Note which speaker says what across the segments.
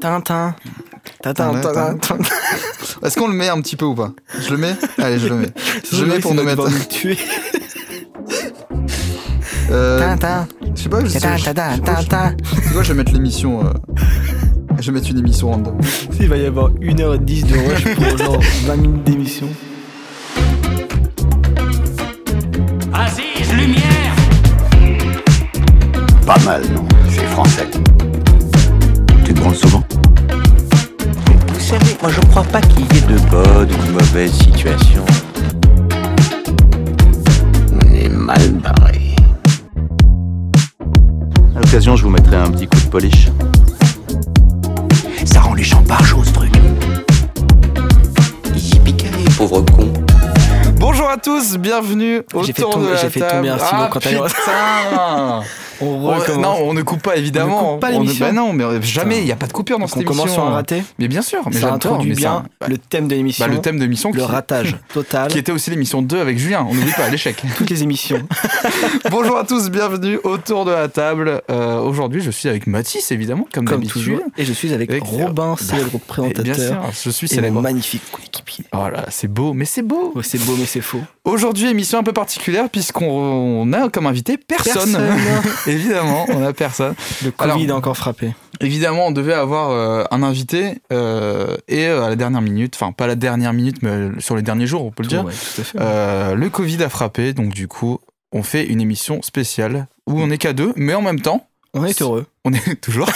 Speaker 1: Tintin. Tintin, Tintin, Tintin.
Speaker 2: Est-ce qu'on le met un petit peu ou pas Je le mets Allez, je le mets. Je le
Speaker 1: Désolé,
Speaker 2: mets pour
Speaker 1: sinon
Speaker 2: nous
Speaker 1: tu vas
Speaker 2: mettre.
Speaker 1: me tuer.
Speaker 2: Euh,
Speaker 1: Tintin.
Speaker 2: je sais pas, je sais
Speaker 1: Tintin,
Speaker 2: je-
Speaker 1: Tintin,
Speaker 2: je- je-
Speaker 1: Tintin.
Speaker 2: Tu vois, je vais mettre l'émission. euh, Je vais mettre une émission random.
Speaker 1: Il va y avoir 1h10 de rush pour genre 20 minutes d'émission.
Speaker 3: Aziz, lumière
Speaker 4: Pas mal, non C'est français. Tu te branles souvent
Speaker 5: Vous savez, moi je crois pas qu'il y ait de bonnes ou de mauvaises situations.
Speaker 4: On est mal barré.
Speaker 5: À l'occasion, je vous mettrai un petit coup de polish.
Speaker 4: Ça rend les gens barjots, ce truc. Yippee-ki-yay, pauvre con.
Speaker 2: Bonjour à tous, bienvenue au
Speaker 1: J'ai fait
Speaker 2: tour
Speaker 1: tomber-
Speaker 2: de la
Speaker 1: j'ai fait
Speaker 2: table.
Speaker 1: tomber un stylo
Speaker 2: ah,
Speaker 1: quand t'as-
Speaker 2: putain
Speaker 1: On
Speaker 2: On-
Speaker 1: recommence.
Speaker 2: Non, on ne coupe pas évidemment.
Speaker 1: On ne coupe pas
Speaker 2: On
Speaker 1: l'émission.
Speaker 2: bah non, mais jamais, il n'y a pas de coupure dans
Speaker 1: Donc
Speaker 2: cette
Speaker 1: on
Speaker 2: émission. hein.
Speaker 1: commence sur un raté.
Speaker 2: Mais bien sûr, mais
Speaker 1: ça
Speaker 2: j'adore,
Speaker 1: introduit
Speaker 2: mais c'est
Speaker 1: bien
Speaker 2: un- bah,
Speaker 1: le thème de l'émission.
Speaker 2: bah, le thème de l'émission
Speaker 1: Le
Speaker 2: qui-
Speaker 1: ratage total.
Speaker 2: qui était aussi l'émission 2 avec Julien, on n'oublie pas, l'échec.
Speaker 1: Toutes les émissions.
Speaker 2: Bonjour à tous, bienvenue autour de la table. Euh, Aujourd'hui, je suis avec Mathis, évidemment, comme,
Speaker 1: Comme toujours.
Speaker 2: d'habitude.
Speaker 1: Et je suis avec
Speaker 2: Avec- euh, bah,
Speaker 1: Robin, célèbre
Speaker 2: Et Bien
Speaker 1: présentateur.
Speaker 2: sûr, je suis
Speaker 1: Et mon
Speaker 2: célèbre.
Speaker 1: magnifique coéquipier.
Speaker 2: Oh là, c'est beau, mais c'est beau.
Speaker 1: Oh, c'est beau, mais c'est faux.
Speaker 2: Aujourd'hui, émission un peu particulière puisqu'on on a comme invité personne. évidemment, on a personne.
Speaker 1: Le
Speaker 2: Alors-
Speaker 1: Covid a encore frappé.
Speaker 2: Évidemment, on devait avoir euh, un invité euh, et euh, à la dernière minute, enfin pas la dernière minute, mais sur les derniers jours, on peut le dire,
Speaker 1: Ouais, tout à fait.
Speaker 2: euh, le Covid a frappé. Donc du coup, on fait une émission spéciale où on n'est qu'à deux, mais en même temps,
Speaker 1: on est heureux.
Speaker 2: on est toujours.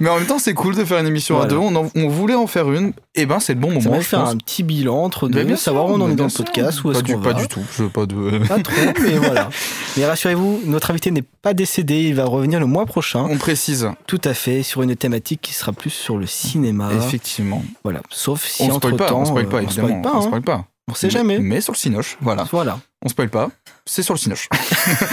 Speaker 2: mais en même temps, c'est cool de faire une émission à
Speaker 1: Voilà.
Speaker 2: deux. On, en- on voulait en faire une. Et ben, c'est le bon
Speaker 1: Ça
Speaker 2: moment.
Speaker 1: va
Speaker 2: je
Speaker 1: faire
Speaker 2: pense.
Speaker 1: un petit bilan entre
Speaker 2: Mais
Speaker 1: deux,
Speaker 2: bien
Speaker 1: savoir où
Speaker 2: sûr,
Speaker 1: on en
Speaker 2: mais
Speaker 1: est dans
Speaker 2: bien
Speaker 1: le
Speaker 2: sûr.
Speaker 1: podcast, où
Speaker 2: pas
Speaker 1: est-ce
Speaker 2: du,
Speaker 1: qu'on
Speaker 2: pas
Speaker 1: va.
Speaker 2: du tout. Je veux pas de.
Speaker 1: Pas trop, mais voilà. Mais rassurez-vous, notre invité n'est pas décédé, il va revenir le mois prochain,
Speaker 2: On précise,
Speaker 1: tout à fait, sur une thématique qui sera plus sur le cinéma.
Speaker 2: effectivement.
Speaker 1: Voilà, sauf si
Speaker 2: on
Speaker 1: entre
Speaker 2: spoil pas,
Speaker 1: temps,
Speaker 2: on spoil pas,
Speaker 1: on spoil
Speaker 2: évidemment.
Speaker 1: pas,
Speaker 2: On
Speaker 1: hein.
Speaker 2: spoil pas.
Speaker 1: On sait jamais.
Speaker 2: Mais sur le cinoche, voilà.
Speaker 1: Voilà.
Speaker 2: On spoil pas, c'est sur le cinoche.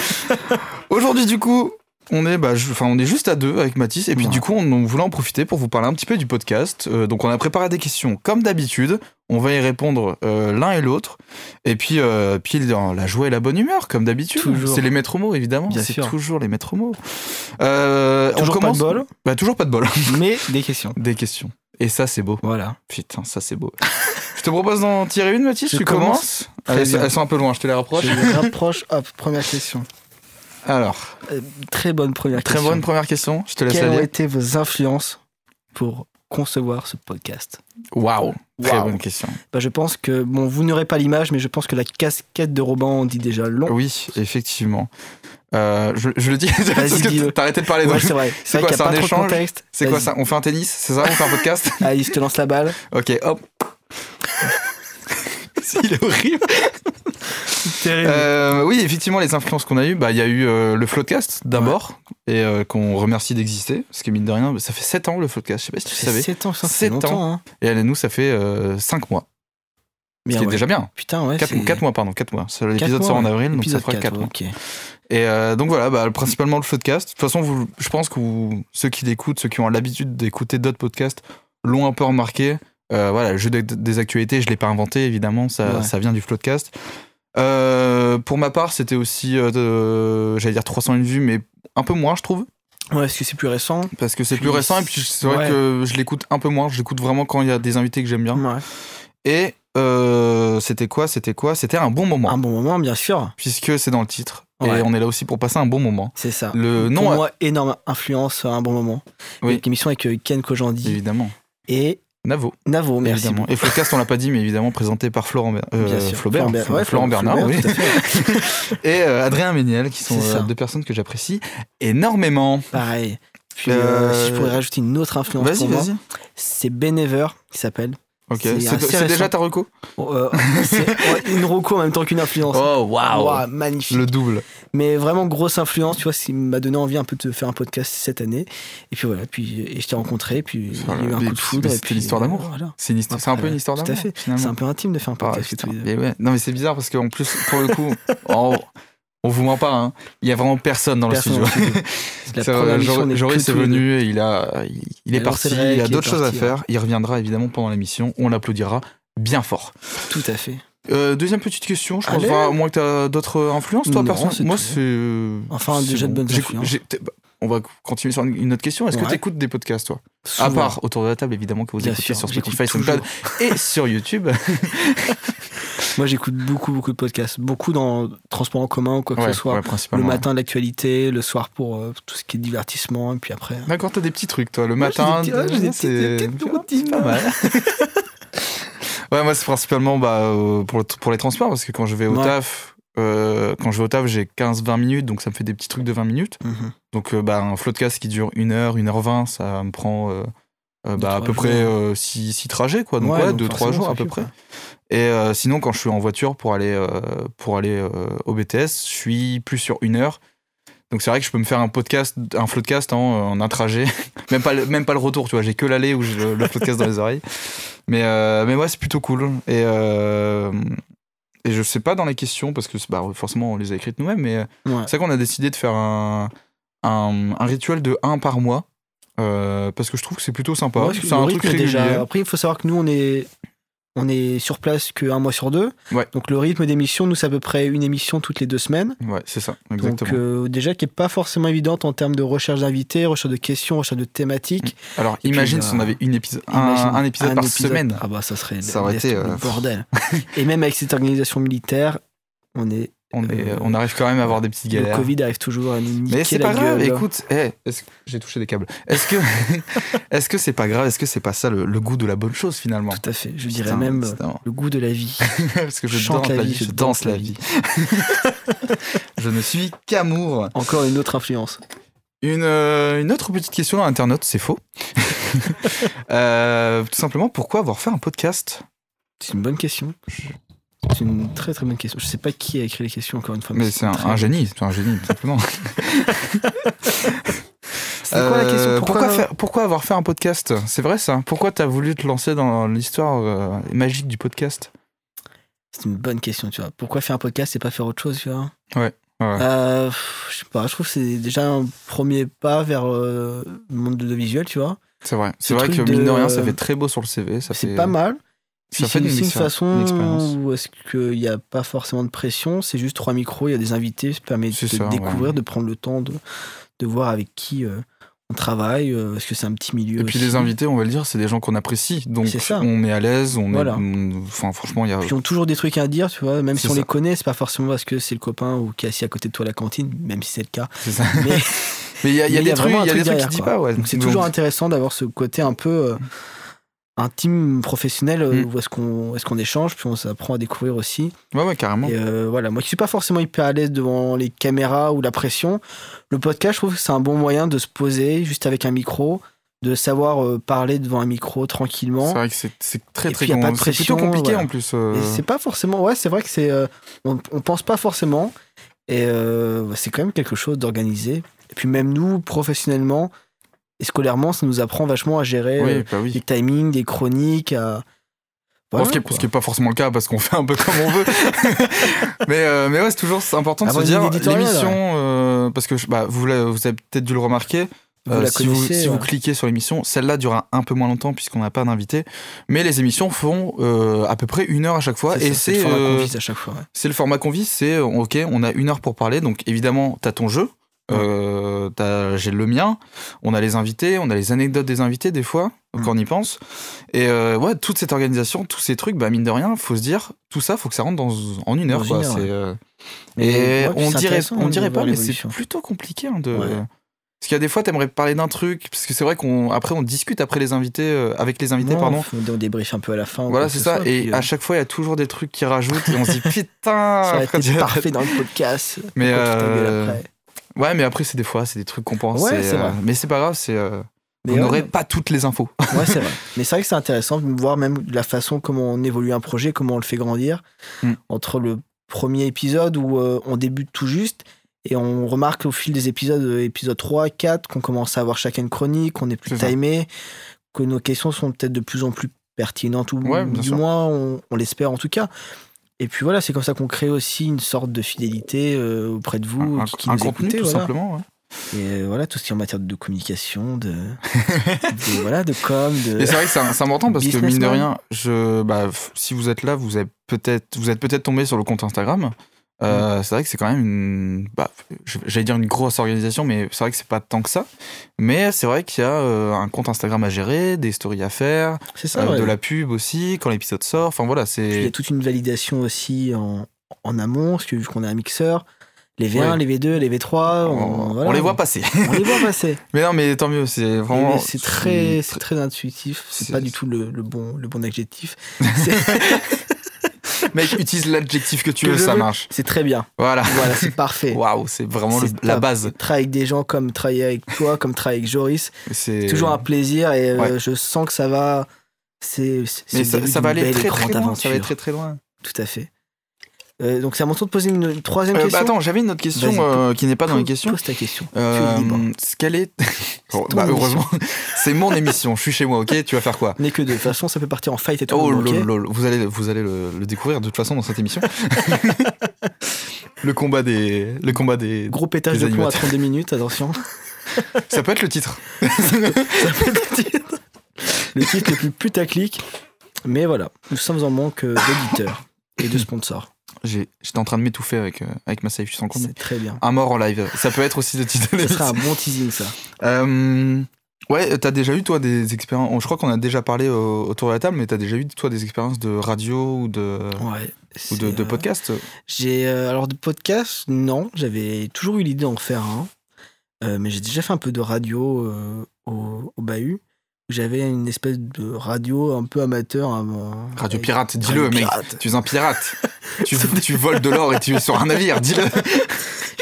Speaker 2: Aujourd'hui, du coup, on est, bah, je- enfin, on est juste à deux avec Mathis, et puis
Speaker 1: Voilà.
Speaker 2: du coup, on, on voulait en profiter pour vous parler un petit peu du podcast. Euh, donc, on a préparé des questions comme d'habitude. On va y répondre euh, l'un et l'autre. Et puis, euh, puis dans la joie et la bonne humeur, comme d'habitude.
Speaker 1: Toujours.
Speaker 2: C'est les maîtres mots, évidemment.
Speaker 1: Bien
Speaker 2: C'est
Speaker 1: sûr.
Speaker 2: toujours les maîtres mots. Euh, on
Speaker 1: Toujours pas
Speaker 2: commence-
Speaker 1: de bol,
Speaker 2: Bah, toujours pas de bol.
Speaker 1: mais des questions.
Speaker 2: des questions. Et ça, c'est beau.
Speaker 1: Voilà.
Speaker 2: Putain, ça c'est beau. je te propose d'en tirer une, Mathis.
Speaker 1: Je
Speaker 2: tu
Speaker 1: commence.
Speaker 2: commences.
Speaker 1: Très
Speaker 2: elles,
Speaker 1: bien.
Speaker 2: elles sont un peu loin, je te les rapproche.
Speaker 1: Je me rapproche. Hop, première question.
Speaker 2: Alors,
Speaker 1: Euh, très bonne première
Speaker 2: très
Speaker 1: question.
Speaker 2: bonne première question. Je te laisse
Speaker 1: Quelles
Speaker 2: la
Speaker 1: ont
Speaker 2: lire.
Speaker 1: été vos influences pour concevoir ce podcast
Speaker 2: Waouh, très
Speaker 1: Waouh.
Speaker 2: bonne question.
Speaker 1: bah, Je pense que, bon, vous n'aurez pas l'image, mais je pense que la casquette de Robin en dit déjà long.
Speaker 2: Oui, effectivement. Euh, je, je le dis parce que
Speaker 1: dis-le.
Speaker 2: t'as arrêté de parler.
Speaker 1: Ouais,
Speaker 2: donc-
Speaker 1: c'est vrai. C'est
Speaker 2: C'est
Speaker 1: vrai
Speaker 2: quoi,
Speaker 1: qu'il n'y
Speaker 2: c'est
Speaker 1: a
Speaker 2: un
Speaker 1: pas trop de
Speaker 2: échange
Speaker 1: contexte.
Speaker 2: c'est quoi
Speaker 1: Vas-y.
Speaker 2: ça On fait un tennis C'est ça On fait un podcast
Speaker 1: Allez, je te lance la balle.
Speaker 2: Ok, hop. Il est horrible. Euh, oui, effectivement, les influences qu'on a eues, bah, il y a eu euh, le Floodcast d'abord, et euh, qu'on remercie d'exister, parce que mine de rien, ça fait 7 ans le Floodcast, je sais pas si tu
Speaker 1: Ça
Speaker 2: savais.
Speaker 1: fait 7 ans, ça fait
Speaker 2: Sept
Speaker 1: longtemps. Hein.
Speaker 2: Et elle et nous, ça fait 5 mois. Ce
Speaker 1: Bien,
Speaker 2: qui est
Speaker 1: ouais.
Speaker 2: déjà bien.
Speaker 1: Putain, ouais.
Speaker 2: 4,
Speaker 1: c'est-
Speaker 2: mois, pardon, 4 mois. Ça,
Speaker 1: Quatre
Speaker 2: L'épisode
Speaker 1: mois,
Speaker 2: sort en
Speaker 1: ouais.
Speaker 2: avril, donc ça
Speaker 1: Épisode
Speaker 2: fera 4,
Speaker 1: 4,
Speaker 2: mois.
Speaker 1: ok.
Speaker 2: Et euh, donc voilà, bah, principalement le podcast. De toute façon, vous, je pense que vous- ceux qui l'écoutent, ceux qui ont l'habitude d'écouter d'autres podcasts, l'ont un peu remarqué. Euh, voilà, le jeu des, des actualités, je ne l'ai pas inventé, évidemment, ça,
Speaker 1: Ouais.
Speaker 2: ça vient du podcast. Euh, pour ma part, c'était aussi, euh, de- j'allais dire 301 vues, mais un peu moins, je trouve,
Speaker 1: Ouais, est-ce que c'est plus récent
Speaker 2: parce que c'est plus
Speaker 1: Puis-
Speaker 2: récent, et puis c'est vrai
Speaker 1: ouais. Mm.
Speaker 2: que je l'écoute un peu moins, je l'écoute vraiment quand il y a des invités que j'aime bien.
Speaker 1: Ouais.
Speaker 2: Et euh, c'était quoi C'était quoi C'était un bon moment,
Speaker 1: Un bon moment, bien sûr.
Speaker 2: puisque c'est dans le titre.
Speaker 1: Ouais.
Speaker 2: Et on est là aussi pour passer un bon moment.
Speaker 1: C'est ça.
Speaker 2: Le
Speaker 1: Pour
Speaker 2: nom,
Speaker 1: moi, énorme influence à un bon moment.
Speaker 2: Oui.
Speaker 1: Avec L'émission avec euh, Ken Kojandi
Speaker 2: évidemment.
Speaker 1: et
Speaker 2: Navo,
Speaker 1: Navo, merci.
Speaker 2: évidemment. Et Floodcast, on l'a pas dit, mais évidemment présenté par Florent, Ber- euh,
Speaker 1: Bien sûr.
Speaker 2: Flaubert,
Speaker 1: Florent Ber-
Speaker 2: Fla-
Speaker 1: ouais,
Speaker 2: Florent
Speaker 1: Flaubert,
Speaker 2: Bernard, oui.
Speaker 1: tout à fait.
Speaker 2: et euh, Adrien Méniel, qui sont
Speaker 1: C'est ça.
Speaker 2: euh, deux personnes que j'apprécie énormément.
Speaker 1: Pareil. Puis
Speaker 2: Euh,
Speaker 1: euh, si je pourrais rajouter une autre influence
Speaker 2: Vas-y,
Speaker 1: pour moi,
Speaker 2: vas-y.
Speaker 1: c'est Ben Ever qui s'appelle.
Speaker 2: Ok,
Speaker 1: C'est
Speaker 2: c'est
Speaker 1: assez
Speaker 2: c'est déjà
Speaker 1: récent.
Speaker 2: ta reco
Speaker 1: Euh, c'est ouais, une roco en même temps qu'une influence.
Speaker 2: Oh,
Speaker 1: Ouah, magnifique.
Speaker 2: Le double.
Speaker 1: Mais vraiment grosse influence, tu vois, ça m'a donné envie un peu de faire un podcast cette année. Et puis voilà, puis et je t'ai rencontré, puis il y a eu
Speaker 2: Voilà.
Speaker 1: un
Speaker 2: Mais
Speaker 1: coup de
Speaker 2: puis-
Speaker 1: foudre.
Speaker 2: mais
Speaker 1: et
Speaker 2: c'était
Speaker 1: puis,
Speaker 2: l'histoire d'amour.
Speaker 1: voilà.
Speaker 2: C'est une histoire- c'est un peu une histoire
Speaker 1: Tout à
Speaker 2: d'amour.
Speaker 1: fait.
Speaker 2: finalement.
Speaker 1: C'est un peu intime de faire un
Speaker 2: Ah,
Speaker 1: podcast.
Speaker 2: putain.
Speaker 1: tous les deux.
Speaker 2: Mais ouais. Non, mais c'est bizarre parce qu'en plus, pour le coup, oh, on vous ment pas, hein. il y a vraiment personne dans
Speaker 1: Personne
Speaker 2: le
Speaker 1: dans
Speaker 2: studio.
Speaker 1: le studio. C'est la
Speaker 2: C'est vrai,
Speaker 1: première
Speaker 2: Jor-
Speaker 1: émission, on est
Speaker 2: Joris
Speaker 1: que
Speaker 2: est
Speaker 1: tous les deux.
Speaker 2: venu et il, a, il, il est
Speaker 1: Alors,
Speaker 2: parti,
Speaker 1: c'est vrai
Speaker 2: il a
Speaker 1: qu'il
Speaker 2: d'autres
Speaker 1: est
Speaker 2: choses à
Speaker 1: parti,
Speaker 2: faire. Il reviendra évidemment pendant l'émission, on l'applaudira bien fort.
Speaker 1: Tout à fait.
Speaker 2: Euh, deuxième petite question, je pense,
Speaker 1: Allez.
Speaker 2: enfin, à moins que tu as d'autres influences,
Speaker 1: Non,
Speaker 2: toi, personne.
Speaker 1: c'est
Speaker 2: Moi,
Speaker 1: tout.
Speaker 2: c'est.
Speaker 1: Enfin,
Speaker 2: c'est
Speaker 1: déjà de bonnes
Speaker 2: J'ai-
Speaker 1: influences.
Speaker 2: j'ai- t'es- bah, on va continuer sur une autre question. Est-ce que
Speaker 1: Ouais.
Speaker 2: tu écoutes des podcasts, toi À
Speaker 1: Souvent.
Speaker 2: part autour de la table, évidemment, que vous
Speaker 1: Bien
Speaker 2: écoutez
Speaker 1: sûr,
Speaker 2: sur
Speaker 1: j'écoute
Speaker 2: Spotify, SoundCloud
Speaker 1: toujours.
Speaker 2: et sur YouTube.
Speaker 1: Moi, j'écoute beaucoup, beaucoup de podcasts. Beaucoup dans transport en commun ou quoi que
Speaker 2: Ouais,
Speaker 1: ce soit.
Speaker 2: ouais,
Speaker 1: le
Speaker 2: principalement.
Speaker 1: matin, l'actualité. Le soir, pour euh, tout ce qui est divertissement. Et puis après.
Speaker 2: D'accord, t'as des petits trucs, toi. Le
Speaker 1: Moi, j'ai
Speaker 2: matin,
Speaker 1: des petits- ouais, j'ai des
Speaker 2: c'est-
Speaker 1: petites- des petites
Speaker 2: c'est
Speaker 1: routines.
Speaker 2: pas mal. ouais, moi, c'est principalement bah, euh, pour, le- pour les transports, parce que quand je vais au
Speaker 1: Ouais.
Speaker 2: taf, euh, quand je vais au taf, j'ai 15-20 minutes, donc ça me fait des petits trucs de 20 minutes.
Speaker 1: Mhm.
Speaker 2: Donc, euh, bah, un floodcast qui dure 1 heure, 1 heure 20, ça me prend euh, euh, bah, à
Speaker 1: trois
Speaker 2: peu près
Speaker 1: jours.
Speaker 2: 6 trajets, quoi. Donc,
Speaker 1: Ouais,
Speaker 2: ouais,
Speaker 1: donc
Speaker 2: 2-3
Speaker 1: forcément,
Speaker 2: jours
Speaker 1: ça
Speaker 2: à peu
Speaker 1: suffit,
Speaker 2: près.
Speaker 1: quoi.
Speaker 2: Et euh, sinon, quand je suis en voiture pour aller, euh, pour aller euh, au BTS, je suis plus sur une heure. Donc c'est vrai que je peux me faire un podcast, un floodcast en, euh, en un trajet. même, pas le, même pas le retour, tu vois. J'ai que l'aller où j'ai le, le floodcast dans les oreilles. Mais, euh, mais ouais, c'est plutôt cool. Et, euh, et je sais pas dans les questions, parce que c'est- bah, forcément on les a écrites nous-mêmes, mais euh,
Speaker 1: Ouais.
Speaker 2: c'est vrai qu'on a décidé de faire un, un, un rituel de 1 par mois. euh, parce que je trouve que c'est plutôt sympa.
Speaker 1: Ouais,
Speaker 2: c'est
Speaker 1: le
Speaker 2: un
Speaker 1: rythme
Speaker 2: truc
Speaker 1: est
Speaker 2: régulier.
Speaker 1: déjà. Après, il faut savoir que nous, on est, on est sur place qu'un mois sur deux.
Speaker 2: Ouais.
Speaker 1: Donc le rythme d'émission, nous, c'est à peu près une émission toutes les deux semaines.
Speaker 2: Ouais, c'est ça, exactement.
Speaker 1: Donc euh, déjà, qui est pas forcément évidente en termes de recherche d'invités, recherche de questions, recherche de thématiques.
Speaker 2: Alors
Speaker 1: Et puis,
Speaker 2: imagine
Speaker 1: euh,
Speaker 2: si on avait une épisode,
Speaker 1: Imagine
Speaker 2: un, un épisode par
Speaker 1: épisode-
Speaker 2: semaine.
Speaker 1: Ah bah ça serait
Speaker 2: Ça aurait
Speaker 1: le-
Speaker 2: été,
Speaker 1: le
Speaker 2: euh,
Speaker 1: bordel. Et même avec cette organisation militaire, on est.
Speaker 2: On, est-
Speaker 1: euh,
Speaker 2: on arrive quand même à avoir des petites
Speaker 1: Le
Speaker 2: galères.
Speaker 1: Covid arrive toujours à nous niquer
Speaker 2: Mais c'est
Speaker 1: la
Speaker 2: pas grave,
Speaker 1: gueule.
Speaker 2: écoute, eh, est-ce que- j'ai touché des câbles. Est-ce que est-ce que c'est pas grave Est-ce que c'est pas ça le, le goût de la bonne chose finalement
Speaker 1: Tout à fait. Je dirais
Speaker 2: Putain,
Speaker 1: même
Speaker 2: putain.
Speaker 1: le goût de la vie.
Speaker 2: Parce que je
Speaker 1: chante
Speaker 2: danse
Speaker 1: la
Speaker 2: la
Speaker 1: vie,
Speaker 2: vie, je danse la vie. Je ne suis qu'amour.
Speaker 1: Encore une autre influence.
Speaker 2: Une, euh, une autre petite question à internaute, c'est faux. Euh, tout simplement, pourquoi avoir fait un podcast
Speaker 1: C'est une bonne question. C'est une très très bonne question. Je sais pas qui a écrit les questions encore une fois.
Speaker 2: Mais c'est un,
Speaker 1: très-
Speaker 2: un génie, c'est un génie, tout simplement.
Speaker 1: C'est quoi la question
Speaker 2: Euh,
Speaker 1: Pourquoi,
Speaker 2: pourquoi, faire- pourquoi avoir fait un podcast C'est vrai ça Pourquoi t'as voulu te lancer dans l'histoire euh, magique du podcast
Speaker 1: C'est une bonne question, tu vois. Pourquoi faire un podcast et pas faire autre chose, tu vois
Speaker 2: Ouais, ouais.
Speaker 1: Euh, pff, je sais pas. Je trouve que c'est déjà un premier pas vers euh, le monde de l'audiovisuel, tu vois.
Speaker 2: C'est vrai.
Speaker 1: Ce
Speaker 2: C'est vrai que
Speaker 1: truc
Speaker 2: mine de
Speaker 1: de-
Speaker 2: rien, ça fait très beau sur le CV. ça
Speaker 1: C'est
Speaker 2: fait-
Speaker 1: pas mal.
Speaker 2: Ça
Speaker 1: Puis
Speaker 2: fait
Speaker 1: c'est
Speaker 2: une,
Speaker 1: aussi une
Speaker 2: expérience-
Speaker 1: façon
Speaker 2: une expérience.
Speaker 1: où est-ce qu'il n'y a pas forcément de pression, c'est juste trois micros, il y a des invités, ça permet de
Speaker 2: C'est ça,
Speaker 1: découvrir,
Speaker 2: ouais.
Speaker 1: de prendre le temps de, de voir avec qui euh, on travaille, euh, est-ce que c'est un petit milieu.
Speaker 2: Et puis
Speaker 1: aussi.
Speaker 2: les invités, on va le dire, c'est des gens qu'on apprécie. Donc
Speaker 1: C'est ça.
Speaker 2: on est à l'aise, on
Speaker 1: Voilà.
Speaker 2: est. on- Enfin, franchement, il y a.
Speaker 1: Puis ils ont toujours des trucs à dire, tu vois, même si
Speaker 2: C'est
Speaker 1: on
Speaker 2: ça.
Speaker 1: les connaît, c'est pas forcément parce que c'est le copain ou qui est assis à côté de toi à la cantine, même si c'est le cas.
Speaker 2: c'est ça.
Speaker 1: Mais
Speaker 2: Mais il y a, il y a
Speaker 1: mais
Speaker 2: des trucs,
Speaker 1: vraiment
Speaker 2: il y a
Speaker 1: un
Speaker 2: des
Speaker 1: truc
Speaker 2: trucs qui
Speaker 1: derrière,
Speaker 2: disent
Speaker 1: quoi.
Speaker 2: pas, ouais.
Speaker 1: Donc c'est toujours intéressant d'avoir ce côté un peu euh, intime, professionnel, euh,
Speaker 2: Mm.
Speaker 1: où est-ce qu'on est qu'on échange, puis on s'apprend à découvrir aussi.
Speaker 2: Ouais, ouais, carrément.
Speaker 1: Et euh, voilà, moi qui suis pas forcément hyper à l'aise devant les caméras ou la pression, le podcast, je trouve que c'est un bon moyen de se poser juste avec un micro, de savoir euh, parler devant un micro
Speaker 2: C'est
Speaker 1: tranquillement.
Speaker 2: vrai que c'est- c'est très
Speaker 1: Et
Speaker 2: très
Speaker 1: puis, il y a pas
Speaker 2: com-
Speaker 1: de
Speaker 2: C'est plutôt
Speaker 1: pression,
Speaker 2: compliqué
Speaker 1: voilà.
Speaker 2: en plus. euh,
Speaker 1: Et c'est pas forcément, ouais, c'est vrai que c'est, euh, on, on pense pas forcément, et euh, c'est quand même quelque chose d'organisé. Et puis même nous, professionnellement et scolairement, ça nous apprend vachement à gérer
Speaker 2: Oui,
Speaker 1: euh,
Speaker 2: bah oui.
Speaker 1: les timings, des chroniques, à
Speaker 2: Bon,
Speaker 1: Voilà,
Speaker 2: ce, qui est,
Speaker 1: Bah quoi.
Speaker 2: ce qui est pas forcément le cas parce qu'on fait un peu comme on veut. mais, euh, mais ouais, c'est toujours important de se
Speaker 1: Avoir une
Speaker 2: dire
Speaker 1: ligne éditoriale,
Speaker 2: l'émission, euh, parce que je- bah, vous, l'avez- vous avez peut-être dû le remarquer.
Speaker 1: Vous
Speaker 2: euh,
Speaker 1: la
Speaker 2: si, vous,
Speaker 1: connaissez,
Speaker 2: si vous
Speaker 1: ouais.
Speaker 2: cliquez sur l'émission, celle-là durera un peu moins longtemps puisqu'on n'a pas d'invité. Mais les émissions font euh, à peu près une heure à chaque fois.
Speaker 1: ça,
Speaker 2: et
Speaker 1: c'est le
Speaker 2: c'est
Speaker 1: format
Speaker 2: euh,
Speaker 1: qu'on vise à chaque fois. ouais.
Speaker 2: c'est le format qu'on vise, c'est euh, ok, on a une heure pour parler, donc évidemment, t'as ton jeu, euh, t'as- j'ai le mien, on a les invités, on a les anecdotes des invités des fois,
Speaker 1: Mm.
Speaker 2: quand on y pense. Et euh, ouais, toute cette organisation, tous ces trucs, bah mine de rien, faut se dire, tout ça, faut que ça rentre dans, en une heure.
Speaker 1: Dans
Speaker 2: quoi,
Speaker 1: une heure,
Speaker 2: c'est,
Speaker 1: ouais.
Speaker 2: euh,
Speaker 1: Mais
Speaker 2: et
Speaker 1: ouais, puis
Speaker 2: on,
Speaker 1: c'est
Speaker 2: dirait,
Speaker 1: intéressant hein,
Speaker 2: on
Speaker 1: de
Speaker 2: dirait
Speaker 1: voir
Speaker 2: pas, mais c'est
Speaker 1: l'évolution.
Speaker 2: plutôt compliqué hein, de.
Speaker 1: Ouais.
Speaker 2: Parce qu'il y a des fois, t'aimerais parler d'un truc, parce que c'est vrai qu'on après on discute après les invités, euh, avec les invités,
Speaker 1: Ouais,
Speaker 2: pardon.
Speaker 1: On, on débrief un peu à la fin. ou
Speaker 2: Voilà,
Speaker 1: quoi
Speaker 2: c'est
Speaker 1: que ce
Speaker 2: ça.
Speaker 1: soit,
Speaker 2: Et
Speaker 1: puis, euh,
Speaker 2: à chaque fois, il y a toujours des trucs qui rajoutent et on se dit putain,
Speaker 1: Ça aurait
Speaker 2: après,
Speaker 1: été
Speaker 2: tu-
Speaker 1: parfait dans le podcast.
Speaker 2: euh, Mais,
Speaker 1: Pourquoi tu t'engueules
Speaker 2: euh,
Speaker 1: après
Speaker 2: Ouais, mais après, c'est des fois, c'est des trucs qu'on pense.
Speaker 1: Ouais,
Speaker 2: et,
Speaker 1: c'est
Speaker 2: euh,
Speaker 1: vrai.
Speaker 2: mais c'est pas grave, c'est. euh,
Speaker 1: Mais
Speaker 2: on
Speaker 1: ouais,
Speaker 2: n'aurait
Speaker 1: non.
Speaker 2: pas toutes les infos.
Speaker 1: Ouais, c'est vrai. Mais c'est vrai que c'est intéressant de voir même la façon comment on évolue un projet, comment on le fait grandir.
Speaker 2: Mm.
Speaker 1: Entre le premier épisode où euh, on débute tout juste et on remarque au fil des épisodes, euh, épisode 3, 4, qu'on commence à avoir chacun une chronique, qu'on est plus
Speaker 2: C'est ça.
Speaker 1: timé, que nos questions sont peut-être de plus en plus pertinentes ou
Speaker 2: Ouais, bien
Speaker 1: du
Speaker 2: sûr.
Speaker 1: moins on, on l'espère en tout cas. Et puis voilà, c'est comme ça qu'on crée aussi une sorte de fidélité euh, auprès de vous,
Speaker 2: un
Speaker 1: qui, qui
Speaker 2: un
Speaker 1: nous
Speaker 2: contenu,
Speaker 1: écoutez,
Speaker 2: tout
Speaker 1: voilà.
Speaker 2: simplement. hein. ouais.
Speaker 1: Et euh, voilà, tout ce qui est en matière de communication, de, de- voilà, de com, de...
Speaker 2: Et c'est vrai que c'est c'est important parce que, mine de
Speaker 1: Businessman.
Speaker 2: rien, je, bah, f- si vous êtes là, vous, avez peut-être, vous êtes peut-être tombé sur le compte Instagram
Speaker 1: Mm.
Speaker 2: Euh, C'est vrai que c'est quand même une. bah, je- J'allais dire une grosse organisation, mais c'est vrai que c'est pas tant que ça. Mais c'est vrai qu'il y a euh, un compte Instagram à gérer, des stories à faire,
Speaker 1: C'est ça,
Speaker 2: euh,
Speaker 1: ouais.
Speaker 2: de la pub aussi, quand l'épisode sort. Enfin voilà,
Speaker 1: Puis, Il y
Speaker 2: c'est.
Speaker 1: a toute une validation aussi en, en amont, parce que vu qu'on a un mixeur, les V1,
Speaker 2: Ouais.
Speaker 1: les V2, les V3,
Speaker 2: On,
Speaker 1: on, voilà,
Speaker 2: on les voit passer.
Speaker 1: On les voit passer.
Speaker 2: mais non, mais tant mieux, c'est
Speaker 1: Mais
Speaker 2: vraiment. Mm.
Speaker 1: c'est très, c'est très intuitif. C'est
Speaker 2: c'est-
Speaker 1: pas du tout le, le bon, le bon adjectif.
Speaker 2: Mec, utilise l'adjectif que tu
Speaker 1: Que
Speaker 2: veux,
Speaker 1: je
Speaker 2: ça
Speaker 1: veux.
Speaker 2: marche.
Speaker 1: C'est très bien.
Speaker 2: Voilà.
Speaker 1: Voilà, c'est parfait.
Speaker 2: Waouh, c'est vraiment le-
Speaker 1: C'est
Speaker 2: la
Speaker 1: top.
Speaker 2: base.
Speaker 1: Travailler avec des gens comme travailler avec toi, comme travailler avec Joris,
Speaker 2: C'est
Speaker 1: c'est toujours un plaisir et euh,
Speaker 2: ouais.
Speaker 1: je sens que ça va. C'est c'est- c'est
Speaker 2: Mais
Speaker 1: le
Speaker 2: ça,
Speaker 1: début
Speaker 2: ça va
Speaker 1: d'une
Speaker 2: aller
Speaker 1: belle et
Speaker 2: très
Speaker 1: grande
Speaker 2: très loin. Ça
Speaker 1: aventure.
Speaker 2: va être très très loin.
Speaker 1: Tout à fait. Euh, donc c'est à mon tour de poser une, une troisième
Speaker 2: Euh, bah,
Speaker 1: question.
Speaker 2: attends, j'avais une autre question
Speaker 1: Vas-y,
Speaker 2: euh, qui n'est pas dans les
Speaker 1: Pose-
Speaker 2: questions.
Speaker 1: Pose ta question.
Speaker 2: Euh,
Speaker 1: Tu es libre.
Speaker 2: ce qu'elle est. Bon,
Speaker 1: ton
Speaker 2: bah,
Speaker 1: émission.
Speaker 2: heureusement, c'est mon émission. Je suis chez moi, ok Tu vas faire quoi
Speaker 1: On est que deux. De toute façon, ça peut partir en fight et tout.
Speaker 2: Oh
Speaker 1: ok
Speaker 2: lol, lol. vous allez, vous allez le, le découvrir de toute façon dans cette émission. le combat des, le combat des.
Speaker 1: Gros pétage de
Speaker 2: Les
Speaker 1: plomb à
Speaker 2: animateurs.
Speaker 1: 32 minutes, attention.
Speaker 2: Ça peut être le titre.
Speaker 1: Le titre le plus putaclic. Mais voilà, nous sommes en manque euh, d'auditeurs et de sponsors.
Speaker 2: J'ai- J'étais en train de m'étouffer avec euh, avec ma save. Tu t'en compte mais-
Speaker 1: C'est très bien.
Speaker 2: Un mort en live. Ça peut être aussi le titre. de
Speaker 1: Ce
Speaker 2: l'émission.
Speaker 1: sera un bon teasing, ça.
Speaker 2: Euh, ouais, t'as déjà eu toi des expériences. on- Je crois qu'on a déjà parlé au- autour de la table, mais t'as déjà eu toi des expériences de radio ou de
Speaker 1: Ouais.
Speaker 2: ou de,
Speaker 1: c'est,
Speaker 2: de
Speaker 1: euh,
Speaker 2: podcast.
Speaker 1: J'ai euh, alors de podcast, non, j'avais toujours eu l'idée d'en faire un, Euh, mais j'ai déjà fait un peu de radio euh, au, au bahut. J'avais une espèce de radio un peu amateur, hein, euh,
Speaker 2: Radio
Speaker 1: avec-
Speaker 2: pirate,
Speaker 1: radio
Speaker 2: dis-le, mec.
Speaker 1: pirate.
Speaker 2: Tu es un pirate. tu, tu voles de l'or et tu es sur un navire, dis-le.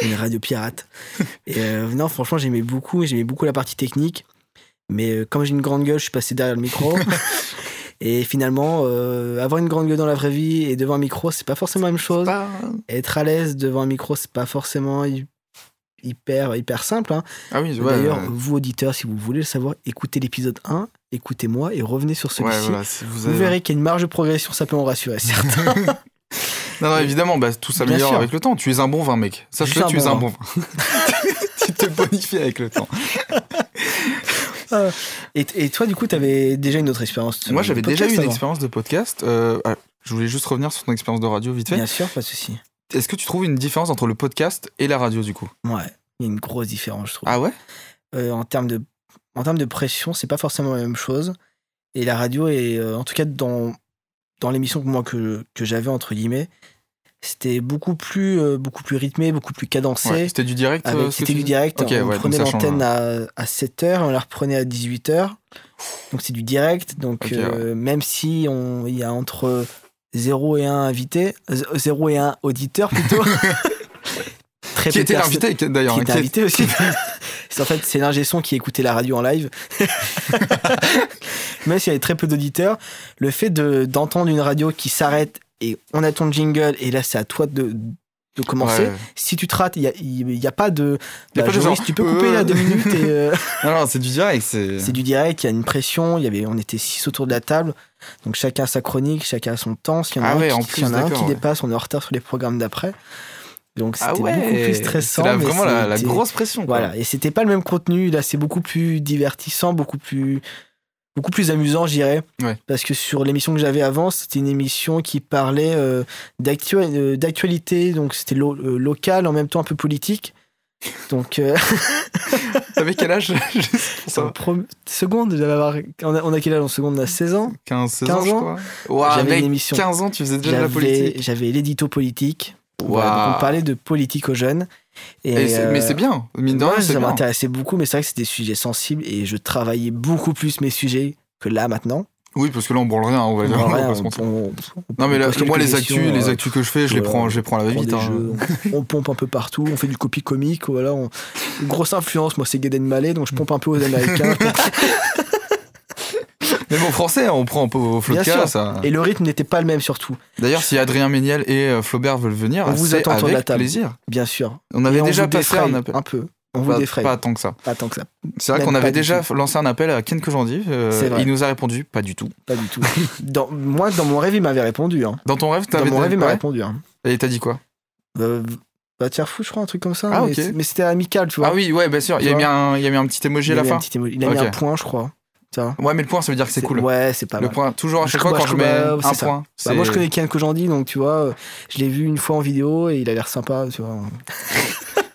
Speaker 1: une radio pirate. Et euh, non, franchement, j'aimais beaucoup, j'aimais beaucoup la partie technique. Mais euh, comme j'ai une grande gueule, je suis passé derrière le micro. et finalement, euh, avoir une grande gueule dans la vraie vie et devant un micro, c'est pas forcément la même chose. Être à l'aise devant un micro, c'est pas forcément hy- hyper hyper simple. hein.
Speaker 2: Ah oui, ouais,
Speaker 1: D'ailleurs,
Speaker 2: ouais.
Speaker 1: vous auditeurs, si vous voulez le savoir, écoutez l'épisode 1, écoutez-moi et revenez sur
Speaker 2: Ouais,
Speaker 1: celui-ci.
Speaker 2: voilà, si vous
Speaker 1: Vous
Speaker 2: avez-
Speaker 1: verrez qu'il y a une marge de progression, ça peut en rassurer certains.
Speaker 2: Non, non, évidemment, bah, tout
Speaker 1: Bien
Speaker 2: s'améliore
Speaker 1: sûr.
Speaker 2: avec le temps. Tu es un bon vin, mec.
Speaker 1: Je
Speaker 2: Sache-le,
Speaker 1: suis
Speaker 2: tu es
Speaker 1: un
Speaker 2: un
Speaker 1: bon
Speaker 2: bon vin. tu te bonifies avec le temps.
Speaker 1: et, et toi, du coup, t'avais déjà une autre expérience sur
Speaker 2: Moi,
Speaker 1: le
Speaker 2: j'avais déjà eu
Speaker 1: podcast
Speaker 2: une
Speaker 1: avant.
Speaker 2: expérience de podcast. Euh, ah, je voulais juste revenir sur ton expérience de radio vite fait.
Speaker 1: Bien sûr, pas de souci.
Speaker 2: Est-ce que tu trouves une différence entre le podcast et la radio du coup
Speaker 1: Ouais, il y a une grosse différence, je trouve.
Speaker 2: Ah ouais
Speaker 1: Euh, en, termes de, en termes de pression, c'est pas forcément la même chose. Et la radio, est, euh, en tout cas dans, dans l'émission que moi que, que j'avais, entre guillemets, c'était beaucoup plus, euh, beaucoup plus rythmé, beaucoup plus cadencé.
Speaker 2: Ouais, C'était du direct
Speaker 1: Avec-
Speaker 2: euh, ce que
Speaker 1: C'était
Speaker 2: tu
Speaker 1: du
Speaker 2: dis
Speaker 1: direct.
Speaker 2: Ok,
Speaker 1: on
Speaker 2: ouais, donc
Speaker 1: prenait
Speaker 2: ça change,
Speaker 1: l'antenne à, à 7h et on la reprenait à 18h. Donc c'est du direct. Donc
Speaker 2: Ok,
Speaker 1: euh, même si on- il y a entre 0 et 1 invité, 0 et 1 auditeur plutôt. Très
Speaker 2: Qui
Speaker 1: peu
Speaker 2: était
Speaker 1: de personnes-
Speaker 2: l'invité qui- d'ailleurs
Speaker 1: qui
Speaker 2: hein,
Speaker 1: était
Speaker 2: qui-
Speaker 1: invité aussi. c'est en fait c'est l'ingé son qui écoutait la radio en live. Même s'il y avait très peu d'auditeurs, le fait de d'entendre une radio qui s'arrête et on a ton jingle et là c'est à toi de de commencer.
Speaker 2: Ouais.
Speaker 1: Si tu te rates, il n'y a, il y a pas de.
Speaker 2: Y a pas de
Speaker 1: Joris,
Speaker 2: genre,
Speaker 1: tu peux couper
Speaker 2: euh,
Speaker 1: là deux minutes et euh,
Speaker 2: Non, non, c'est du direct. C'est
Speaker 1: c'est du direct, il y a une pression, il y avait, on était six autour de la table, donc chacun a sa chronique, chacun a son temps. S'il y en a
Speaker 2: Ah
Speaker 1: un
Speaker 2: ouais,
Speaker 1: qui,
Speaker 2: en
Speaker 1: s'il y en a un
Speaker 2: plus,
Speaker 1: qui
Speaker 2: d'accord, ouais.
Speaker 1: dépasse, on est en retard sur les programmes d'après. Donc c'était
Speaker 2: Ah ouais,
Speaker 1: beaucoup plus stressant.
Speaker 2: C'est la-
Speaker 1: mais
Speaker 2: vraiment la, la
Speaker 1: c'était-
Speaker 2: grosse pression. quoi.
Speaker 1: voilà, et c'était pas le même contenu. Là, c'est beaucoup plus divertissant, beaucoup plus, beaucoup plus amusant, je dirais.
Speaker 2: Ouais.
Speaker 1: Parce que sur l'émission que j'avais avant, c'était une émission qui parlait euh, d'actu- euh, d'actualité, donc c'était lo- euh, local, en même temps un peu politique. Donc, euh,
Speaker 2: T'avais quel âge Juste pour
Speaker 1: en
Speaker 2: savoir.
Speaker 1: prom- seconde, j'avais avoir- on, a, on a quel âge en seconde On a 16 ans.
Speaker 2: 15, 16
Speaker 1: 15
Speaker 2: ans,
Speaker 1: ans.
Speaker 2: je crois. Waouh,
Speaker 1: J'avais
Speaker 2: mec,
Speaker 1: une émission.
Speaker 2: 15 ans, tu faisais déjà de la
Speaker 1: J'avais
Speaker 2: politique.
Speaker 1: j'avais l'édito politique. Voilà,
Speaker 2: Waouh.
Speaker 1: donc on parlait de politique aux jeunes. Et,
Speaker 2: Et c'est- Mais
Speaker 1: euh,
Speaker 2: c'est bien, mine de
Speaker 1: Moi,
Speaker 2: rien, c'est
Speaker 1: ça
Speaker 2: bien.
Speaker 1: m'intéressait beaucoup, mais c'est vrai que c'était des sujets sensibles et je travaillais beaucoup plus mes sujets que là maintenant.
Speaker 2: Oui, parce que là, on branle rien, on va dire.
Speaker 1: Bon,
Speaker 2: on va
Speaker 1: voilà,
Speaker 2: pas se mentir.
Speaker 1: on- on-
Speaker 2: Non, mais là,
Speaker 1: pose quelques
Speaker 2: moi, les
Speaker 1: questions,
Speaker 2: actus, les
Speaker 1: euh,
Speaker 2: actus que je fais, je les
Speaker 1: voilà,
Speaker 2: prends, je les prends à la
Speaker 1: on prend
Speaker 2: va-vite.
Speaker 1: des
Speaker 2: hein.
Speaker 1: jeux, on, on pompe un peu partout, on fait du copie comique, voilà. on- grosse influence, moi c'est Gaden Mallet, donc je pompe un peu aux Américains.
Speaker 2: Mais bon, français, on prend un peu au flot de
Speaker 1: Bien
Speaker 2: cas,
Speaker 1: sûr.
Speaker 2: ça.
Speaker 1: et le rythme n'était pas le même surtout,
Speaker 2: D'ailleurs, si Adrien Méniel et euh, Flaubert veulent venir,
Speaker 1: On vous
Speaker 2: c'est
Speaker 1: attend autour de
Speaker 2: avec
Speaker 1: la table.
Speaker 2: plaisir.
Speaker 1: bien sûr.
Speaker 2: On
Speaker 1: Et
Speaker 2: avait
Speaker 1: on
Speaker 2: déjà
Speaker 1: vous
Speaker 2: passé
Speaker 1: défraye
Speaker 2: un appel.
Speaker 1: un peu. On vous
Speaker 2: Pas,
Speaker 1: défraye.
Speaker 2: pas
Speaker 1: Pas,
Speaker 2: tant que ça.
Speaker 1: tant que ça,
Speaker 2: C'est vrai
Speaker 1: Même
Speaker 2: qu'on
Speaker 1: pas
Speaker 2: avait
Speaker 1: du
Speaker 2: déjà lancé un appel à Ken Kojandi. euh,
Speaker 1: C'est vrai.
Speaker 2: il nous a répondu, pas du tout.
Speaker 1: pas du tout. Dans, moi, dans mon rêve, il m'avait répondu. hein.
Speaker 2: Dans ton rêve,
Speaker 1: Dans
Speaker 2: t'avais
Speaker 1: mon rêve, il m'a
Speaker 2: ouais.
Speaker 1: répondu. hein.
Speaker 2: Et t'as dit quoi
Speaker 1: Bah, va te faire foutre, je crois, un truc comme ça.
Speaker 2: Ah,
Speaker 1: mais
Speaker 2: ok.
Speaker 1: c'est- mais c'était amical, tu vois.
Speaker 2: Ah oui, ouais, bien sûr. Il y, a
Speaker 1: Tu
Speaker 2: mis
Speaker 1: vois
Speaker 2: un, il y a mis un petit emoji
Speaker 1: Il
Speaker 2: à
Speaker 1: a
Speaker 2: la
Speaker 1: mis un
Speaker 2: fin.
Speaker 1: petit émo- il a mis
Speaker 2: Ok.
Speaker 1: un point, je crois. Tu vois
Speaker 2: Ouais, mais le point, ça veut dire que c'est cool.
Speaker 1: Ouais, c'est pas
Speaker 2: le
Speaker 1: mal.
Speaker 2: point, toujours à
Speaker 1: Je
Speaker 2: chaque fois
Speaker 1: crois-
Speaker 2: quand
Speaker 1: je
Speaker 2: je
Speaker 1: crois-
Speaker 2: mets
Speaker 1: euh,
Speaker 2: un
Speaker 1: c'est ça.
Speaker 2: point.
Speaker 1: Bah, moi, je
Speaker 2: c'est-
Speaker 1: connais Kian Kojandi, donc tu vois, euh, je l'ai vu une fois en vidéo et il a l'air sympa, tu vois.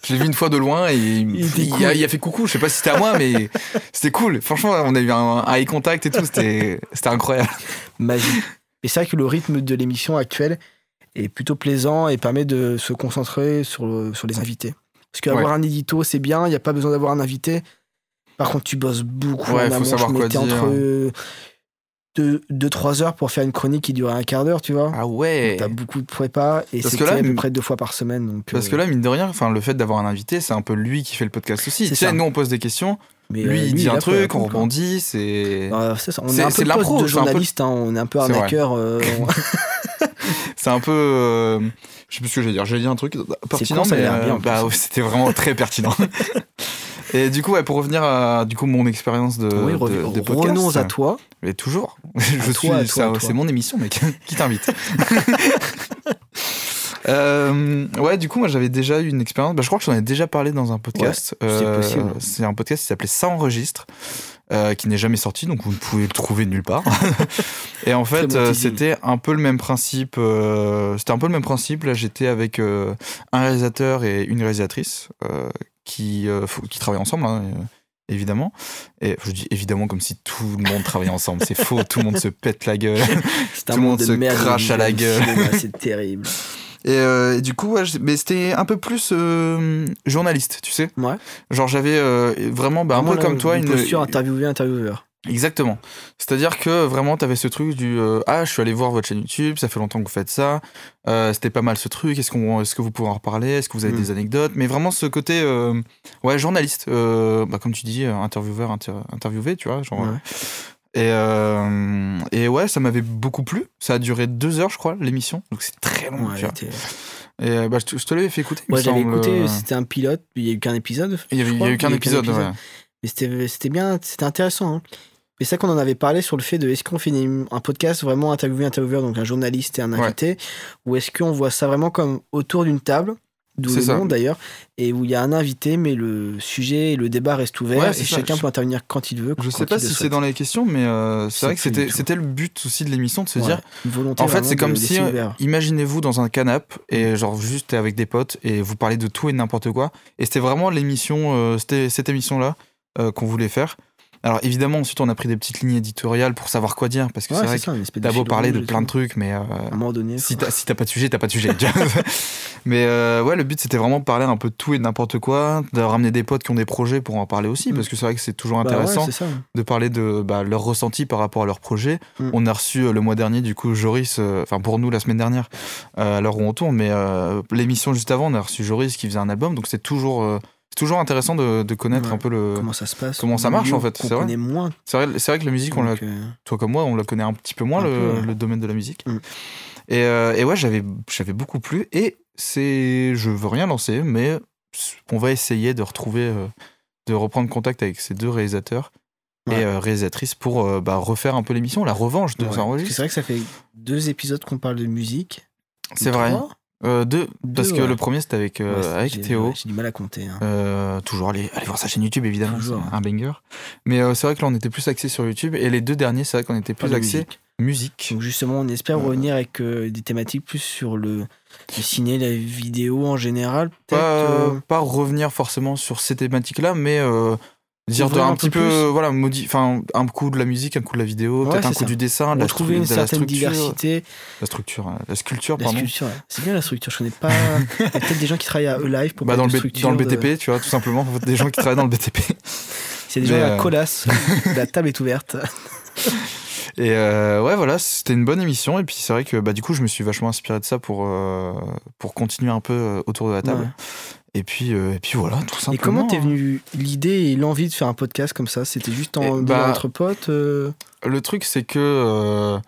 Speaker 2: Je l'ai vu une fois de loin et il,
Speaker 1: Il était
Speaker 2: il
Speaker 1: cool.
Speaker 2: a, il a fait coucou. Je sais pas si c'était à moi, mais c'était cool. Franchement, on a eu un un eye contact et tout. C'était c'était incroyable.
Speaker 1: Magie. Et c'est vrai que le rythme de l'émission actuelle est plutôt plaisant et permet de se concentrer sur, le- sur les invités. Parce qu'avoir
Speaker 2: Ouais.
Speaker 1: un édito, c'est bien, il n'y a pas besoin d'avoir un invité. Par contre, tu bosses beaucoup.
Speaker 2: Ouais,
Speaker 1: en
Speaker 2: faut
Speaker 1: amont.
Speaker 2: savoir
Speaker 1: Je
Speaker 2: quoi
Speaker 1: mettais
Speaker 2: dire.
Speaker 1: entre 2-3 heures pour faire une chronique qui durait un quart d'heure, tu vois.
Speaker 2: Ah ouais.
Speaker 1: T'as beaucoup de prépa et
Speaker 2: Parce
Speaker 1: c'est
Speaker 2: que là,
Speaker 1: à peu
Speaker 2: m-
Speaker 1: près deux fois par semaine. Donc,
Speaker 2: Parce
Speaker 1: euh,
Speaker 2: que là, mine de rien, enfin, le fait d'avoir un invité, c'est un peu lui qui fait le podcast aussi.
Speaker 1: C'est
Speaker 2: Tu sais,
Speaker 1: ça.
Speaker 2: nous, on pose des questions.
Speaker 1: mais, euh,
Speaker 2: Lui, il
Speaker 1: il
Speaker 2: dit
Speaker 1: est
Speaker 2: un
Speaker 1: là pour
Speaker 2: truc, on
Speaker 1: répondre, quoi.
Speaker 2: rebondit. C'est
Speaker 1: Euh, c'est ça, on est,
Speaker 2: C'est-
Speaker 1: un peu
Speaker 2: c'est de
Speaker 1: de poste
Speaker 2: l'impro,
Speaker 1: de
Speaker 2: c'est un peu-
Speaker 1: journaliste, hein, on est un peu
Speaker 2: C'est vrai.
Speaker 1: arnaqueur. euh, on-
Speaker 2: c'est un peu. euh, Je sais plus ce que j'allais dire. J'allais dire un truc pertinent,
Speaker 1: con, ça a
Speaker 2: mais
Speaker 1: l'air bien, en
Speaker 2: bah, ouais, c'était vraiment très pertinent. Et du coup, ouais, pour revenir à du coup, mon expérience de,
Speaker 1: oui,
Speaker 2: de-
Speaker 1: rev-
Speaker 2: de podcast.
Speaker 1: revenons à toi.
Speaker 2: Mais toujours. Je
Speaker 1: toi,
Speaker 2: suis.
Speaker 1: à toi,
Speaker 2: ça-
Speaker 1: à toi.
Speaker 2: C'est mon émission, mec. Qui t'invite Euh, ouais, du coup, moi j'avais déjà eu une expérience. bah, je crois que j'en ai déjà parlé dans un podcast. Euh,
Speaker 1: Ouais, c'est possible.
Speaker 2: C'est un podcast qui s'appelait Ça enregistre, euh, qui n'est jamais sorti, donc vous ne pouvez le trouver nulle part. Et en
Speaker 1: Très
Speaker 2: fait,
Speaker 1: bon
Speaker 2: euh,
Speaker 1: teasing.
Speaker 2: c'était un peu le même principe. euh, c'était un peu le même principe. Là, j'étais avec euh, un réalisateur et une réalisatrice euh, qui, euh, fou- qui travaillent ensemble, hein, euh, évidemment. Et je dis évidemment comme si tout le monde travaillait ensemble. C'est faux, tout le monde se pète la gueule.
Speaker 1: C'est un
Speaker 2: Tout le monde
Speaker 1: monde de
Speaker 2: se
Speaker 1: merde,
Speaker 2: crache à la
Speaker 1: le
Speaker 2: gueule.
Speaker 1: cinéma, C'est terrible.
Speaker 2: Et, euh, et du coup, ouais, je- mais c'était un peu plus euh, journaliste, tu sais.
Speaker 1: Ouais.
Speaker 2: Genre j'avais euh, vraiment, bah, un
Speaker 1: Vraiment,
Speaker 2: peu
Speaker 1: là,
Speaker 2: comme toi,
Speaker 1: une
Speaker 2: une
Speaker 1: posture interviewé, intervieweur.
Speaker 2: Exactement. C'est-à-dire que vraiment, t'avais ce truc du euh, ah, je suis allé voir votre chaîne YouTube, ça fait longtemps que vous faites ça, euh, c'était pas mal ce truc. Est-ce qu'on, est-ce que vous pouvez en reparler Est-ce que vous avez
Speaker 1: Mm.
Speaker 2: des anecdotes Mais vraiment ce côté, euh, ouais, journaliste, euh, bah, comme tu dis, euh, intervieweur, inter- interviewé, tu vois, genre. euh,
Speaker 1: Ouais.
Speaker 2: Et, euh, et ouais, ça m'avait beaucoup plu. Ça a duré deux heures, je crois, l'émission. Donc c'est très long.
Speaker 1: Ouais,
Speaker 2: tu vois.
Speaker 1: t'es-
Speaker 2: Et euh, bah, je, te, je te l'avais fait écouter. il me
Speaker 1: Moi, j'avais
Speaker 2: semble. euh,
Speaker 1: écouté, c'était un pilote, il n'y a eu qu'un épisode.
Speaker 2: Il y avait-
Speaker 1: je
Speaker 2: il y
Speaker 1: crois,
Speaker 2: a eu qu'un épisode. ouais.
Speaker 1: Mais c'était euh, c'était bien, c'était intéressant. hein. Mais c'est ça qu'on en avait parlé sur le fait de est-ce qu'on fait une- un podcast vraiment interviewé, intervieweur, donc un journaliste et un
Speaker 2: Ouais.
Speaker 1: invité, ou est-ce qu'on voit ça vraiment comme autour d'une table D'où
Speaker 2: C'est
Speaker 1: le
Speaker 2: ça.
Speaker 1: nom d'ailleurs, et où il y a un invité, mais le sujet et le débat reste ouvert,
Speaker 2: Ouais,
Speaker 1: et
Speaker 2: c'est ça,
Speaker 1: chacun
Speaker 2: je-
Speaker 1: peut intervenir quand il veut.
Speaker 2: Je sais
Speaker 1: quand il
Speaker 2: pas
Speaker 1: le
Speaker 2: si c'est
Speaker 1: souhaite.
Speaker 2: dans les questions, mais euh,
Speaker 1: sais
Speaker 2: c'est vrai que
Speaker 1: plus du
Speaker 2: c'était
Speaker 1: tout.
Speaker 2: c'était le but aussi de l'émission, de se
Speaker 1: Ouais,
Speaker 2: dire
Speaker 1: une volonté
Speaker 2: En fait,
Speaker 1: vraiment
Speaker 2: c'est comme
Speaker 1: de
Speaker 2: si,
Speaker 1: laisser
Speaker 2: euh,
Speaker 1: ouvert.
Speaker 2: imaginez-vous dans un canapé et genre juste t'es avec des potes et vous parlez de tout et de n'importe quoi. Et c'était vraiment l'émission, euh, c'était cette émission-là euh, qu'on voulait faire. Alors évidemment, ensuite on a pris des petites lignes éditoriales pour savoir quoi dire parce que
Speaker 1: Ouais,
Speaker 2: c'est vrai
Speaker 1: ça, une espèce
Speaker 2: que
Speaker 1: de
Speaker 2: t'as beau
Speaker 1: fil
Speaker 2: parler de
Speaker 1: rouge et
Speaker 2: plein de
Speaker 1: tout.
Speaker 2: trucs, mais euh,
Speaker 1: À un moment donné.
Speaker 2: si
Speaker 1: faut-
Speaker 2: t'as si t'as pas de sujet, t'as pas de sujet. tu vois. mais euh, ouais, le but c'était vraiment de parler un peu de tout et de n'importe quoi, de ramener des potes qui ont des projets pour en parler aussi
Speaker 1: Mm.
Speaker 2: parce que c'est vrai que c'est toujours
Speaker 1: Bah ouais,
Speaker 2: intéressant Euh,
Speaker 1: c'est ça.
Speaker 2: de parler de bah, leur ressenti par rapport à leur projet.
Speaker 1: Mm.
Speaker 2: On a reçu euh, le mois dernier, du coup, Joris, euh, enfin pour nous la semaine dernière, euh, à l'heure où on tourne, mais euh, l'émission juste avant, on a reçu Joris qui faisait un album, donc c'est toujours, euh, c'est toujours intéressant de, de connaître
Speaker 1: Ouais.
Speaker 2: un peu le.
Speaker 1: Comment ça se passe
Speaker 2: comment ça
Speaker 1: au
Speaker 2: marche,
Speaker 1: milieu
Speaker 2: en fait,
Speaker 1: qu'on
Speaker 2: c'est vrai.
Speaker 1: connaît moins.
Speaker 2: C'est vrai, c'est vrai que la musique, on la,
Speaker 1: donc, euh,
Speaker 2: toi comme moi, on la connaît un petit peu moins,
Speaker 1: Un
Speaker 2: le,
Speaker 1: peu, ouais.
Speaker 2: le domaine de la musique.
Speaker 1: Mm.
Speaker 2: Et, euh, et ouais, j'avais j'avais beaucoup plu, et c'est. Je veux rien lancer, mais on va essayer de retrouver. euh, de reprendre contact avec ces deux réalisateurs
Speaker 1: Ouais.
Speaker 2: et euh, réalisatrices pour euh, bah, refaire un peu l'émission, la revanche de
Speaker 1: ouais.
Speaker 2: ça
Speaker 1: Parce que C'est vrai que ça fait deux épisodes qu'on parle de musique.
Speaker 2: C'est
Speaker 1: Ou
Speaker 2: vrai.
Speaker 1: trois
Speaker 2: Euh, deux, parce
Speaker 1: Deux,
Speaker 2: que
Speaker 1: ouais.
Speaker 2: le premier c'était avec, euh,
Speaker 1: Ouais, c'est-
Speaker 2: avec
Speaker 1: j'ai-
Speaker 2: Théo.
Speaker 1: ouais, J'ai du mal à compter. hein.
Speaker 2: Euh, toujours aller, aller voir sa chaîne YouTube évidemment,
Speaker 1: Toujours, ouais.
Speaker 2: c'est un banger. Mais euh, c'est vrai que là on était plus axé sur YouTube et les deux derniers c'est vrai qu'on était
Speaker 1: Pas
Speaker 2: plus
Speaker 1: de
Speaker 2: axé
Speaker 1: musique.
Speaker 2: musique.
Speaker 1: Donc justement, on espère
Speaker 2: Euh.
Speaker 1: revenir avec euh, des thématiques plus sur le, le ciné, la vidéo en général. Peut-être.
Speaker 2: Pas, euh,
Speaker 1: euh,
Speaker 2: pas revenir forcément sur ces thématiques là, mais euh, dire de-
Speaker 1: Ouvrir
Speaker 2: un,
Speaker 1: un
Speaker 2: petit
Speaker 1: peu
Speaker 2: peu,
Speaker 1: plus.
Speaker 2: voilà, modi- enfin un coup de la musique, un coup de la vidéo,
Speaker 1: Ouais,
Speaker 2: peut-être un
Speaker 1: c'est
Speaker 2: coup
Speaker 1: ça.
Speaker 2: du dessin, de la,
Speaker 1: retrouver
Speaker 2: stru-
Speaker 1: une
Speaker 2: de la
Speaker 1: certaine
Speaker 2: structure,
Speaker 1: diversité.
Speaker 2: la structure, euh, la sculpture,
Speaker 1: La
Speaker 2: pardon.
Speaker 1: sculpture, ouais. c'est bien la structure. Je connais pas. Il y a peut-être des gens qui travaillent à E-Live pour
Speaker 2: Bah, dans,
Speaker 1: parler
Speaker 2: le
Speaker 1: de
Speaker 2: B-
Speaker 1: structure, euh.
Speaker 2: dans le
Speaker 1: de-
Speaker 2: BTP, tu vois, tout simplement, des gens qui travaillent dans le BTP.
Speaker 1: C'est déjà
Speaker 2: Mais,
Speaker 1: la
Speaker 2: euh,
Speaker 1: colasse. la table est ouverte.
Speaker 2: Et euh, ouais, voilà, c'était une bonne émission. Et puis c'est vrai que bah, du coup, je me suis vachement inspiré de ça pour, euh, pour continuer un peu euh, autour de la table.
Speaker 1: Ouais.
Speaker 2: Et, puis, euh, et puis voilà, tout simplement. hein.
Speaker 1: Et comment t'es venu l'idée et l'envie de faire un podcast comme ça C'était juste en
Speaker 2: Eh
Speaker 1: dehors
Speaker 2: bah,
Speaker 1: entre potes euh,
Speaker 2: Le truc, c'est que euh,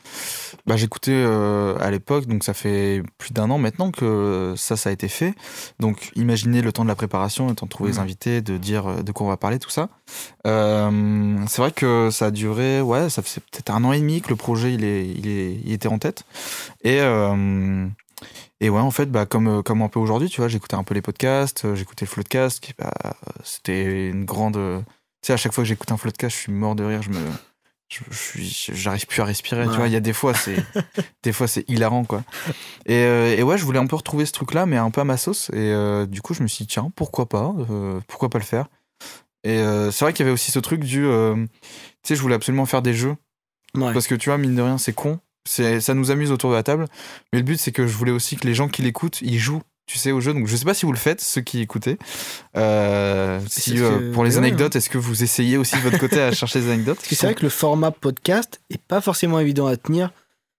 Speaker 2: bah, j'écoutais euh, à l'époque, donc ça fait plus d'un an maintenant que ça, ça a été fait. Donc imaginez le temps de la préparation, le temps de trouver les
Speaker 1: Mhm.
Speaker 2: invités, de dire euh, de quoi on va parler, tout ça. Euh, c'est vrai que ça a duré, ouais, ça fait peut-être un an et demi que le projet, il, est, il, est, il était en tête. Et. euh, et ouais, en fait, bah, comme, euh, comme un peu aujourd'hui, tu vois, j'écoutais un peu les podcasts, euh, j'écoutais le Floodcast, qui, bah, euh, c'était une grande. euh, Tu sais, à chaque fois que j'écoute un Floodcast, je suis mort de rire, je me, je- je suis- j'arrive plus à respirer tu
Speaker 1: Ouais.
Speaker 2: vois il y a des fois c'est des fois c'est hilarant quoi et, euh, et ouais je voulais un peu retrouver ce truc là mais un peu à ma sauce et euh, du coup je me suis dit tiens pourquoi pas euh, pourquoi pas le faire et euh, c'est vrai qu'il y avait aussi ce truc du euh, tu sais je voulais absolument faire des jeux
Speaker 1: Ouais.
Speaker 2: parce que tu vois mine de rien c'est con c'est ça nous amuse autour de la table mais le but c'est que je voulais aussi que les gens qui l'écoutent ils jouent tu sais au jeu donc je sais pas si vous le faites ceux qui écoutez Euh, si,
Speaker 1: c'est ce
Speaker 2: euh,
Speaker 1: que-
Speaker 2: pour les
Speaker 1: mais ouais,
Speaker 2: anecdotes est-ce que vous essayez aussi de votre côté à chercher des anecdotes
Speaker 1: Parce que c'est vrai que le format podcast est pas forcément évident à tenir.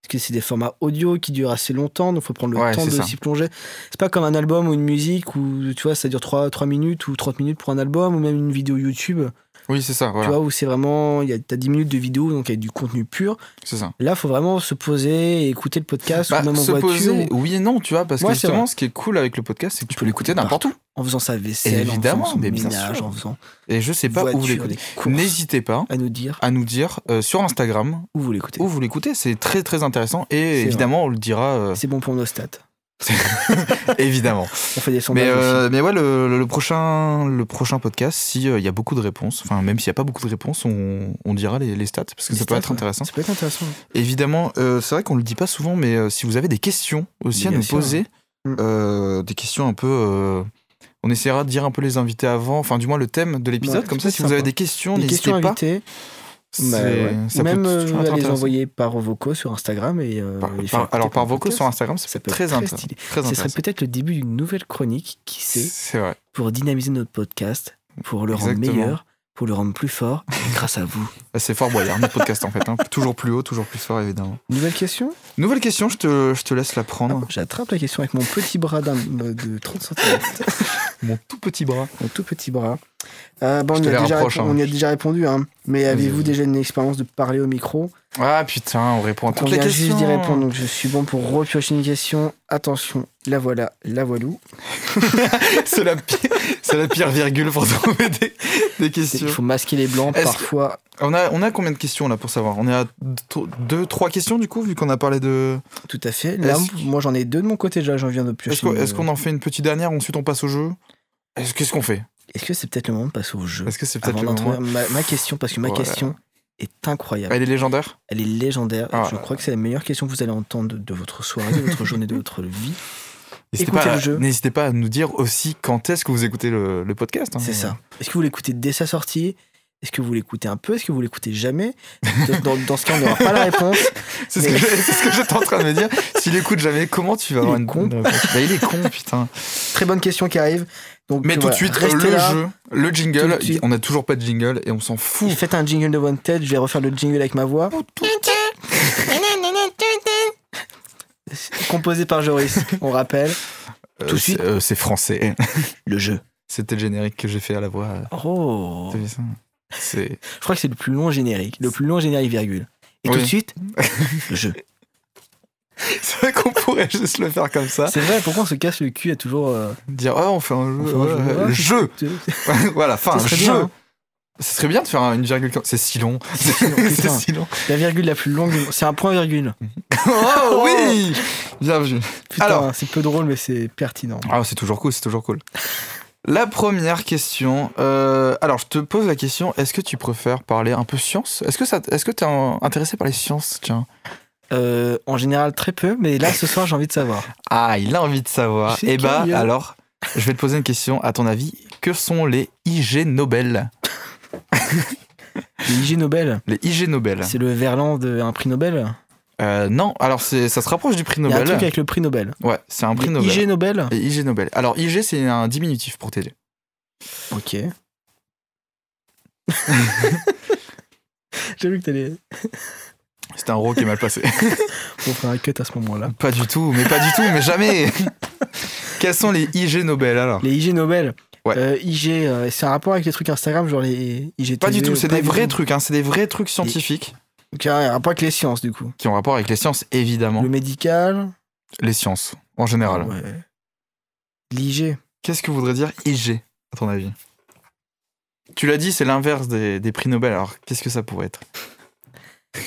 Speaker 1: Parce que c'est des formats audio qui durent assez longtemps, donc faut prendre le
Speaker 2: Ouais,
Speaker 1: temps
Speaker 2: c'est
Speaker 1: de
Speaker 2: ça.
Speaker 1: s'y plonger. C'est pas comme un album ou une musique où tu vois ça dure 3, 3 minutes ou 30 minutes pour un album ou même une vidéo YouTube,
Speaker 2: oui c'est ça voilà
Speaker 1: tu vois, où c'est vraiment, il y a- t'as 10 minutes de vidéo donc avec du contenu pur.
Speaker 2: c'est ça
Speaker 1: Là, faut vraiment se poser et écouter le podcast ou
Speaker 2: Bah,
Speaker 1: même en
Speaker 2: se
Speaker 1: voiture,
Speaker 2: poser,
Speaker 1: ou
Speaker 2: oui et non, tu vois, parce
Speaker 1: Ouais,
Speaker 2: que
Speaker 1: c'est
Speaker 2: justement,
Speaker 1: vrai.
Speaker 2: ce qui est cool avec le podcast, c'est que tu peux l'écouter n'importe où.
Speaker 1: en faisant sa vaisselle,
Speaker 2: Évidemment,
Speaker 1: en faisant son
Speaker 2: mais bien
Speaker 1: ménage,
Speaker 2: sûr.
Speaker 1: en faisant
Speaker 2: Et je sais pas où vous
Speaker 1: voiture,
Speaker 2: l'écoutez.
Speaker 1: des courses,
Speaker 2: N'hésitez pas
Speaker 1: à nous dire
Speaker 2: à nous dire euh, sur Instagram
Speaker 1: où vous l'écoutez.
Speaker 2: où vous l'écoutez. C'est très très intéressant et
Speaker 1: vrai.
Speaker 2: évidemment, on le dira euh,
Speaker 1: C'est bon pour nos stats.
Speaker 2: évidemment.
Speaker 1: On fait des
Speaker 2: mais,
Speaker 1: sondages
Speaker 2: euh, mais ouais, le, le- le prochain, le prochain podcast, s'il y a beaucoup de réponses, enfin, même s'il n'y a pas beaucoup de réponses, on, on dira les, les stats parce que
Speaker 1: Les
Speaker 2: ça peut
Speaker 1: stats,
Speaker 2: être
Speaker 1: ouais.
Speaker 2: intéressant.
Speaker 1: aussi. Ça peut être intéressant.
Speaker 2: Évidemment, euh, c'est vrai qu'on le dit pas souvent, mais euh, si vous avez des questions aussi à
Speaker 1: Bien
Speaker 2: nous
Speaker 1: sûr.
Speaker 2: poser,
Speaker 1: Mm.
Speaker 2: euh, des questions un peu. euh, on essaiera de dire un peu les invités avant, enfin, du moins le thème de l'épisode.
Speaker 1: Ouais,
Speaker 2: Comme
Speaker 1: ça peut
Speaker 2: ça,
Speaker 1: être
Speaker 2: si vous
Speaker 1: sympa.
Speaker 2: avez des questions,
Speaker 1: Des
Speaker 2: n'hésitez
Speaker 1: questions
Speaker 2: pas.
Speaker 1: invitées.
Speaker 2: C'est-
Speaker 1: Bah ouais.
Speaker 2: ça peut
Speaker 1: Même
Speaker 2: être
Speaker 1: euh,
Speaker 2: toujours
Speaker 1: à les
Speaker 2: intéressant.
Speaker 1: envoyer par vocaux sur Instagram et euh,
Speaker 2: Par-
Speaker 1: les
Speaker 2: par-
Speaker 1: faire écouter
Speaker 2: alors, par
Speaker 1: le
Speaker 2: vocaux
Speaker 1: podcast.
Speaker 2: sur Instagram, c'est
Speaker 1: Ça peut être
Speaker 2: très,
Speaker 1: très
Speaker 2: intéressant.
Speaker 1: stylé.
Speaker 2: Très
Speaker 1: Ce serait
Speaker 2: intéressant.
Speaker 1: peut-être le début d'une nouvelle chronique, qui sait,
Speaker 2: C'est vrai.
Speaker 1: pour dynamiser notre podcast, pour le rendre
Speaker 2: Exactement.
Speaker 1: meilleur, pour le rendre plus fort, grâce à vous.
Speaker 2: Ah, C'est fort boyard, notre podcast en fait. hein. Toujours plus haut, toujours plus fort, évidemment.
Speaker 1: Nouvelle question
Speaker 2: Nouvelle question, je te, je te laisse la
Speaker 1: Ah,
Speaker 2: prendre.
Speaker 1: J'attrape la question avec mon petit bras d'un- euh, de 30 cm,
Speaker 2: Mon tout petit bras.
Speaker 1: mon tout petit bras. Euh, bon,
Speaker 2: Je
Speaker 1: on,
Speaker 2: te
Speaker 1: y a
Speaker 2: les
Speaker 1: déjà
Speaker 2: rapproche,
Speaker 1: répon-
Speaker 2: hein.
Speaker 1: on y a déjà répondu, hein. mais avez-vous
Speaker 2: vas-y.
Speaker 1: déjà une expérience de parler au micro
Speaker 2: Ah putain, on répond à
Speaker 1: On
Speaker 2: toutes les
Speaker 1: vient
Speaker 2: questions.
Speaker 1: juste d'y répondre, donc je suis bon pour repiocher une question. Attention, la voilà, la voilou.
Speaker 2: c'est, la pire, c'est la pire virgule pour trouver des, des
Speaker 1: C'est-
Speaker 2: questions.
Speaker 1: Il faut masquer les blancs
Speaker 2: Est-ce que-
Speaker 1: parfois.
Speaker 2: On a, on a combien de questions là pour savoir On est à t- deux, trois questions du coup, vu qu'on a parlé de.
Speaker 1: Tout à fait. Là,
Speaker 2: Est-ce-
Speaker 1: moi, j'en ai deux de mon côté déjà. J'en viens de piocher.
Speaker 2: Est-ce qu'on,
Speaker 1: une-
Speaker 2: est-ce qu'on en fait une petite dernière, ensuite on passe au jeu Est-ce- Qu'est-ce qu'on fait
Speaker 1: euh. Est-ce que c'est peut-être le moment de passer au jeu
Speaker 2: Est-ce que c'est peut-être
Speaker 1: avant
Speaker 2: le moment
Speaker 1: d'introduire ma, ma question Parce que ma
Speaker 2: Voilà.
Speaker 1: question est incroyable.
Speaker 2: Elle est légendaire
Speaker 1: Elle est légendaire.
Speaker 2: Ah.
Speaker 1: Je crois que c'est la meilleure question que vous allez entendre de, de votre soirée, de votre journée, de votre vie.
Speaker 2: n'hésitez
Speaker 1: Écoutez
Speaker 2: pas, à-
Speaker 1: le jeu.
Speaker 2: n'hésitez pas à nous dire aussi quand est-ce que vous écoutez le, le podcast. hein.
Speaker 1: C'est ça. Est-ce que vous l'écoutez dès sa sortie Est-ce que vous l'écoutez un peu Est-ce que vous l'écoutez jamais dans, dans ce cas, on n'aura pas la réponse.
Speaker 2: C'est ce, que
Speaker 1: Mais-
Speaker 2: je- c'est ce que j'étais en train de me dire. S'il écoute jamais, comment tu vas
Speaker 1: Il
Speaker 2: avoir
Speaker 1: est
Speaker 2: une
Speaker 1: con.
Speaker 2: bonne réponse Bah, Il est con, putain.
Speaker 1: Très bonne question qui arrive. Donc,
Speaker 2: Mais tout de
Speaker 1: voilà,
Speaker 2: suite,
Speaker 1: restez
Speaker 2: le
Speaker 1: là.
Speaker 2: jeu, le
Speaker 1: Tout
Speaker 2: jingle,
Speaker 1: de suite.
Speaker 2: on n'a toujours pas de jingle et on s'en fout.
Speaker 1: Faites un jingle de bonne tête. Je vais refaire le jingle avec ma voix. Composé par Joris, on rappelle.
Speaker 2: Euh,
Speaker 1: tout de
Speaker 2: c'est-
Speaker 1: suite.
Speaker 2: euh, c'est français.
Speaker 1: Le jeu.
Speaker 2: C'était le générique que j'ai fait à la voix. euh,
Speaker 1: Oh
Speaker 2: t'as vu ça C'est.
Speaker 1: Je crois que c'est le plus long générique. Le plus long générique, virgule. Et
Speaker 2: Oui.
Speaker 1: tout de suite, le jeu.
Speaker 2: C'est vrai qu'on pourrait juste le faire comme ça.
Speaker 1: C'est vrai, pourquoi on se casse le cul à toujours. euh,
Speaker 2: Dire, ah, on fait un jeu.
Speaker 1: On fait un
Speaker 2: ouais,
Speaker 1: jeu,
Speaker 2: ouais,
Speaker 1: ouais.
Speaker 2: jeu.
Speaker 1: tu-
Speaker 2: voilà, enfin,
Speaker 1: Ce serait
Speaker 2: jeu.
Speaker 1: bien, hein.
Speaker 2: Ce serait bien de faire une virgule comme C'est si long.
Speaker 1: si long,
Speaker 2: C'est
Speaker 1: putain.
Speaker 2: si long.
Speaker 1: La virgule la plus longue, du monde. c'est un point virgule.
Speaker 2: Oh oui Bien vu.
Speaker 1: Putain,
Speaker 2: Alors.
Speaker 1: c'est peu drôle, mais c'est pertinent.
Speaker 2: Ah, c'est toujours cool, c'est toujours cool. La première question. euh, alors, je te pose la question est-ce que tu préfères parler un peu science Est-ce que ça, est-ce que t'es euh, intéressé par les sciences Tiens.
Speaker 1: Euh, en général, très peu, mais là, ce soir, j'ai envie de savoir.
Speaker 2: Ah, il a envie de savoir.
Speaker 1: C'est
Speaker 2: Eh bah,
Speaker 1: curieux.
Speaker 2: alors, je vais te poser une question. À ton avis, que sont les IG Nobel
Speaker 1: Les IG Nobel,
Speaker 2: Les IG Nobel.
Speaker 1: c'est le verlan d'un prix Nobel.
Speaker 2: Euh, non, alors c'est, ça se rapproche du prix
Speaker 1: Il y a un
Speaker 2: Nobel.
Speaker 1: truc avec le prix Nobel.
Speaker 2: Ouais, c'est un prix
Speaker 1: Les
Speaker 2: Nobel.
Speaker 1: IG Nobel
Speaker 2: Et IG Nobel. Alors IG c'est un diminutif pour t'aider.
Speaker 1: Ok. j'ai vu que t'allais.
Speaker 2: C'est un rôle qui est mal passé.
Speaker 1: On fera un cut à ce moment-là.
Speaker 2: pas du tout, mais pas du tout, mais jamais. Quels sont les IG Nobel alors
Speaker 1: Les IG Nobel.
Speaker 2: Ouais.
Speaker 1: Euh, IG, euh, c'est un rapport avec les trucs Instagram, genre les IG
Speaker 2: Pas du tout, c'est des vrais trucs, hein, c'est des vrais trucs scientifiques
Speaker 1: Ok, un rapport avec les sciences, du coup.
Speaker 2: qui ont rapport avec les sciences évidemment.
Speaker 1: Le médical.
Speaker 2: Les sciences en général.
Speaker 1: Ouais. L'IG.
Speaker 2: Qu'est-ce que voudrait dire IG à ton avis Tu l'as dit, c'est l'inverse des, des prix Nobel. Alors qu'est-ce que ça pourrait être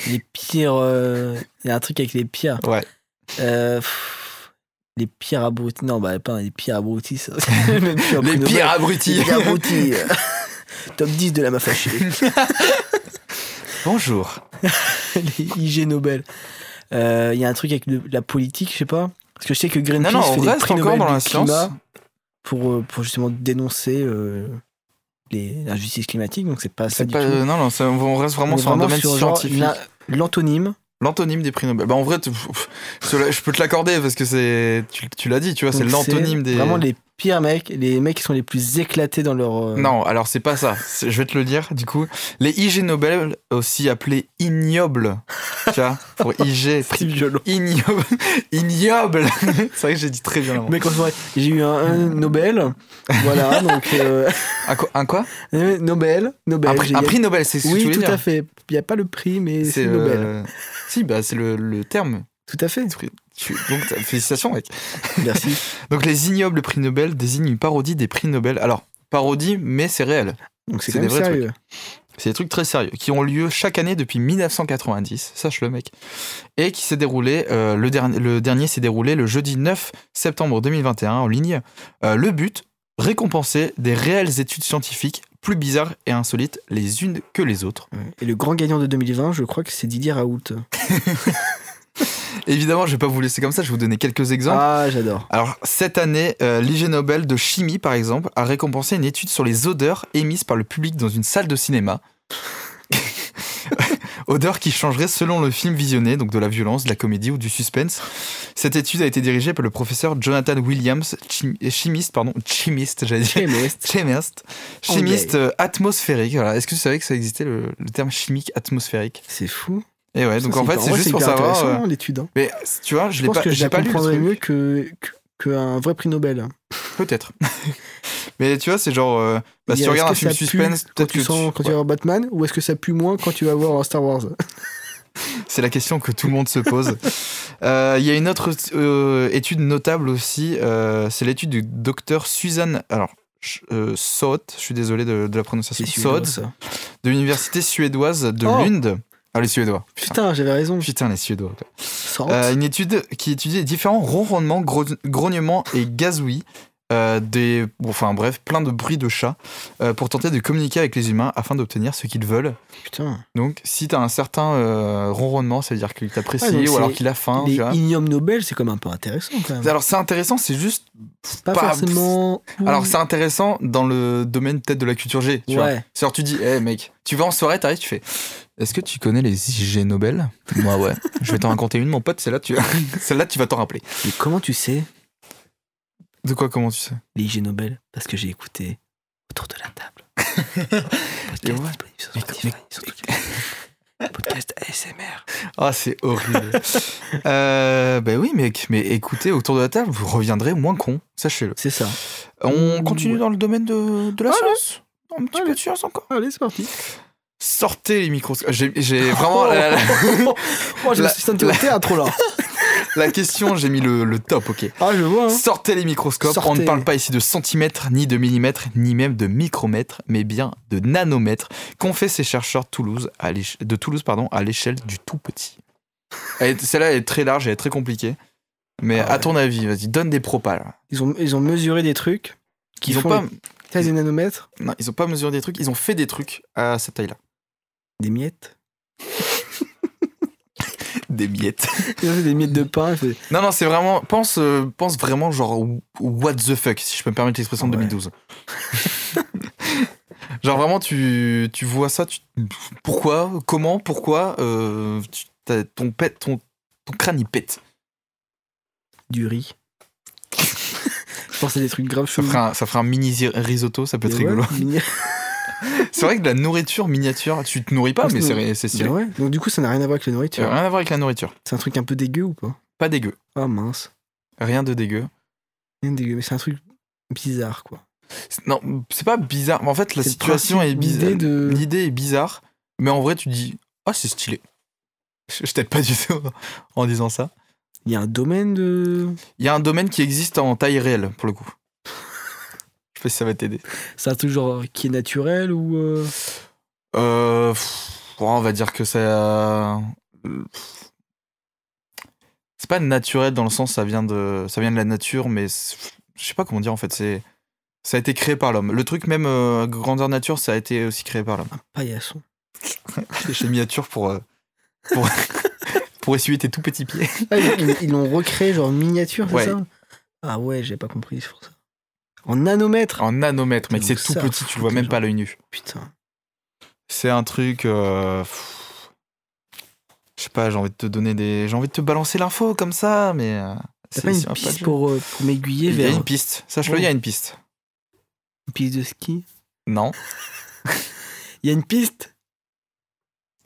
Speaker 1: Les pires. euh, Il y a un truc avec les pires.
Speaker 2: Ouais.
Speaker 1: Euh, pff, les pires abrutis. Non, bah, pas les pires abrutis. ça. Même plus un prix
Speaker 2: Les
Speaker 1: Nobel.
Speaker 2: pires abrutis.
Speaker 1: Les pires abrutis. Top 10 de la mafachée.
Speaker 2: Bonjour.
Speaker 1: les IG Nobel. Euh, Il y a un truc avec de- la politique, je sais pas. Parce que je sais que Greenpeace
Speaker 2: Non, non, on
Speaker 1: fait des
Speaker 2: reste
Speaker 1: prix
Speaker 2: encore
Speaker 1: Nobel
Speaker 2: dans
Speaker 1: du
Speaker 2: la science.
Speaker 1: climat pour, euh, pour justement dénoncer euh, les- l'injustice climatique, donc c'est pas ça
Speaker 2: C'est
Speaker 1: du
Speaker 2: pas-
Speaker 1: tout.
Speaker 2: euh, non, non, ça- on reste vraiment
Speaker 1: On est
Speaker 2: sur un domaine
Speaker 1: sur, genre,
Speaker 2: scientifique.
Speaker 1: la- L'antonyme,
Speaker 2: L'antonyme des prix Nobel. Bah, en vrai, tu- pff, cela- je peux te l'accorder parce que c'est, tu, tu l'as dit, tu vois, c'est
Speaker 1: donc
Speaker 2: l'antonyme des.
Speaker 1: Vraiment les pires mecs, les mecs qui sont les plus éclatés dans leur. euh,
Speaker 2: Non, alors c'est pas ça. C'est- Je vais te le dire, du coup. Les IG Nobel, aussi appelés ignobles, tu vois, pour IG,
Speaker 1: C'est
Speaker 2: prix
Speaker 1: violent.
Speaker 2: ignoble. ignoble C'est vrai que j'ai dit très bien.
Speaker 1: Mec, en soirée, j'ai eu un, un Nobel. Voilà, donc. euh,
Speaker 2: Un, quoi- un quoi
Speaker 1: Nobel, Nobel.
Speaker 2: un, prix,
Speaker 1: Bah, j'ai-
Speaker 2: un prix Nobel, c'est ce que tu
Speaker 1: Oui,
Speaker 2: voulais
Speaker 1: tout
Speaker 2: dire.
Speaker 1: à fait. Il n'y a pas le prix, mais
Speaker 2: C'est,
Speaker 1: c'est Nobel.
Speaker 2: euh, Si, bah, c'est le, le terme.
Speaker 1: Tout à fait.
Speaker 2: Tu- Donc, t'as- félicitations, mec.
Speaker 1: Merci.
Speaker 2: Donc, les ignobles prix Nobel désignent une parodie des prix Nobel. Alors, parodie, mais c'est réel.
Speaker 1: Donc c'est
Speaker 2: C'est
Speaker 1: quand
Speaker 2: des
Speaker 1: même
Speaker 2: vrais
Speaker 1: sérieux.
Speaker 2: C'est des trucs très sérieux qui ont lieu chaque année depuis 1990, sache le mec, et qui s'est déroulé, euh, le, dernier le dernier s'est déroulé le jeudi 9 septembre 2021 en ligne. Euh, le but, récompenser des réelles études scientifiques plus bizarres et insolites les unes que les autres.
Speaker 1: Et le grand gagnant de 2020, je crois que c'est Didier Raoult.
Speaker 2: Hein Évidemment, je vais pas vous laisser comme ça, je vais vous donner quelques exemples.
Speaker 1: Ah, j'adore.
Speaker 2: Alors, cette année, euh, l'IG Nobel de chimie, par exemple, a récompensé une étude sur les odeurs émises par le public dans une salle de cinéma. odeurs qui changeraient selon le film visionné, donc de la violence, de la comédie ou du suspense. Cette étude a été dirigée par le professeur Jonathan Williams, chim- chimiste, pardon, chimiste, j'allais dire.
Speaker 1: Chemist.
Speaker 2: Chimiste, chimiste euh, atmosphérique. Voilà. Est-ce que tu savais que ça existait le, le terme chimique atmosphérique
Speaker 1: C'est fou.
Speaker 2: Et ouais, donc en fait, c'est juste pour
Speaker 1: hyper
Speaker 2: savoir.
Speaker 1: intéressant,
Speaker 2: euh,
Speaker 1: hein, l'étude. hein.
Speaker 2: mais tu vois, je
Speaker 1: Je
Speaker 2: l'ai
Speaker 1: pense
Speaker 2: pas,
Speaker 1: que je
Speaker 2: j'ai
Speaker 1: la
Speaker 2: pas lu. le
Speaker 1: comprendrais
Speaker 2: truc.
Speaker 1: mieux que que- qu'un vrai prix Nobel.
Speaker 2: Peut-être. Mais tu vois, c'est genre. euh, bah, si
Speaker 1: Est-ce
Speaker 2: tu regardes
Speaker 1: que
Speaker 2: un film
Speaker 1: ça pue
Speaker 2: suspense,
Speaker 1: quand
Speaker 2: peut-être que.
Speaker 1: tu sens
Speaker 2: tu-
Speaker 1: quand tu vas voir Batman ou est-ce que ça pue moins quand tu vas voir Star Wars
Speaker 2: C'est la question que tout le monde se pose. Euh, Il y a une autre euh, étude notable aussi. euh, c'est l'étude du docteur Suzanne. Alors. je- euh, Sod, je suis désolé de, de la prononciation, Sod,
Speaker 1: ça.
Speaker 2: de l'université suédoise de
Speaker 1: Oh.
Speaker 2: Lund. Ah, les Suédois. Putain,
Speaker 1: Putain, j'avais raison.
Speaker 2: putain les Suédois. quoi.
Speaker 1: Sort.
Speaker 2: Euh, une étude qui étudie les différents ronronnements, gro- grognements et gazouillis. euh, des, bon, enfin bref, plein de bruits de chats euh, pour tenter de communiquer avec les humains afin d'obtenir ce qu'ils veulent.
Speaker 1: Putain.
Speaker 2: Donc, si t'as un certain euh, ronronnement, ça veut dire qu'il t'apprécie
Speaker 1: Ouais, donc
Speaker 2: ou alors
Speaker 1: c'est
Speaker 2: qu'il a faim.
Speaker 1: Les
Speaker 2: tu vois.
Speaker 1: ignobles Nobel, c'est quand même un peu intéressant quand même.
Speaker 2: Alors, c'est intéressant, c'est juste.
Speaker 1: C'est Pas,
Speaker 2: pas-
Speaker 1: forcément.
Speaker 2: Alors, c'est intéressant dans le domaine peut-être de la culture G. Tu vois.
Speaker 1: Ouais.
Speaker 2: C'est-à-dire, tu dis, hé mec, tu vas en soirée, t'arrives, tu fais. Est-ce que tu connais les IG Nobel Moi, ouais. Je vais t'en raconter une, mon pote, celle-là, tu, celle-là, tu vas t'en rappeler.
Speaker 1: Mais comment tu sais
Speaker 2: De quoi, comment tu sais
Speaker 1: les IG Nobel Parce que j'ai écouté autour de la table. Podcast
Speaker 2: Et ouais.
Speaker 1: disponible sur
Speaker 2: Mais-
Speaker 1: Spotify, sur Twitter. Podcast ASMR.
Speaker 2: Ah, c'est horrible. euh, bah oui, mec, mais écoutez, autour de la table, vous reviendrez moins con, sachez-le.
Speaker 1: C'est ça.
Speaker 2: On
Speaker 1: Mmh,
Speaker 2: continue
Speaker 1: ouais.
Speaker 2: dans le domaine de, de la
Speaker 1: Allez.
Speaker 2: science Un petit peu de science encore
Speaker 1: Allez, c'est parti.
Speaker 2: Sortez les microscopes. J'ai j'ai
Speaker 1: Oh.
Speaker 2: vraiment la, la-
Speaker 1: Moi, je
Speaker 2: La-
Speaker 1: me suis senti au
Speaker 2: la-
Speaker 1: théâtre là.
Speaker 2: la question, j'ai mis le, le top, ok.
Speaker 1: Ah, je vois. hein.
Speaker 2: Sortez les microscopes. On ne
Speaker 1: Sortez.
Speaker 2: parle pas ici de centimètres, ni de millimètres, ni même de micromètres, mais bien de nanomètres qu'ont fait ces chercheurs de Toulouse à l'éche- de Toulouse pardon, à l'échelle du tout petit. Elle est- Celle-là elle est très large, elle est très compliquée. Mais
Speaker 1: Ah
Speaker 2: à
Speaker 1: ouais.
Speaker 2: ton avis, vas-y, donne des propales.
Speaker 1: Ils ont, ils ont mesuré des trucs qui
Speaker 2: Ils ont
Speaker 1: font
Speaker 2: pas,
Speaker 1: la taille des nanomètres,
Speaker 2: non, ils ont pas mesuré des trucs, ils ont fait des trucs à cette taille-là.
Speaker 1: des miettes.
Speaker 2: Des miettes.
Speaker 1: Ils ont fait des miettes de pain. ils faisaient-
Speaker 2: Non, non, c'est vraiment. Pense, euh, pense vraiment, genre, w- what the fuck, si je peux me permettre l'expression de
Speaker 1: Ouais.
Speaker 2: 2012. genre, vraiment, tu, tu vois ça, tu, pourquoi, comment, pourquoi, euh, tu- t'as- ton, pète, ton, ton crâne il pète.
Speaker 1: Du riz. je pense à des trucs graves.
Speaker 2: Ça ferait un, ça ferait un mini zi- risotto, ça peut être rigolo. C'est vrai que de la nourriture miniature, tu te nourris pas,
Speaker 1: On se
Speaker 2: mais c'est
Speaker 1: nourrit.
Speaker 2: ré- c'est stylé.
Speaker 1: ouais. Donc, du coup, ça n'a rien à voir avec la
Speaker 2: Ça a
Speaker 1: nourriture.
Speaker 2: Rien à voir avec la nourriture.
Speaker 1: C'est un truc un peu dégueu ou pas
Speaker 2: Pas dégueu.
Speaker 1: Ah, mince.
Speaker 2: Rien de dégueu.
Speaker 1: Rien de dégueu, mais c'est un truc bizarre, quoi.
Speaker 2: C'est- Non, c'est pas bizarre. En fait, la
Speaker 1: C'est le
Speaker 2: situation
Speaker 1: principe,
Speaker 2: est bizarre.
Speaker 1: l'idée de-
Speaker 2: L'idée est bizarre, mais en vrai, tu dis Ah, c'est stylé. Je, je t'aide pas du tout en disant ça.
Speaker 1: Il y a un domaine de.
Speaker 2: Il y a un domaine qui existe en taille réelle, pour le coup. Je sais pas si ça va t'aider.
Speaker 1: C'est un truc genre qui est naturel ou. euh,
Speaker 2: Euh, pff, ouais, on va dire que ça. euh, pff. C'est pas naturel dans le sens, ça vient de, ça vient de la nature, mais c'est- je sais pas comment dire en fait. C'est, ça a été créé par l'homme. Le truc même euh, grandeur nature, ça a été aussi créé par l'homme.
Speaker 1: Un paillasson.
Speaker 2: J'étais chez Miniature pour, euh, pour, pour essuyer tes tout petits pieds.
Speaker 1: Ah, ils- ils- ils l'ont recréé genre miniature, c'est
Speaker 2: Ouais.
Speaker 1: ça Ah ouais, j'ai pas compris, c'est pour ça. En nanomètre
Speaker 2: En nanomètre, mec,
Speaker 1: Donc
Speaker 2: c'est tout
Speaker 1: ça,
Speaker 2: petit, tu le vois
Speaker 1: putain,
Speaker 2: même
Speaker 1: genre.
Speaker 2: pas à l'œil nu.
Speaker 1: Putain.
Speaker 2: C'est un truc. euh, pff, Je sais pas, j'ai envie de te donner des. J'ai envie de te balancer l'info comme ça, mais. euh,
Speaker 1: T'as
Speaker 2: c'est-
Speaker 1: pas une
Speaker 2: c'est un
Speaker 1: piste
Speaker 2: jeu.
Speaker 1: pour, euh, pour m'aiguiller
Speaker 2: Il y a
Speaker 1: vers
Speaker 2: une piste. Sache-le, il y a une piste.
Speaker 1: une piste de ski
Speaker 2: Non.
Speaker 1: Il y a une piste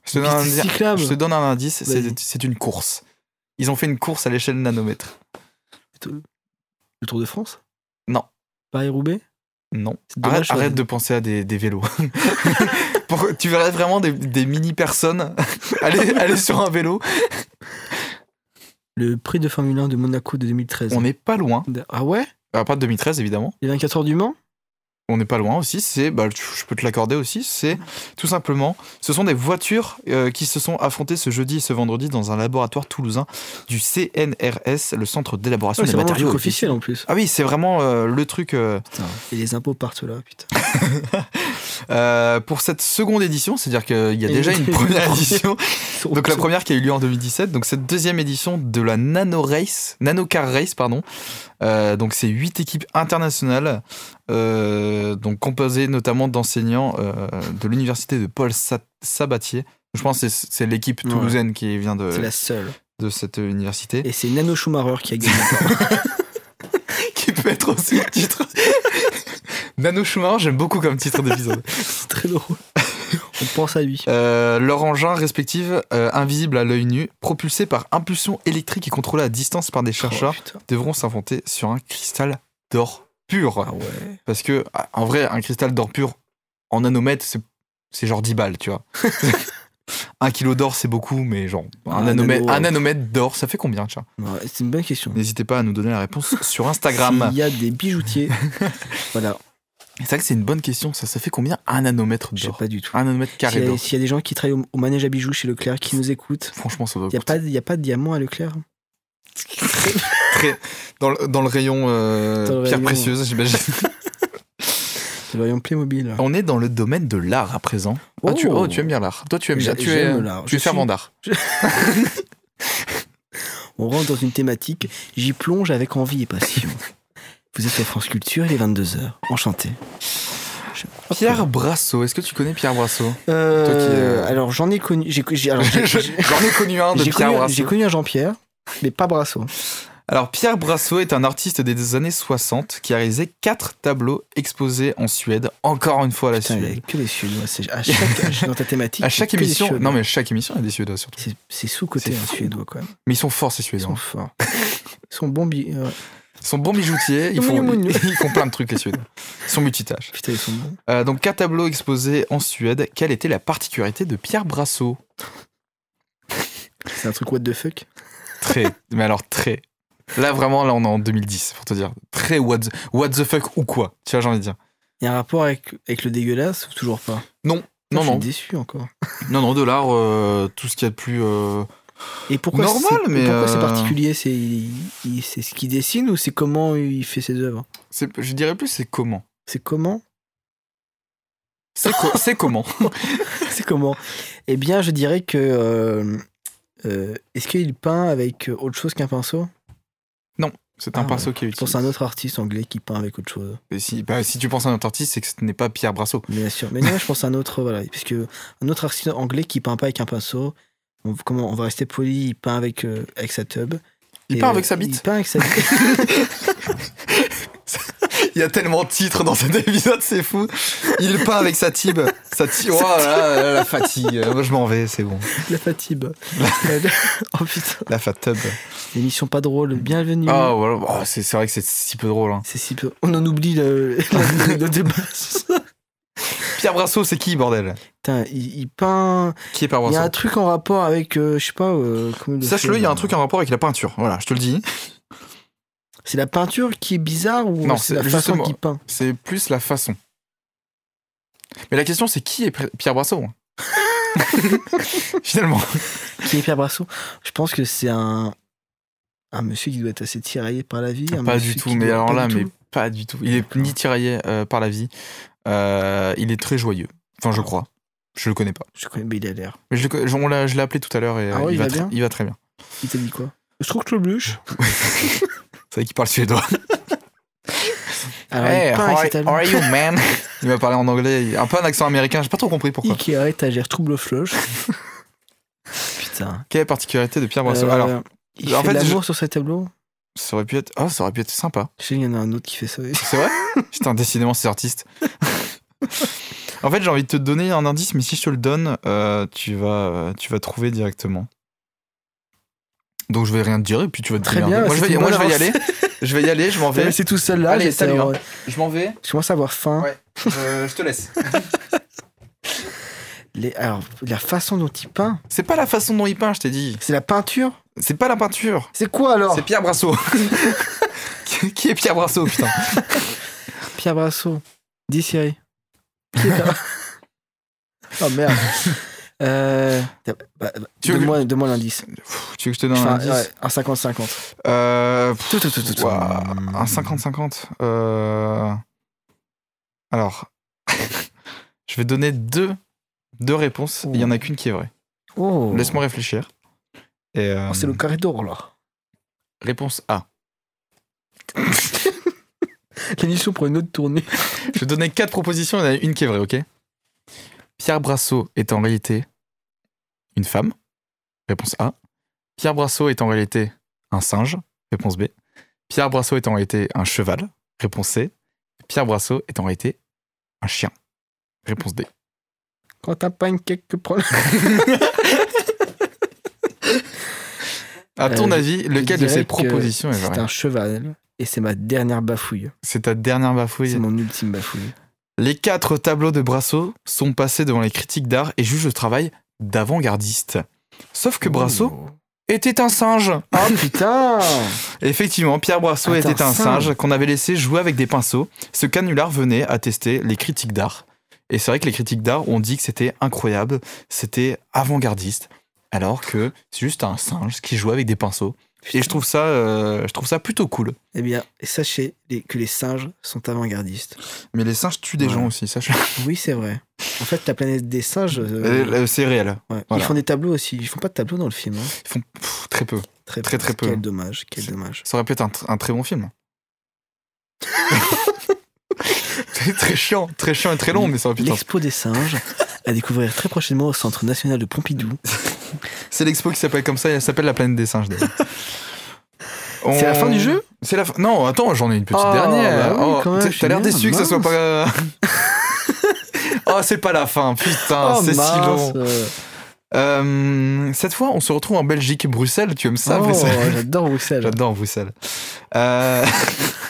Speaker 2: Je te
Speaker 1: Une
Speaker 2: donne un
Speaker 1: piste
Speaker 2: indice.
Speaker 1: cyclable
Speaker 2: Je te donne un indice, c'est-
Speaker 1: Vas-y.
Speaker 2: c'est une course. Ils ont fait une course à l'échelle nanomètre.
Speaker 1: Le Tour de France
Speaker 2: Non.
Speaker 1: Paris-Roubaix
Speaker 2: Non.
Speaker 1: C'est
Speaker 2: Arrête,
Speaker 1: dommage, ça.
Speaker 2: arrête de penser à des, des vélos. Pour- tu verrais vraiment des, des mini-personnes aller, aller sur un vélo.
Speaker 1: Le prix de Formule 1 de Monaco de 2013.
Speaker 2: On n'est pas loin.
Speaker 1: Ah ouais
Speaker 2: Ah, pas de 2013, évidemment.
Speaker 1: Les 24 heures du Mans
Speaker 2: On n'est pas loin aussi. C'est, bah, tu- je peux te l'accorder aussi. C'est tout simplement, ce sont des voitures euh, qui se sont affrontées ce jeudi et ce vendredi dans un laboratoire toulousain du CNRS, le Centre d'élaboration
Speaker 1: Ouais,
Speaker 2: des
Speaker 1: C'est vraiment un
Speaker 2: matériaux.
Speaker 1: truc officiel en plus.
Speaker 2: Ah oui, c'est vraiment euh, le truc. euh,
Speaker 1: Et les impôts partent là, putain.
Speaker 2: Euh, pour cette seconde édition, c'est-à-dire qu'il y a
Speaker 1: Et
Speaker 2: déjà une
Speaker 1: une
Speaker 2: première
Speaker 1: première.
Speaker 2: édition. Donc la première qui a eu lieu en 2017, donc cette deuxième édition de la Nano Race, Nano Car Race, pardon. Euh, donc c'est huit équipes internationales, euh, donc composées notamment d'enseignants euh, de l'université de Paul Sa- Sabatier. Je pense que c'est c'est l'équipe
Speaker 1: Ouais.
Speaker 2: toulousaine qui vient de,
Speaker 1: C'est la seule.
Speaker 2: de cette université.
Speaker 1: Et c'est Nano Schumacher qui a gagné.
Speaker 2: qui peut être aussi le titre. Nano Schumacher, j'aime beaucoup comme titre d'épisode.
Speaker 1: c'est très drôle. On pense à lui.
Speaker 2: Euh, leur engin respectif, euh, invisible à l'œil nu, propulsé par impulsion électrique et contrôlé à distance par des chercheurs,
Speaker 1: Oh, putain.
Speaker 2: devront s'inventer sur un cristal d'or pur.
Speaker 1: Ah ouais.
Speaker 2: Parce que, ah, en vrai, un cristal d'or pur en nanomètres, c'est- c'est genre 10 balles, tu vois. un kilo d'or, c'est beaucoup, mais genre, un,
Speaker 1: Un
Speaker 2: nanomètre,
Speaker 1: nano,
Speaker 2: un
Speaker 1: ouais.
Speaker 2: nanomètre d'or, ça fait combien, tiens
Speaker 1: Ouais, C'est une bonne question.
Speaker 2: N'hésitez pas à nous donner la réponse sur Instagram.
Speaker 1: Il y a des bijoutiers. voilà,
Speaker 2: C'est vrai que c'est une bonne question, ça. Ça fait combien un nanomètre
Speaker 1: je sais
Speaker 2: d'or
Speaker 1: pas du tout.
Speaker 2: Un nanomètre
Speaker 1: S'il
Speaker 2: carré
Speaker 1: y a-
Speaker 2: d'or.
Speaker 1: S'il y a des gens qui travaillent au, au manège à bijoux chez Leclerc qui nous écoutent,
Speaker 2: Franchement, ça doit
Speaker 1: il n'y a, pas de- y a pas de diamant à Leclerc.
Speaker 2: Très- dans, le, dans le rayon euh,
Speaker 1: Dans le
Speaker 2: pierre
Speaker 1: rayon,
Speaker 2: précieuse, j'imagine.
Speaker 1: C'est le rayon Playmobil.
Speaker 2: On est dans le domaine de l'art à présent. Ah, tu,
Speaker 1: Oh.
Speaker 2: oh, tu aimes bien l'art. Toi, tu aimes bien.
Speaker 1: J'a-
Speaker 2: Tu es,
Speaker 1: j'aime l'art.
Speaker 2: tu es
Speaker 1: Je suis-
Speaker 2: fervent d'art.
Speaker 1: On rentre dans une thématique, j'y plonge avec envie et passion. Vous êtes sur France Culture, il est 22h. Enchanté. Je-
Speaker 2: Pierre Brasso, est-ce que tu connais Pierre Brasso
Speaker 1: Euh,
Speaker 2: toi qui, euh,
Speaker 1: Alors j'en ai connu. J'ai j'ai- alors, j'ai-
Speaker 2: Je-
Speaker 1: j'ai-
Speaker 2: J'en ai connu un de
Speaker 1: j'ai
Speaker 2: Pierre
Speaker 1: connu,
Speaker 2: Brasso.
Speaker 1: j'ai connu un Jean-Pierre, mais pas Brasso.
Speaker 2: Alors, Pierre Brasso est un artiste des années 60 qui a réalisé quatre tableaux exposés en Suède, encore une fois à la
Speaker 1: Putain, il y
Speaker 2: Suède.
Speaker 1: a que les Suédois. c'est- À chaque, je suis dans ta thématique.
Speaker 2: À chaque
Speaker 1: c'est que des
Speaker 2: émission,
Speaker 1: Suédois.
Speaker 2: non mais à chaque émission, il y a des Suédois surtout.
Speaker 1: C'est- C'est sous-côté
Speaker 2: C'est
Speaker 1: un
Speaker 2: fou.
Speaker 1: Suédois quand même.
Speaker 2: Mais ils sont forts ces
Speaker 1: Ils
Speaker 2: Suédois.
Speaker 1: sont forts. Ils sont bons. bi- euh,
Speaker 2: Ils sont bons bijoutiers, ils font,
Speaker 1: Mounou, mounou.
Speaker 2: ils font plein de trucs les Suédois. Ils sont multitâches.
Speaker 1: Putain, ils sont bons.
Speaker 2: Euh, donc, quatre tableaux exposés en Suède. Quelle était la particularité de Pierre Brasso
Speaker 1: C'est un truc what the fuck.
Speaker 2: Très, mais alors très. Là, vraiment, là, on est en 2010, pour te dire. Très what the, what the fuck ou quoi Tu vois, j'ai envie de dire.
Speaker 1: Il y a un rapport avec, avec le dégueulasse ou toujours pas
Speaker 2: Non,
Speaker 1: Je suis
Speaker 2: non,
Speaker 1: déçu encore.
Speaker 2: non, non, de l'art, euh, tout ce qu'il y a de plus. euh,
Speaker 1: Et pourquoi
Speaker 2: Normal,
Speaker 1: c'est-
Speaker 2: mais,
Speaker 1: pourquoi c'est
Speaker 2: euh,
Speaker 1: particulier C'est il- il- c'est ce qu'il dessine ou c'est comment il fait ses œuvres
Speaker 2: c'est- je dirais plus, c'est comment
Speaker 1: C'est comment
Speaker 2: C'est co- c'est comment
Speaker 1: C'est comment Eh bien, je dirais que. euh, euh, Est-ce qu'il peint avec autre chose qu'un pinceau
Speaker 2: C'est un
Speaker 1: Ah,
Speaker 2: pinceau qui est
Speaker 1: Je pense
Speaker 2: utilisé.
Speaker 1: à un autre artiste anglais qui peint avec autre chose.
Speaker 2: Et Si, bah, si tu penses à un autre artiste, c'est que ce n'est pas Pierre Brasso.
Speaker 1: Bien sûr. Mais non, je pense à un autre, euh, voilà, puisque un autre artiste anglais qui peint pas avec un pinceau. On, comment on va rester poli, il peint avec, euh, avec sa tub.
Speaker 2: Il
Speaker 1: Et,
Speaker 2: peint
Speaker 1: euh,
Speaker 2: avec sa
Speaker 1: Il
Speaker 2: bite.
Speaker 1: peint avec sa bite.
Speaker 2: Il y a tellement de titres dans cet épisode, c'est fou. Il peint avec sa tib. Sa tib. Oh là là, la fatigue. Euh, Moi, je m'en vais, c'est bon.
Speaker 1: la fatigue. oh putain.
Speaker 2: La fat tub.
Speaker 1: L'émission pas drôle. Bienvenue.
Speaker 2: Ah, voilà. Oh, c'est c'est vrai que c'est si peu drôle. hein.
Speaker 1: C'est si peu. On en oublie le, le, le débat.
Speaker 2: Pierre Brasso, c'est qui, bordel
Speaker 1: Putain, il, il peint.
Speaker 2: Qui est Pierre
Speaker 1: Il y a un
Speaker 2: Brasso
Speaker 1: truc en rapport avec, euh, je sais pas. euh, comment il
Speaker 2: Sache-le,
Speaker 1: fait,
Speaker 2: il y a un
Speaker 1: euh,
Speaker 2: truc en rapport avec la peinture. Voilà, je te le dis.
Speaker 1: C'est la peinture qui est bizarre ou
Speaker 2: Non,
Speaker 1: c'est la
Speaker 2: c'est
Speaker 1: façon
Speaker 2: justement-
Speaker 1: qu'il peint
Speaker 2: C'est plus la façon. Mais la question, c'est qui est P- Pierre Brasso Finalement.
Speaker 1: Qui est Pierre Brasso Je pense que c'est un. Un monsieur qui doit être assez tiraillé par la vie. un
Speaker 2: Ah, Pas
Speaker 1: monsieur
Speaker 2: du tout,
Speaker 1: qui
Speaker 2: mais
Speaker 1: doit-
Speaker 2: alors
Speaker 1: pas
Speaker 2: là,
Speaker 1: du
Speaker 2: mais
Speaker 1: tout.
Speaker 2: pas
Speaker 1: Ah.
Speaker 2: du tout. Il est ni tiraillé euh, par la vie. Euh, il est très joyeux. Enfin, je crois. Je le connais pas.
Speaker 1: Je connais, mais il a l'air.
Speaker 2: Mais je, le co- je- on l'a- je l'ai appelé tout à l'heure et
Speaker 1: Ah
Speaker 2: euh,
Speaker 1: ouais,
Speaker 2: il,
Speaker 1: il
Speaker 2: va
Speaker 1: va
Speaker 2: tr-
Speaker 1: bien
Speaker 2: il va très bien.
Speaker 1: Il t'a dit quoi Je trouve que le bluche.
Speaker 2: C'est vrai qu'il parle suédois.
Speaker 1: Alors, Ah il
Speaker 2: how,
Speaker 1: parle avec cet
Speaker 2: are,
Speaker 1: allemand.
Speaker 2: how are you, man? il m'a parlé en anglais, il- un peu un accent américain, j'ai pas trop compris pourquoi.
Speaker 1: Ikea, étagère, trouble flush. Putain.
Speaker 2: Quelle particularité de Pierre Brassens
Speaker 1: Euh,
Speaker 2: Alors,
Speaker 1: il
Speaker 2: en
Speaker 1: fait
Speaker 2: fait,
Speaker 1: de l'amour sur ses tableaux.
Speaker 2: ça aurait pu être, oh, ça aurait pu être sympa.
Speaker 1: Je sais, il y en a un autre qui fait ça.
Speaker 2: C'est vrai Putain, décidément, ces artistes. en fait, j'ai envie de te donner un indice, mais si je te le donne, euh, tu, vas, euh, tu vas trouver directement. Donc, je vais rien te dire et puis tu vas te
Speaker 1: Très
Speaker 2: démerder.
Speaker 1: bien,
Speaker 2: Moi, je
Speaker 1: c'est
Speaker 2: vais,
Speaker 1: une
Speaker 2: moi, je
Speaker 1: bonne
Speaker 2: vais y aller. Je vais y aller, je m'en
Speaker 1: T'as
Speaker 2: vais.
Speaker 1: laissé tout seul là.
Speaker 2: Allez,
Speaker 1: j'étais
Speaker 2: salut,
Speaker 1: en-
Speaker 2: Je m'en vais.
Speaker 1: Je commence à avoir faim.
Speaker 2: Ouais. Je, je te laisse.
Speaker 1: Les- Alors, la façon dont il peint,
Speaker 2: C'est pas la façon dont il peint, je t'ai dit.
Speaker 1: c'est la peinture
Speaker 2: C'est pas la peinture.
Speaker 1: C'est quoi alors
Speaker 2: C'est Pierre Brasso. Qui- Qui est Pierre Brasso, putain
Speaker 1: Pierre Brasso. Dis Siri. Qui est là Oh merde. Euh, bah, bah,
Speaker 2: Tu veux que-
Speaker 1: Donne-moi donne-moi l'indice.
Speaker 2: Pff, Tu veux que je te donne un
Speaker 1: Enfin,
Speaker 2: indice
Speaker 1: ouais, un 50-50.
Speaker 2: Euh, pff,
Speaker 1: Tout, tout, tout, tout, tout.
Speaker 2: ouah, Un 50-50. euh, Alors, je vais donner deux, deux réponses. Il y en a qu'une qui est vraie.
Speaker 1: Oh,
Speaker 2: Laisse-moi réfléchir. Et, euh,
Speaker 1: Oh, c'est le carré d'or là.
Speaker 2: Réponse A.
Speaker 1: L'émission pour une autre tournée.
Speaker 2: Je vais donner quatre propositions. Il y en a une qui est vraie, ok Pierre Brasso est en réalité une femme. Réponse A. Pierre Brasso est en réalité un singe. Réponse B. Pierre Brasso est en réalité un cheval. Réponse C. Pierre Brasso est en réalité un chien. Réponse D.
Speaker 1: Quand t'as pas une cake, prends
Speaker 2: À ton
Speaker 1: Euh,
Speaker 2: avis, lequel de ces propositions est
Speaker 1: C'est
Speaker 2: vrai
Speaker 1: un cheval et c'est ma dernière bafouille.
Speaker 2: C'est ta dernière bafouille.
Speaker 1: C'est mon ultime bafouille.
Speaker 2: Les quatre tableaux de Brasso sont passés devant les critiques d'art et jugent le travail d'avant-gardiste. Sauf que Brasso
Speaker 1: Oh.
Speaker 2: était un singe.
Speaker 1: Ah putain
Speaker 2: Effectivement, Pierre Brasso
Speaker 1: Attends,
Speaker 2: était un singe,
Speaker 1: singe.
Speaker 2: qu'on avait laissé jouer avec des pinceaux. Ce canular venait attester les critiques d'art. Et c'est vrai que les critiques d'art ont dit que c'était incroyable, c'était avant-gardiste, alors que c'est juste un singe qui joue avec des pinceaux. Et je trouve ça, euh, je trouve ça plutôt cool.
Speaker 1: Eh bien, sachez les- que les singes sont avant-gardistes.
Speaker 2: Mais les singes tuent des
Speaker 1: Ouais.
Speaker 2: gens aussi, ça. je-
Speaker 1: Oui, c'est vrai. En fait, la planète des singes, euh,
Speaker 2: Euh, euh, c'est réel.
Speaker 1: ouais.
Speaker 2: voilà.
Speaker 1: ils font des tableaux aussi. Ils font pas de tableaux dans le film. hein.
Speaker 2: Ils font pff, très peu.
Speaker 1: Très,
Speaker 2: Très, très peu.
Speaker 1: Quel dommage, quel dommage.
Speaker 2: Ça aurait pu être un, tr- un très bon film. c'est très chiant, très chiant et très long, mais ça aurait pu être. un-
Speaker 1: L'expo des singes à découvrir très prochainement au Centre national de Pompidou.
Speaker 2: C'est l'expo qui s'appelle comme ça, elle s'appelle la planète des singes. d'ailleurs.
Speaker 1: C'est la
Speaker 2: On-
Speaker 1: fin du jeu
Speaker 2: C'est la fin. Non, attends, j'en ai une petite
Speaker 1: Oh, bah
Speaker 2: dernière.
Speaker 1: oui, quand même,
Speaker 2: t'as-
Speaker 1: je suis
Speaker 2: T'as l'air
Speaker 1: bien,
Speaker 2: déçu que ça soit
Speaker 1: mince.
Speaker 2: pas. oh, c'est pas la fin, putain, Ah,
Speaker 1: Oh,
Speaker 2: c'est si long.
Speaker 1: euh,
Speaker 2: Euh, cette fois, on se retrouve en Belgique, Bruxelles. Tu aimes ça
Speaker 1: oh,
Speaker 2: Bruxelles
Speaker 1: J'adore Bruxelles.
Speaker 2: J'adore Bruxelles. Euh,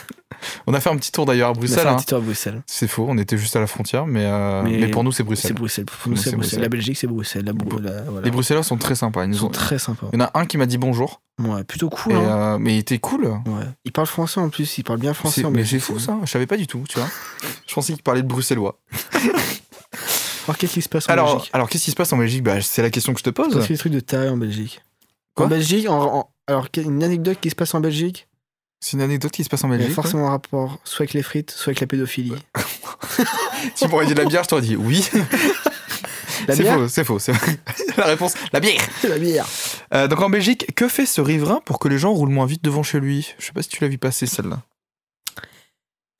Speaker 2: on a fait un petit tour d'ailleurs à
Speaker 1: On a fait
Speaker 2: Bruxelles.
Speaker 1: un
Speaker 2: hein.
Speaker 1: petit tour à Bruxelles.
Speaker 2: C'est faux, on était juste à la frontière, mais, euh, mais,
Speaker 1: Mais-
Speaker 2: pour nous, c'est
Speaker 1: C'est
Speaker 2: Bruxelles.
Speaker 1: Bruxelles. Pour nous,
Speaker 2: Nous,
Speaker 1: c'est
Speaker 2: c'est
Speaker 1: Bruxelles.
Speaker 2: Bruxelles.
Speaker 1: La Belgique, c'est Bruxelles. La Bru- la- voilà.
Speaker 2: Les Bruxellois sont très sympas. Ils
Speaker 1: Ils
Speaker 2: nous
Speaker 1: sont
Speaker 2: ont...
Speaker 1: très sympas.
Speaker 2: Il y en a un qui m'a dit bonjour,
Speaker 1: Ouais, plutôt
Speaker 2: et,
Speaker 1: cool. hein.
Speaker 2: euh, mais il était cool.
Speaker 1: Ouais. Ils parlent français en plus. Ils parlent bien français.
Speaker 2: C'est-
Speaker 1: en
Speaker 2: mais c'est
Speaker 1: Belgique,
Speaker 2: fou ça, je savais pas du tout, tu vois. Je pensais qu'il parlait de bruxellois.
Speaker 1: Alors, qu'est-ce qui se passe en
Speaker 2: Alors,
Speaker 1: Belgique
Speaker 2: alors qu'est-ce qui se passe en Belgique bah, C'est la question que je te
Speaker 1: Parce qu'il
Speaker 2: pose.
Speaker 1: y a des trucs de taré en Belgique.
Speaker 2: Quoi
Speaker 1: en Belgique, en- en- alors qu'il y a une anecdote qui se passe en Belgique,
Speaker 2: C'est une anecdote qui se passe en
Speaker 1: il y a
Speaker 2: Belgique. ouais.
Speaker 1: forcément un rapport soit avec les frites, soit avec la pédophilie.
Speaker 2: Tu m'aurais dit de la bière, je t'aurais dit oui.
Speaker 1: La
Speaker 2: C'est
Speaker 1: bière
Speaker 2: faux, c'est faux. c'est- la réponse, la bière.
Speaker 1: La bière
Speaker 2: Euh, donc en Belgique, que fait ce riverain pour que les gens roulent moins vite devant chez lui Je sais pas si tu l'as vu passer celle-là.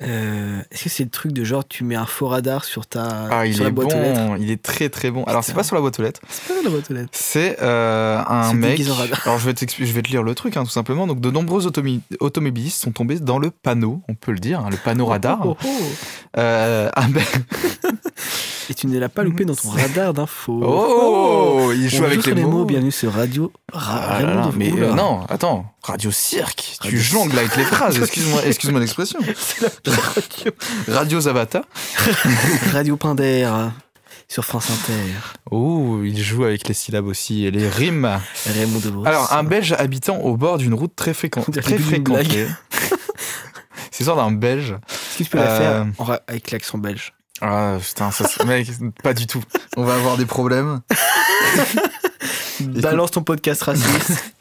Speaker 1: Euh, Est-ce que c'est le truc de genre tu mets un faux radar sur ta
Speaker 2: Ah, il
Speaker 1: sur
Speaker 2: est
Speaker 1: la boîte aux lettres
Speaker 2: bon, il est très très bon. Alors c'est
Speaker 1: Putain.
Speaker 2: pas sur la boîte aux lettres.
Speaker 1: C'est pas dans la boîte aux lettres.
Speaker 2: C'est euh, un
Speaker 1: C'est
Speaker 2: mec.
Speaker 1: déguisé en radar.
Speaker 2: Alors je vais, t'expli- je vais te lire le truc hein, tout simplement. Donc de nombreux automi- automobilistes sont tombés dans le panneau, on peut le dire, hein, le panneau radar.
Speaker 1: Oh, oh, oh.
Speaker 2: Euh, ah ben-
Speaker 1: Et tu ne l'as pas loupé dans ton radar d'infos.
Speaker 2: oh, il
Speaker 1: On
Speaker 2: joue avec
Speaker 1: sur
Speaker 2: les mots.
Speaker 1: bienvenue sur Radio Ra-
Speaker 2: Ah là
Speaker 1: Raymond
Speaker 2: là,
Speaker 1: de-
Speaker 2: mais euh,
Speaker 1: Oula.
Speaker 2: non, attends, Radio Cirque, tu
Speaker 1: Radio
Speaker 2: jongles avec les phrases, excuse-moi excuse l'expression. Radio Zavata.
Speaker 1: Radio Pinder sur France Inter.
Speaker 2: Oh, il joue avec les syllabes aussi et les rimes.
Speaker 1: Raymond DeVos.
Speaker 2: Alors, un Belge habitant au bord d'une route très, fréquente,
Speaker 1: On dirait
Speaker 2: très
Speaker 1: le début d'une blague.
Speaker 2: fréquentée. C'est l'histoire d'un Belge.
Speaker 1: Est-ce que tu peux la faire
Speaker 2: Euh,
Speaker 1: en ra- avec l'accent belge
Speaker 2: Ah putain, ça, se- mec, pas du tout. On va avoir des problèmes.
Speaker 1: Balance ton podcast raciste.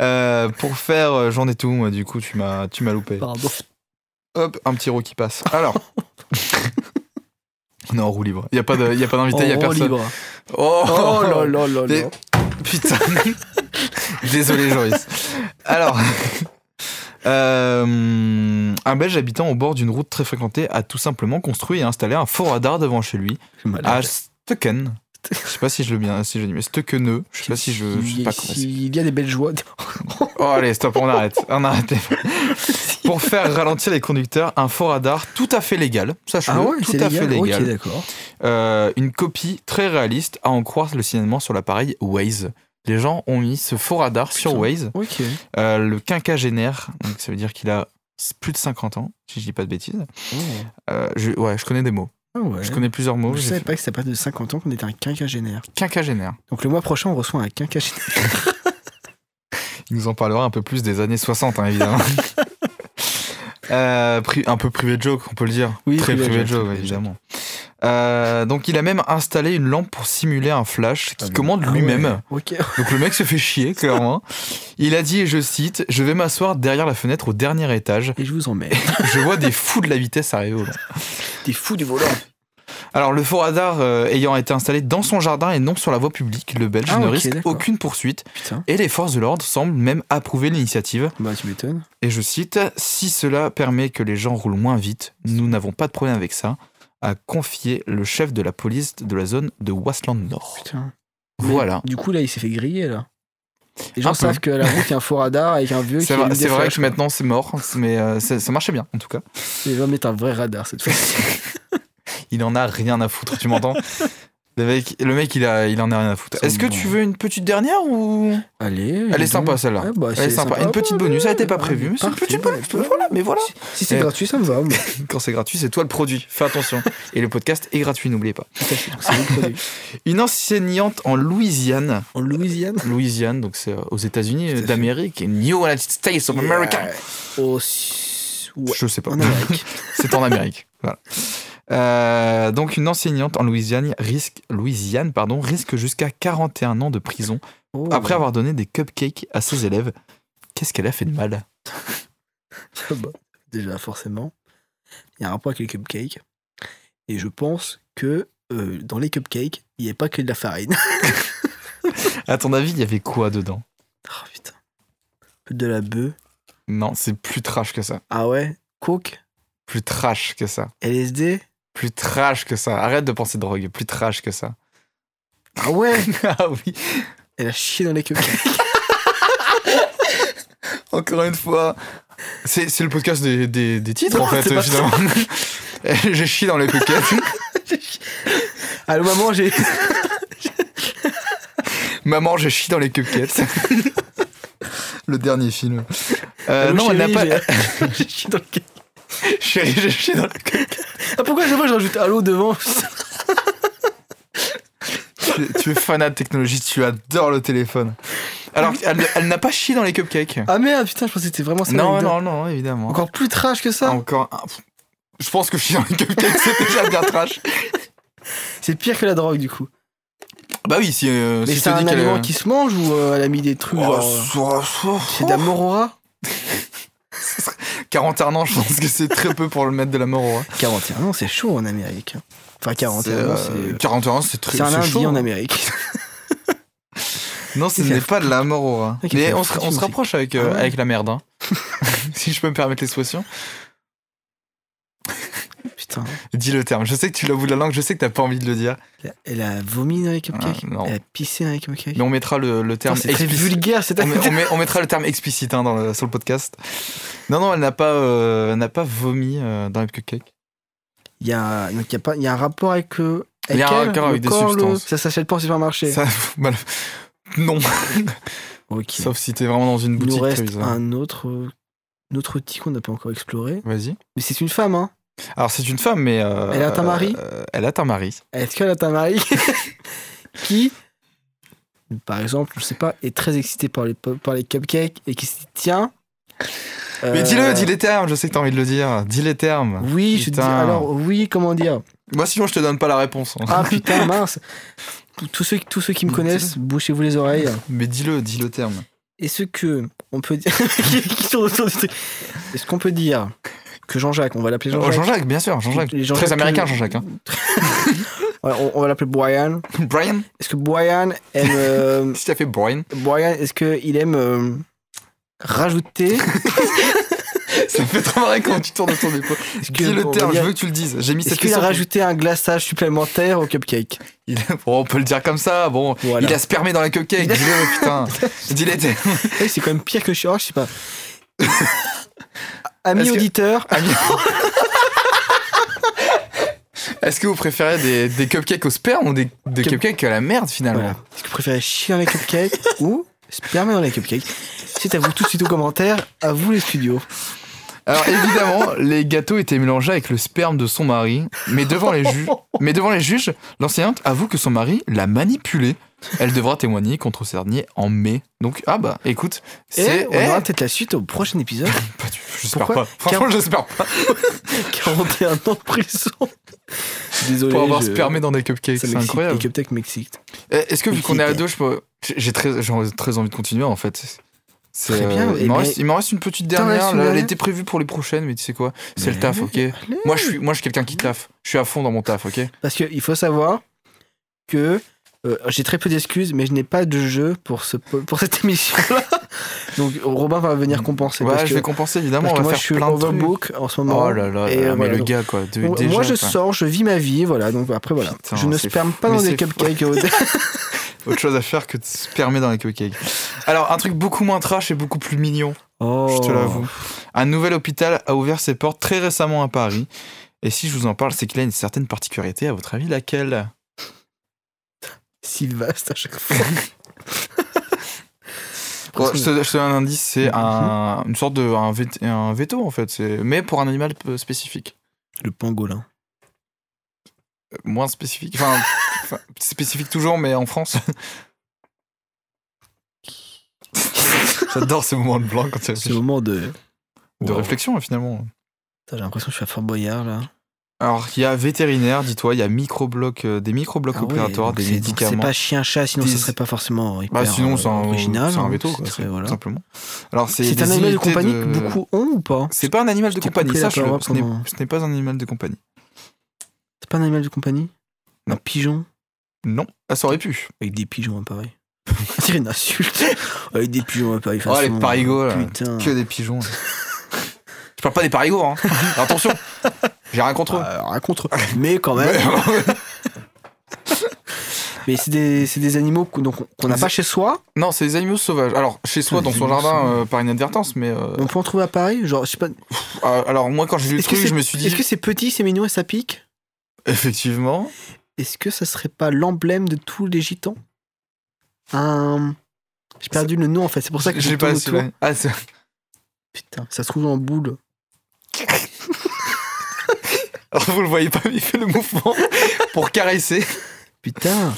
Speaker 2: Euh, pour faire, euh, j'en ai tout, moi, du coup, tu m'as, tu m'as loupé.
Speaker 1: Pardon.
Speaker 2: Hop, un petit roux qui passe. Alors. On est en roue libre. Il n'y a pas de- y a pas d'invité, il n'y a
Speaker 1: En
Speaker 2: personne.
Speaker 1: libre.
Speaker 2: Oh,
Speaker 1: Oh là là là
Speaker 2: Les-
Speaker 1: là.
Speaker 2: Putain. Désolé, Joris. Alors, euh, un Belge habitant au bord d'une route très fréquentée a tout simplement construit et installé un faux radar devant chez lui à
Speaker 1: Malade.
Speaker 2: Stucken. Je sais pas si je le bien, si je le dis, mais Stuckeneux. Je sais pas si je, je sais pas comment c'est.
Speaker 1: Il y a des belles joies.
Speaker 2: Oh allez, stop, on arrête, on arrête. Pour faire ralentir les conducteurs, un faux radar tout à fait légal, sache-le, Ah tout
Speaker 1: Ah c'est
Speaker 2: à fait légal.
Speaker 1: Ok, d'accord.
Speaker 2: Euh, une copie très réaliste à en croire le signalement sur l'appareil Waze. Les gens ont mis ce faux radar sur
Speaker 1: Putain.
Speaker 2: Waze.
Speaker 1: Ok.
Speaker 2: Euh, le quinquagénaire, donc ça veut dire qu'il a s- plus de 50 ans, si je dis pas de bêtises. Euh, je, ouais, je connais des mots.
Speaker 1: Ah ouais.
Speaker 2: Je connais plusieurs mots.
Speaker 1: Je
Speaker 2: j'ai
Speaker 1: savais
Speaker 2: fait
Speaker 1: pas que c'était pas de 50 ans qu'on était un quinquagénaire.
Speaker 2: Quinquagénaire.
Speaker 1: Donc le mois prochain, on reçoit un quinquagénaire.
Speaker 2: Il nous en parlera un peu plus des années 60, hein, évidemment. Euh, pri- un peu privé de joke, on peut le dire.
Speaker 1: Oui,
Speaker 2: Très
Speaker 1: privé joke,
Speaker 2: privé de joke,
Speaker 1: privé
Speaker 2: évidemment. Euh, donc il a même installé une lampe pour simuler un flash qu'il commande
Speaker 1: Ah
Speaker 2: Ah lui-même.
Speaker 1: Ok.
Speaker 2: Donc le mec se fait chier, clairement. Il a dit, et je cite, Je vais m'asseoir derrière la fenêtre au dernier étage.
Speaker 1: Et je vous emmène.
Speaker 2: Je vois des fous de la vitesse arriver au loin.
Speaker 1: T'es fou du volant.
Speaker 2: Alors le faux radar euh, ayant été installé dans son jardin et non sur la voie publique, le Belge
Speaker 1: Ah,
Speaker 2: ne
Speaker 1: ok,
Speaker 2: risque
Speaker 1: d'accord.
Speaker 2: aucune poursuite
Speaker 1: Putain.
Speaker 2: et les forces de l'ordre semblent même approuver l'initiative.
Speaker 1: Bah, tu m'étonnes.
Speaker 2: Et je cite, Si cela permet que les gens roulent moins vite, nous n'avons pas de problème avec ça, a confié le chef de la police de la zone de Westland Nord.
Speaker 1: Putain. Mais
Speaker 2: Voilà.
Speaker 1: Du coup, là, il s'est fait griller, là. Les gens
Speaker 2: Un peu.
Speaker 1: savent que la route, il y a un faux radar avec un vieux qui
Speaker 2: C'est
Speaker 1: allume
Speaker 2: vrai,
Speaker 1: des
Speaker 2: c'est vrai
Speaker 1: flashs,
Speaker 2: que
Speaker 1: quoi.
Speaker 2: maintenant c'est mort, mais euh, ça ça marchait bien en tout cas.
Speaker 1: Il va mettre un vrai radar cette fois.
Speaker 2: il en a rien à foutre, tu m'entends le mec, le mec, il, a, il en a rien à foutre.
Speaker 1: C'est
Speaker 2: Est-ce que
Speaker 1: bon.
Speaker 2: tu veux une petite dernière ou.
Speaker 1: Allez.
Speaker 2: Elle est
Speaker 1: donc.
Speaker 2: sympa celle-là.
Speaker 1: Ouais, bah,
Speaker 2: Elle est Ah, sympa. Une petite bonus, ça n'était pas prévu, mais c'est une
Speaker 1: parfait,
Speaker 2: petite
Speaker 1: ouais,
Speaker 2: bonus.
Speaker 1: ouais.
Speaker 2: Voilà, mais voilà.
Speaker 1: Si c'est
Speaker 2: Eh.
Speaker 1: gratuit, ça me va. moi.
Speaker 2: Quand c'est gratuit, c'est toi le produit. Fais attention. Et le podcast est gratuit, n'oubliez pas.
Speaker 1: Tout à fait, donc c'est bon produit.
Speaker 2: Une enseignante en Louisiane.
Speaker 1: En Louisiane.
Speaker 2: Louisiane, donc c'est euh, aux États-Unis
Speaker 1: Tout à
Speaker 2: euh,
Speaker 1: fait.
Speaker 2: d'Amérique. New United States of America.
Speaker 1: Au. s- ouais,
Speaker 2: Je sais pas.
Speaker 1: En Amérique.
Speaker 2: C'est en Amérique. Voilà. Euh, donc une enseignante en Louisiane risque, Louisiane, pardon, risque jusqu'à 41 ans de prison
Speaker 1: Oh.
Speaker 2: après avoir donné des cupcakes à ses élèves. Qu'est-ce qu'elle a fait de mal
Speaker 1: Bah, déjà, forcément. Il y a un rapport avec les cupcakes. Et je pense que euh, dans les cupcakes, il n'y a pas que de la farine.
Speaker 2: À ton avis, il y avait quoi dedans
Speaker 1: oh putain. De la bœuf.
Speaker 2: Non, c'est plus trash que ça.
Speaker 1: Ah ouais Coke
Speaker 2: Plus trash que ça.
Speaker 1: LSD
Speaker 2: Plus trash que ça. Arrête de penser drogue. Plus trash que ça.
Speaker 1: Ah ouais
Speaker 2: ah oui.
Speaker 1: Elle a chié dans les cupcakes.
Speaker 2: Encore une fois. C'est c'est le podcast des, des- des titres,
Speaker 1: Non,
Speaker 2: en fait,
Speaker 1: c'est pas
Speaker 2: finalement. J'ai chié dans les cupcakes.
Speaker 1: À le moment, j'ai.
Speaker 2: Maman, je chie dans les cupcakes. le dernier film. Euh,
Speaker 1: Allô,
Speaker 2: non, elle n'a
Speaker 1: chérie,
Speaker 2: pas.
Speaker 1: j'ai- J'ai chié dans le cupcake.
Speaker 2: Chérie, je chie dans les cupcakes.
Speaker 1: Ah pourquoi je vois, je rajoute allô devant
Speaker 2: Tu- Tu es fanat de technologie, tu adores le téléphone. Alors, elle, elle n'a pas chié dans les cupcakes.
Speaker 1: Ah merde, putain, je pensais que c'était vraiment ça.
Speaker 2: Non,
Speaker 1: l'anecdote.
Speaker 2: non, non, évidemment.
Speaker 1: Encore plus trash que ça.
Speaker 2: Encore un- pff, Je pense que chier dans les cupcakes, c'est déjà bien trash.
Speaker 1: C'est pire que la drogue, du coup.
Speaker 2: Bah oui, si, euh,
Speaker 1: Mais
Speaker 2: si je
Speaker 1: c'est
Speaker 2: te dis
Speaker 1: un
Speaker 2: qu'elle-
Speaker 1: aliment qui se mange ou euh, elle a mis des trucs
Speaker 2: Oh,
Speaker 1: genre, euh,
Speaker 2: so- so-
Speaker 1: C'est de la morora
Speaker 2: 41 ans, je pense que c'est très peu pour le mettre de la mort au roi.
Speaker 1: 41 ans, c'est chaud en Amérique. Enfin, 41 ans,
Speaker 2: C'est, euh,
Speaker 1: c'est.
Speaker 2: 41, c'est très
Speaker 1: C'est un
Speaker 2: c'est
Speaker 1: lundi
Speaker 2: chaud. hein.
Speaker 1: en Amérique.
Speaker 2: Non, ce
Speaker 1: Qu'est-ce
Speaker 2: n'est
Speaker 1: qu'il
Speaker 2: pas de la mort au rat.
Speaker 1: Qu'est-ce qu'il
Speaker 2: Mais
Speaker 1: fait
Speaker 2: on se, on se rapproche avec, euh,
Speaker 1: Ah ouais.
Speaker 2: avec la merde. hein. si je peux me permettre l'expression.
Speaker 1: Putain.
Speaker 2: Dis le terme. Je sais que tu l'as au bout de la langue, je sais que t'as pas envie de le dire.
Speaker 1: Elle a- Elle a vomi dans les cupcakes.
Speaker 2: Ah, non.
Speaker 1: Elle a pissé dans les cupcakes.
Speaker 2: Mais on mettra le,
Speaker 1: Euh,
Speaker 2: le
Speaker 1: Putain,
Speaker 2: terme
Speaker 1: C'est très
Speaker 2: explicite.
Speaker 1: vulgaire cette
Speaker 2: On, met- on
Speaker 1: anecdote.
Speaker 2: met- on mettra le terme explicite hein, dans le- sur le podcast. Non, non, elle n'a pas, euh, elle n'a pas vomi euh, dans les cupcakes.
Speaker 1: Il y a donc il y a pas il y a un rapport avec euh,
Speaker 2: Il y a un
Speaker 1: elle,
Speaker 2: rapport
Speaker 1: le
Speaker 2: avec des
Speaker 1: corps, le-
Speaker 2: substances.
Speaker 1: Ça s'achète pas au supermarché.
Speaker 2: Ça- bah, non,
Speaker 1: Ok.
Speaker 2: sauf si t'es vraiment dans une
Speaker 1: Il nous
Speaker 2: boutique.
Speaker 1: reste
Speaker 2: Louise.
Speaker 1: un autre euh, un autre outil qu'on n'a pas encore exploré.
Speaker 2: Vas-y.
Speaker 1: Mais c'est une femme, hein.
Speaker 2: Alors c'est une femme, mais euh,
Speaker 1: Elle a un mari
Speaker 2: euh, Elle a un mari.
Speaker 1: Est-ce qu'elle a un mari qui, par exemple, je sais pas, est très excité par les, par les cupcakes et qui se dit tiens.
Speaker 2: Mais
Speaker 1: euh,
Speaker 2: dis-le, dis les termes. Je sais que t'as envie de le dire. Dis les termes.
Speaker 1: Oui, je te dis.
Speaker 2: Putain.
Speaker 1: Alors, oui, comment dire
Speaker 2: Moi, sinon, je te donne pas la réponse. hein.
Speaker 1: Ah putain, mince tous ceux, tous ceux qui me connaissent, bouchez-vous les oreilles.
Speaker 2: Mais dis-le, dis le terme.
Speaker 1: Est-ce que on peut dire. qui tourne autour du truc. Est-ce qu'on peut dire que Jean-Jacques. On va l'appeler
Speaker 2: Oh,
Speaker 1: Jean-Jacques.
Speaker 2: Jean-Jacques, bien sûr, Jean-Jacques.
Speaker 1: Les Jean-Jacques
Speaker 2: Très américain,
Speaker 1: que-
Speaker 2: Jean-Jacques. hein.
Speaker 1: Ouais, on, on va l'appeler Brian.
Speaker 2: Brian
Speaker 1: Est-ce que Brian aime. euh,
Speaker 2: Si t'as fait Brian,
Speaker 1: Brian, est-ce qu'il aime euh, rajouter.
Speaker 2: ça me fait trop marrer quand tu tournes autour des pots.
Speaker 1: Est-ce que-
Speaker 2: Dis le
Speaker 1: on va
Speaker 2: terme, je
Speaker 1: dire-
Speaker 2: veux que tu le dises. J'ai mis
Speaker 1: Est-ce
Speaker 2: cette
Speaker 1: qu'il a
Speaker 2: question. pour-
Speaker 1: rajouté un glaçage supplémentaire au cupcake
Speaker 2: Il- bon, on peut le dire comme ça. Bon,
Speaker 1: Voilà.
Speaker 2: il a spermé dans la cupcake.
Speaker 1: Il a-
Speaker 2: dis-le, putain. Dis-le. t'es-
Speaker 1: Eh, C'est quand même pire que chez Orange, je sais pas. Ami
Speaker 2: Est-ce que-
Speaker 1: auditeur,
Speaker 2: Ami- Est-ce que vous préférez des, des cupcakes au sperme ou des, des
Speaker 1: Cup-
Speaker 2: cupcakes à la merde finalement
Speaker 1: Voilà. Est-ce que vous préférez chier dans les cupcakes ou spermer dans les cupcakes C'est à vous tout de suite aux commentaires, à vous les studios.
Speaker 2: Alors évidemment, les gâteaux étaient mélangés avec le sperme de son mari, mais devant les, ju- mais devant les juges, l'enseignante avoue que son mari l'a manipulé. Elle devra témoigner contre ce dernier en mai. Donc, ah bah, écoute,
Speaker 1: Et
Speaker 2: c'est...
Speaker 1: on
Speaker 2: eh,
Speaker 1: aura peut-être la suite au prochain épisode.
Speaker 2: bah, tu- j'espère
Speaker 1: Pourquoi
Speaker 2: pas. Franchement, j'espère pas.
Speaker 1: 41 ans de prison. Désolé.
Speaker 2: Pour avoir
Speaker 1: je-
Speaker 2: spermé dans des cupcakes,
Speaker 1: euh, ça
Speaker 2: c'est
Speaker 1: m'excite.
Speaker 2: incroyable.
Speaker 1: Les cupcakes m'excitent.
Speaker 2: Eh, Est-ce que vu qu'on est à
Speaker 1: Mexique.
Speaker 2: deux, je peux... j'ai- j'ai très, j'ai très envie de continuer en fait. C'est, euh,
Speaker 1: Très bien, eh
Speaker 2: il, m'en
Speaker 1: ben-
Speaker 2: reste, il m'en reste une petite
Speaker 1: T'en restes
Speaker 2: dernière.
Speaker 1: une
Speaker 2: là, elle
Speaker 1: dernière
Speaker 2: était prévue pour les prochaines, mais tu sais quoi C'est le
Speaker 1: Mais
Speaker 2: taf, ok
Speaker 1: allez.
Speaker 2: Moi, je suis, moi, je suis quelqu'un qui taffe. Je suis à fond dans mon taf, ok
Speaker 1: Parce qu'il faut savoir que euh, j'ai très peu d'excuses, mais je n'ai pas de jeu pour, ce, po- pour cette émission-là. Donc Robin va venir compenser.
Speaker 2: Ouais,
Speaker 1: parce
Speaker 2: je
Speaker 1: que,
Speaker 2: vais compenser évidemment.
Speaker 1: parce que
Speaker 2: On va
Speaker 1: moi, je
Speaker 2: faire
Speaker 1: suis
Speaker 2: plein de trucs.
Speaker 1: overbook en ce moment.
Speaker 2: Oh là là,
Speaker 1: Et,
Speaker 2: ah,
Speaker 1: euh,
Speaker 2: mais
Speaker 1: voilà,
Speaker 2: le
Speaker 1: donc,
Speaker 2: gars quoi. de-
Speaker 1: Moi,
Speaker 2: déjà,
Speaker 1: moi, je
Speaker 2: quoi.
Speaker 1: sors, je vis ma vie, voilà. Donc après, voilà.
Speaker 2: Putain,
Speaker 1: je ne
Speaker 2: c'est
Speaker 1: sperme
Speaker 2: fou.
Speaker 1: pas dans
Speaker 2: Mais
Speaker 1: des
Speaker 2: c'est fou.
Speaker 1: cupcakes. au-
Speaker 2: Autre chose à faire que de se permettre dans les cupcakes. Alors, un truc beaucoup moins trash et beaucoup plus mignon.
Speaker 1: Oh.
Speaker 2: Je te l'avoue. Un nouvel hôpital a ouvert ses portes très récemment à Paris. Et si je vous en parle, c'est qu'il a une certaine particularité. À votre avis, laquelle
Speaker 1: Si vaste à chaque fois.
Speaker 2: Bon, Je te je te donne un indice, c'est
Speaker 1: Mhm.
Speaker 2: un- une sorte de un, vét- un veto en fait, c'est- mais pour un animal peu spécifique,
Speaker 1: Le pangolin.
Speaker 2: Euh, moins spécifique, enfin enfin, spécifique toujours, mais en France. J'adore ce moment de blanc quand tu
Speaker 1: C'est le
Speaker 2: réfléchis.
Speaker 1: moment de.
Speaker 2: de
Speaker 1: Wow.
Speaker 2: réflexion hein, finalement.
Speaker 1: Putain, J'ai l'impression que je suis à Fort Boyard là.
Speaker 2: Alors il y a vétérinaire, dis-toi, il y a microbloc, euh, des microblocs
Speaker 1: Ah ouais,
Speaker 2: opératoires,
Speaker 1: donc
Speaker 2: des
Speaker 1: c'est- donc C'est
Speaker 2: médicaments.
Speaker 1: pas chien-chat, sinon
Speaker 2: Des-
Speaker 1: ça serait pas forcément hyper
Speaker 2: Bah, sinon c'est
Speaker 1: euh,
Speaker 2: un,
Speaker 1: original.
Speaker 2: c'est un
Speaker 1: hein,
Speaker 2: veto
Speaker 1: c'est
Speaker 2: quoi,
Speaker 1: très-
Speaker 2: c'est-
Speaker 1: voilà.
Speaker 2: tout simplement. Alors c'est
Speaker 1: C'est
Speaker 2: des
Speaker 1: un animal de
Speaker 2: unités
Speaker 1: compagnie que beaucoup ont ou pas
Speaker 2: C'est pas un animal de
Speaker 1: Je t'ai
Speaker 2: compagnie,
Speaker 1: coupé la
Speaker 2: sache-le,
Speaker 1: parole
Speaker 2: ce n'est-
Speaker 1: pendant-
Speaker 2: ce n'est pas un animal de compagnie.
Speaker 1: C'est pas un animal de compagnie Un
Speaker 2: Non.
Speaker 1: pigeon
Speaker 2: Non, ah, ça aurait pu.
Speaker 1: Avec des pigeons à Paris. C'est une insulte. Avec des pigeons à Paris.
Speaker 2: Oh, les
Speaker 1: façon,
Speaker 2: parigots, là.
Speaker 1: Putain.
Speaker 2: Que des pigeons. Je parle pas des parigots, hein. Attention, j'ai rien contre eux.
Speaker 1: Euh, rien contre. eux. Mais quand même. Mais c'est des, c'est des animaux qu'on donc, qu'on n'a
Speaker 2: Des-
Speaker 1: pas chez soi.
Speaker 2: Non, c'est des animaux sauvages. Alors, chez soi,
Speaker 1: Des
Speaker 2: dans son
Speaker 1: animaux
Speaker 2: jardin, euh, par inadvertance, mais. euh,
Speaker 1: On peut en trouver à Paris. Genre, je sais pas.
Speaker 2: euh, alors, moi, quand j'ai lu le
Speaker 1: Est-ce que
Speaker 2: truc,
Speaker 1: c'est
Speaker 2: je me suis dit.
Speaker 1: est-ce que c'est petit, c'est mignon et ça pique
Speaker 2: Effectivement.
Speaker 1: Est-ce que ça serait pas l'emblème de tous les gitans Un. J'ai perdu le nom en fait, c'est pour ça que
Speaker 2: Je l'ai
Speaker 1: tourne
Speaker 2: pas
Speaker 1: autour.
Speaker 2: celui-là. Ah, c'est-
Speaker 1: Putain, ça se trouve en boule.
Speaker 2: alors, vous le voyez pas, mais il fait le mouvement pour caresser.
Speaker 1: Putain